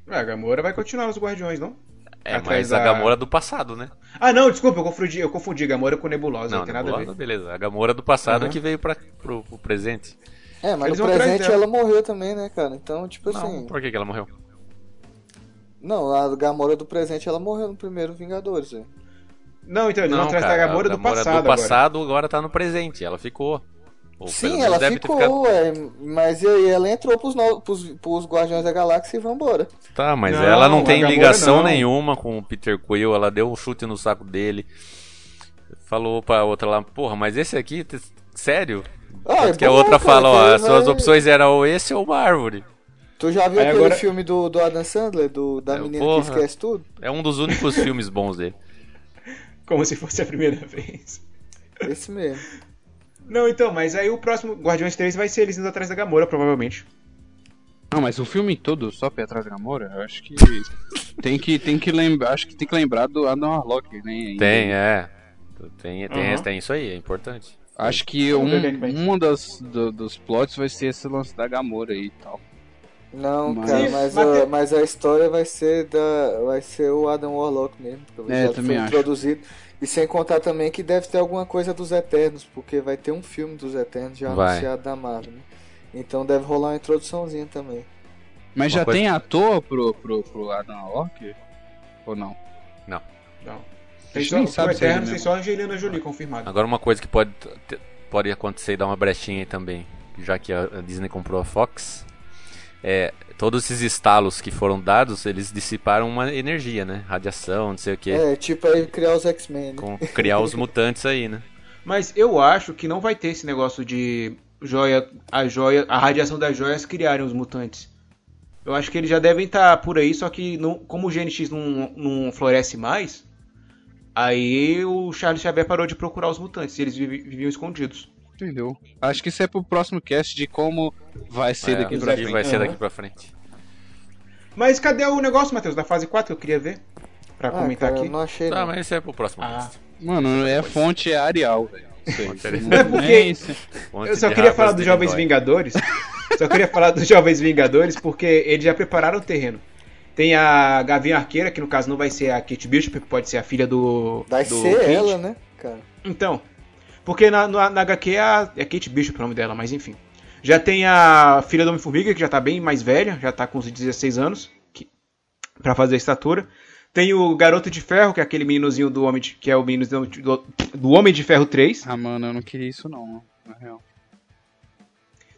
Speaker 1: Ah, a Gamora vai continuar os Guardiões, não?
Speaker 4: É,
Speaker 1: Atrás
Speaker 4: mas a
Speaker 1: da-
Speaker 4: Gamora do passado, né?
Speaker 1: Ah, não, desculpa, eu confundi, eu confundi Gamora com Nebulosa, não,
Speaker 4: Não,
Speaker 1: tem
Speaker 4: Nebulosa,
Speaker 1: nada a ver.
Speaker 4: beleza. A Gamora do passado é
Speaker 1: Uhum.
Speaker 4: que veio pra, pro, pro presente.
Speaker 5: É, mas
Speaker 1: Eles
Speaker 5: no
Speaker 1: vão atrás
Speaker 5: presente
Speaker 1: dela.
Speaker 5: ela morreu também, né, cara? Então, tipo
Speaker 4: Não,
Speaker 5: assim.
Speaker 4: por que, que ela morreu?
Speaker 5: Não, a Gamora do presente ela morreu no primeiro Vingadores, velho.
Speaker 1: Não, então, eles vão atrás
Speaker 4: cara,
Speaker 1: da Gamora
Speaker 4: a
Speaker 1: do
Speaker 4: Gamora
Speaker 1: passado,
Speaker 4: do passado agora. tá no presente, ela ficou. Ou pelo
Speaker 5: Sim,
Speaker 4: menos
Speaker 5: ela
Speaker 4: deve ter ficado-
Speaker 5: ficou, ué, mas e aí ela entrou pros, no... pros... pros Guardiões da Galáxia e vambora.
Speaker 4: Tá, mas
Speaker 1: Não,
Speaker 4: ela não
Speaker 1: a
Speaker 4: tem
Speaker 1: Gamora
Speaker 4: ligação
Speaker 1: não.
Speaker 4: nenhuma com o Peter Quill, ela deu um chute no saco dele. Falou pra outra lá, porra, mas esse aqui, t- sério?
Speaker 5: Ah,
Speaker 4: Tanto que a
Speaker 5: bom,
Speaker 4: outra
Speaker 5: cara,
Speaker 4: fala, ó,
Speaker 5: que
Speaker 4: as
Speaker 5: vai-
Speaker 4: suas opções eram ou esse ou uma árvore.
Speaker 5: Tu já viu
Speaker 1: Aí
Speaker 5: aquele
Speaker 1: agora-
Speaker 5: filme do, do Adam Sandler, do... da
Speaker 4: É,
Speaker 5: menina
Speaker 4: porra.
Speaker 5: que esquece tudo?
Speaker 4: É um dos únicos filmes bons dele.
Speaker 1: Como se fosse a primeira vez.
Speaker 5: Esse mesmo.
Speaker 1: Não, então, mas aí o próximo Guardiões 3 vai ser eles indo atrás da Gamora, provavelmente.
Speaker 3: Não, mas o filme todo só pra ir atrás da Gamora, eu acho que tem que tem que lembrar, acho que tem que lembrar do Adam Warlock, né? ainda.
Speaker 4: Tem, é. Tem,
Speaker 5: Uhum.
Speaker 4: tem,
Speaker 1: Aham.
Speaker 4: tem isso aí, é importante.
Speaker 3: Acho que
Speaker 1: Vamos ver o que é que vai ser.
Speaker 3: um, um das, do- dos plots vai ser esse lance da Gamora aí e tal.
Speaker 5: Não,
Speaker 3: Mas-
Speaker 5: cara,
Speaker 1: Sim,
Speaker 5: mas,
Speaker 1: mas é-
Speaker 5: a,
Speaker 1: tem-
Speaker 5: mas a história vai ser da. Vai ser o Adam Warlock mesmo. porque
Speaker 3: É,
Speaker 5: já
Speaker 3: também
Speaker 5: foi
Speaker 3: acho.
Speaker 5: introduzido. E sem contar também que deve ter alguma coisa dos Eternos, porque vai ter um filme dos Eternos já
Speaker 4: Vai.
Speaker 5: anunciado da Marvel, né? Então deve rolar uma introduçãozinha também.
Speaker 3: Mas
Speaker 4: Uma
Speaker 3: já
Speaker 4: coisa-
Speaker 3: tem ator pro, pro, pro Adam Warlock? Ou não?
Speaker 1: Não.
Speaker 3: A
Speaker 1: Tem Então,
Speaker 3: gente
Speaker 1: só,
Speaker 3: nem
Speaker 1: o
Speaker 3: sabe se é ele
Speaker 1: Eterno tem
Speaker 3: mesmo.
Speaker 1: só a Angelina Jolie confirmada.
Speaker 4: Agora uma coisa que pode, te- pode acontecer e dar uma brechinha aí também, já que a a Disney comprou a Fox, é todos esses estalos que foram dados, eles dissiparam uma energia, né? Radiação, não sei o que.
Speaker 5: É, tipo aí criar os X-Men, né?
Speaker 4: Com, criar os mutantes aí, né?
Speaker 1: Mas eu acho que não vai ter esse negócio de joia, a joia, a radiação das joias criarem os mutantes. Eu acho que eles já devem estar por aí, só que não- como o GNX não, não floresce mais, aí o Charles Xavier parou de procurar os mutantes, e eles vivi- viviam escondidos.
Speaker 3: Entendeu? Acho que isso é pro próximo cast de como vai ser
Speaker 4: É,
Speaker 3: daqui
Speaker 4: o
Speaker 3: pra
Speaker 4: que
Speaker 3: frente.
Speaker 4: vai ser
Speaker 1: Aham.
Speaker 4: daqui pra frente.
Speaker 1: Mas cadê o negócio, Matheus, da fase 4 que eu queria ver? Pra
Speaker 5: Ah,
Speaker 1: comentar
Speaker 5: cara, eu
Speaker 1: aqui.
Speaker 5: não achei.
Speaker 4: Tá,
Speaker 5: não.
Speaker 4: mas isso é pro próximo
Speaker 1: Ah.
Speaker 4: cast.
Speaker 3: Mano, é fonte é Arial, velho.
Speaker 4: Não
Speaker 1: é
Speaker 3: Não
Speaker 1: porque-
Speaker 3: isso.
Speaker 4: Fonte
Speaker 1: Eu só
Speaker 4: de
Speaker 1: queria
Speaker 4: Rapas
Speaker 1: falar dos
Speaker 4: de
Speaker 1: Jovens
Speaker 4: Lindóia.
Speaker 1: Vingadores. só queria falar dos Jovens Vingadores porque eles já prepararam o terreno. Tem a Gavinha Arqueira, que no caso não vai ser a Kate Bishop, pode ser a filha do.
Speaker 5: Vai
Speaker 1: do
Speaker 5: ser
Speaker 1: Clint.
Speaker 5: ela, né, cara?
Speaker 1: Então. Porque na, na, na HQ é, a, é Kate Bishop o nome dela, mas enfim. Já tem a filha do Homem-Formiga, que já tá bem mais velha, já tá com uns 16 anos, que, pra fazer a estatura. Tem o Garoto de Ferro, que é aquele meninozinho do Homem de, que é o meninozinho do, do Homem de Ferro 3.
Speaker 3: Ah, mano, eu não queria isso não, mano, na real.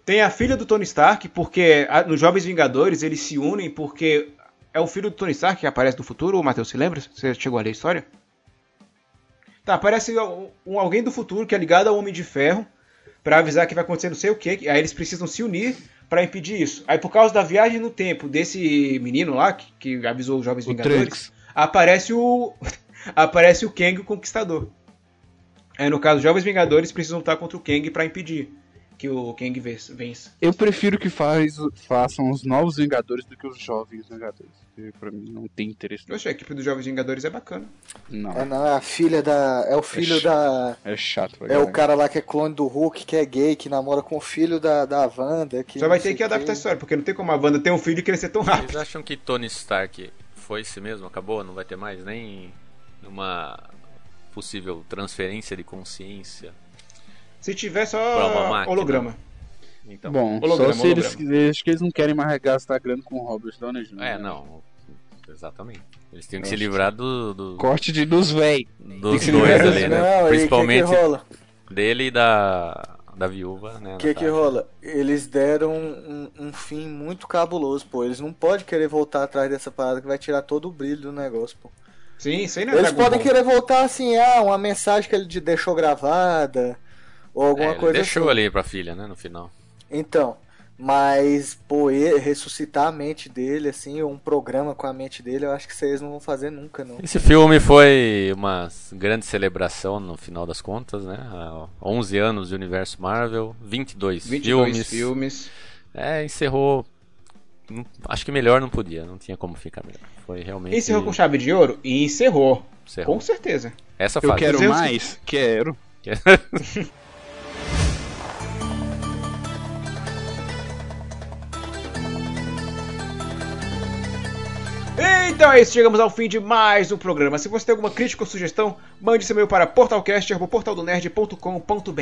Speaker 1: Tem a filha do Tony Stark, porque a- nos Jovens Vingadores eles se unem porque é o filho do Tony Stark que aparece no futuro, Matheus, você lembra? Você chegou a ler a história? Tá, aparece um, um alguém do futuro que é ligado ao Homem de Ferro pra avisar que vai acontecer não sei o que, aí eles precisam se unir pra impedir isso. Aí por causa da viagem no tempo desse menino lá, que, que avisou os Jovens
Speaker 3: O
Speaker 1: Vingadores,
Speaker 3: Trunks.
Speaker 1: aparece o aparece o Kang o Conquistador. Aí no caso, os Jovens Vingadores precisam lutar contra o Kang pra impedir que o Kang vença- vença.
Speaker 3: Eu prefiro que faz, façam os novos Vingadores do que os jovens Vingadores. porque Pra mim não tem interesse.
Speaker 1: Eu achei a equipe dos Jovens Vingadores é bacana.
Speaker 3: Não,
Speaker 5: É, não, é a filha da. É o filho
Speaker 3: Ixi.
Speaker 5: da.
Speaker 3: é chato. pra
Speaker 5: É o
Speaker 3: caralho.
Speaker 5: cara lá que é clone do Hulk, que é gay, que namora com o filho da, da Wanda. Que
Speaker 1: Só vai
Speaker 5: não
Speaker 1: ter
Speaker 5: sei
Speaker 1: que
Speaker 5: o quê.
Speaker 1: adaptar a história, porque não tem como a Wanda ter um filho e crescer tão
Speaker 4: Vocês
Speaker 1: rápido.
Speaker 4: acham que Tony Stark foi esse mesmo? Acabou? Não vai ter mais nem uma possível transferência de consciência?
Speaker 1: Se tiver
Speaker 4: Pra uma
Speaker 1: só
Speaker 4: máquina.
Speaker 1: holograma.
Speaker 4: Então,
Speaker 3: Bom,
Speaker 1: holograma,
Speaker 3: só se eles,
Speaker 1: holograma.
Speaker 3: eles- acho que eles não querem mais gastar grana com o Robert Downey Jr.
Speaker 4: é,
Speaker 3: né?
Speaker 4: não. Exatamente. Eles tinham que
Speaker 3: Eu
Speaker 4: se
Speaker 3: acho
Speaker 4: livrar do, do-
Speaker 3: Corte de dos véi.
Speaker 4: dos
Speaker 3: se
Speaker 4: dois
Speaker 3: livrar
Speaker 4: ali,
Speaker 5: Não,
Speaker 4: né?
Speaker 5: aí, que
Speaker 4: Principalmente
Speaker 5: que rola?
Speaker 4: dele e da, da viúva, né?
Speaker 5: O que que
Speaker 4: Natasha.
Speaker 5: rola? Eles deram um, um fim muito cabuloso, pô. Eles não podem querer voltar atrás dessa parada que vai tirar todo o brilho do negócio, pô.
Speaker 1: Sim, isso aí não é
Speaker 5: Eles
Speaker 1: Dragon
Speaker 5: podem
Speaker 1: Ball.
Speaker 5: querer voltar assim, ah, uma mensagem que ele te deixou gravada, ou
Speaker 4: É,
Speaker 5: alguma
Speaker 4: ele
Speaker 5: coisa
Speaker 4: deixou
Speaker 5: assim.
Speaker 4: ali pra filha, né? No final.
Speaker 5: Então, mas, pô, e- ressuscitar a mente dele, assim, ou um programa com a mente dele, eu acho que vocês não vão fazer nunca, não.
Speaker 4: Esse filme foi uma grande celebração no final das contas, né? Há 11 anos de universo Marvel, 22,
Speaker 1: 22
Speaker 4: filmes.
Speaker 1: filmes.
Speaker 4: É, encerrou. Não- Acho que melhor não podia, não tinha como ficar melhor. Foi realmente.
Speaker 1: Encerrou com chave de ouro? E encerrou.
Speaker 4: encerrou.
Speaker 1: Com certeza.
Speaker 4: Essa
Speaker 3: Eu
Speaker 4: fase.
Speaker 3: quero
Speaker 1: Duzentos-
Speaker 3: mais? Quero.
Speaker 1: Então é isso, chegamos ao fim de mais um programa. Se você tem alguma crítica ou sugestão, mande seu e-mail para portalcast.portaldonerd.com.br.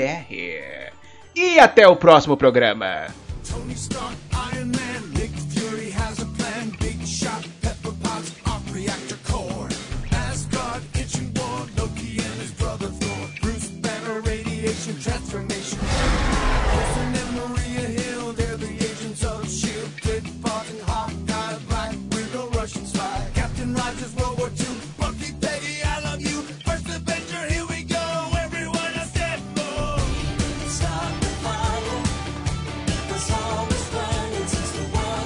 Speaker 1: E até o próximo programa.
Speaker 8: Tony Stark, Iron Man, Nick Fury has a plan. Big shot, Pepper Potts, off reactor core. Asgard, itching war, Loki and his brother Thor. Bruce Banner, radiation transformation. Wilson and Maria Hill, they're the agents of S.H.I.E.L.D. Kid Fox and Hawkeye, Black Widow, Russian spy. Captain Rogers, World War II. Bucky, Peggy, I love you. First Avenger, here we go. Everyone a step Stop the fire. Cause all is burning since the war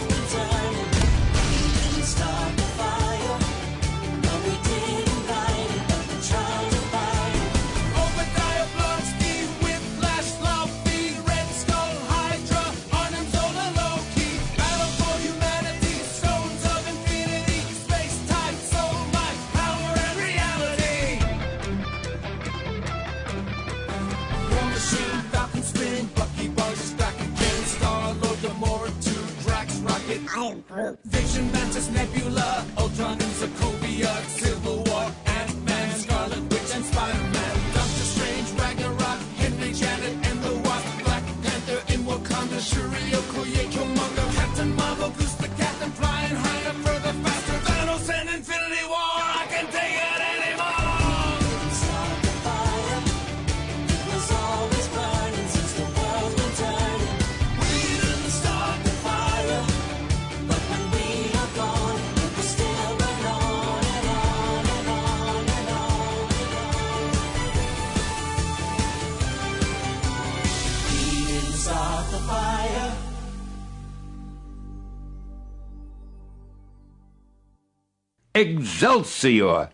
Speaker 8: Vision, Mantis, Nebula, Ultron, and Sokovia, Civil War, Ant-Man, Scarlet Witch, and Spider-Man, Doctor Strange, Ragnarok, Henry, Janet, and the Wasp, Black Panther in Wakanda, Shuri, Okoye, Killmonger, Captain Marvel, Goose the Cat, and flying higher, further, faster, Thanos, and Infinity War. I can take it anymore. Was always burning since the world's been turning. We didn't start the fire, but when we are gone, it will still burn on and on and on and on and on. We didn't start the fire.
Speaker 3: Excelsior!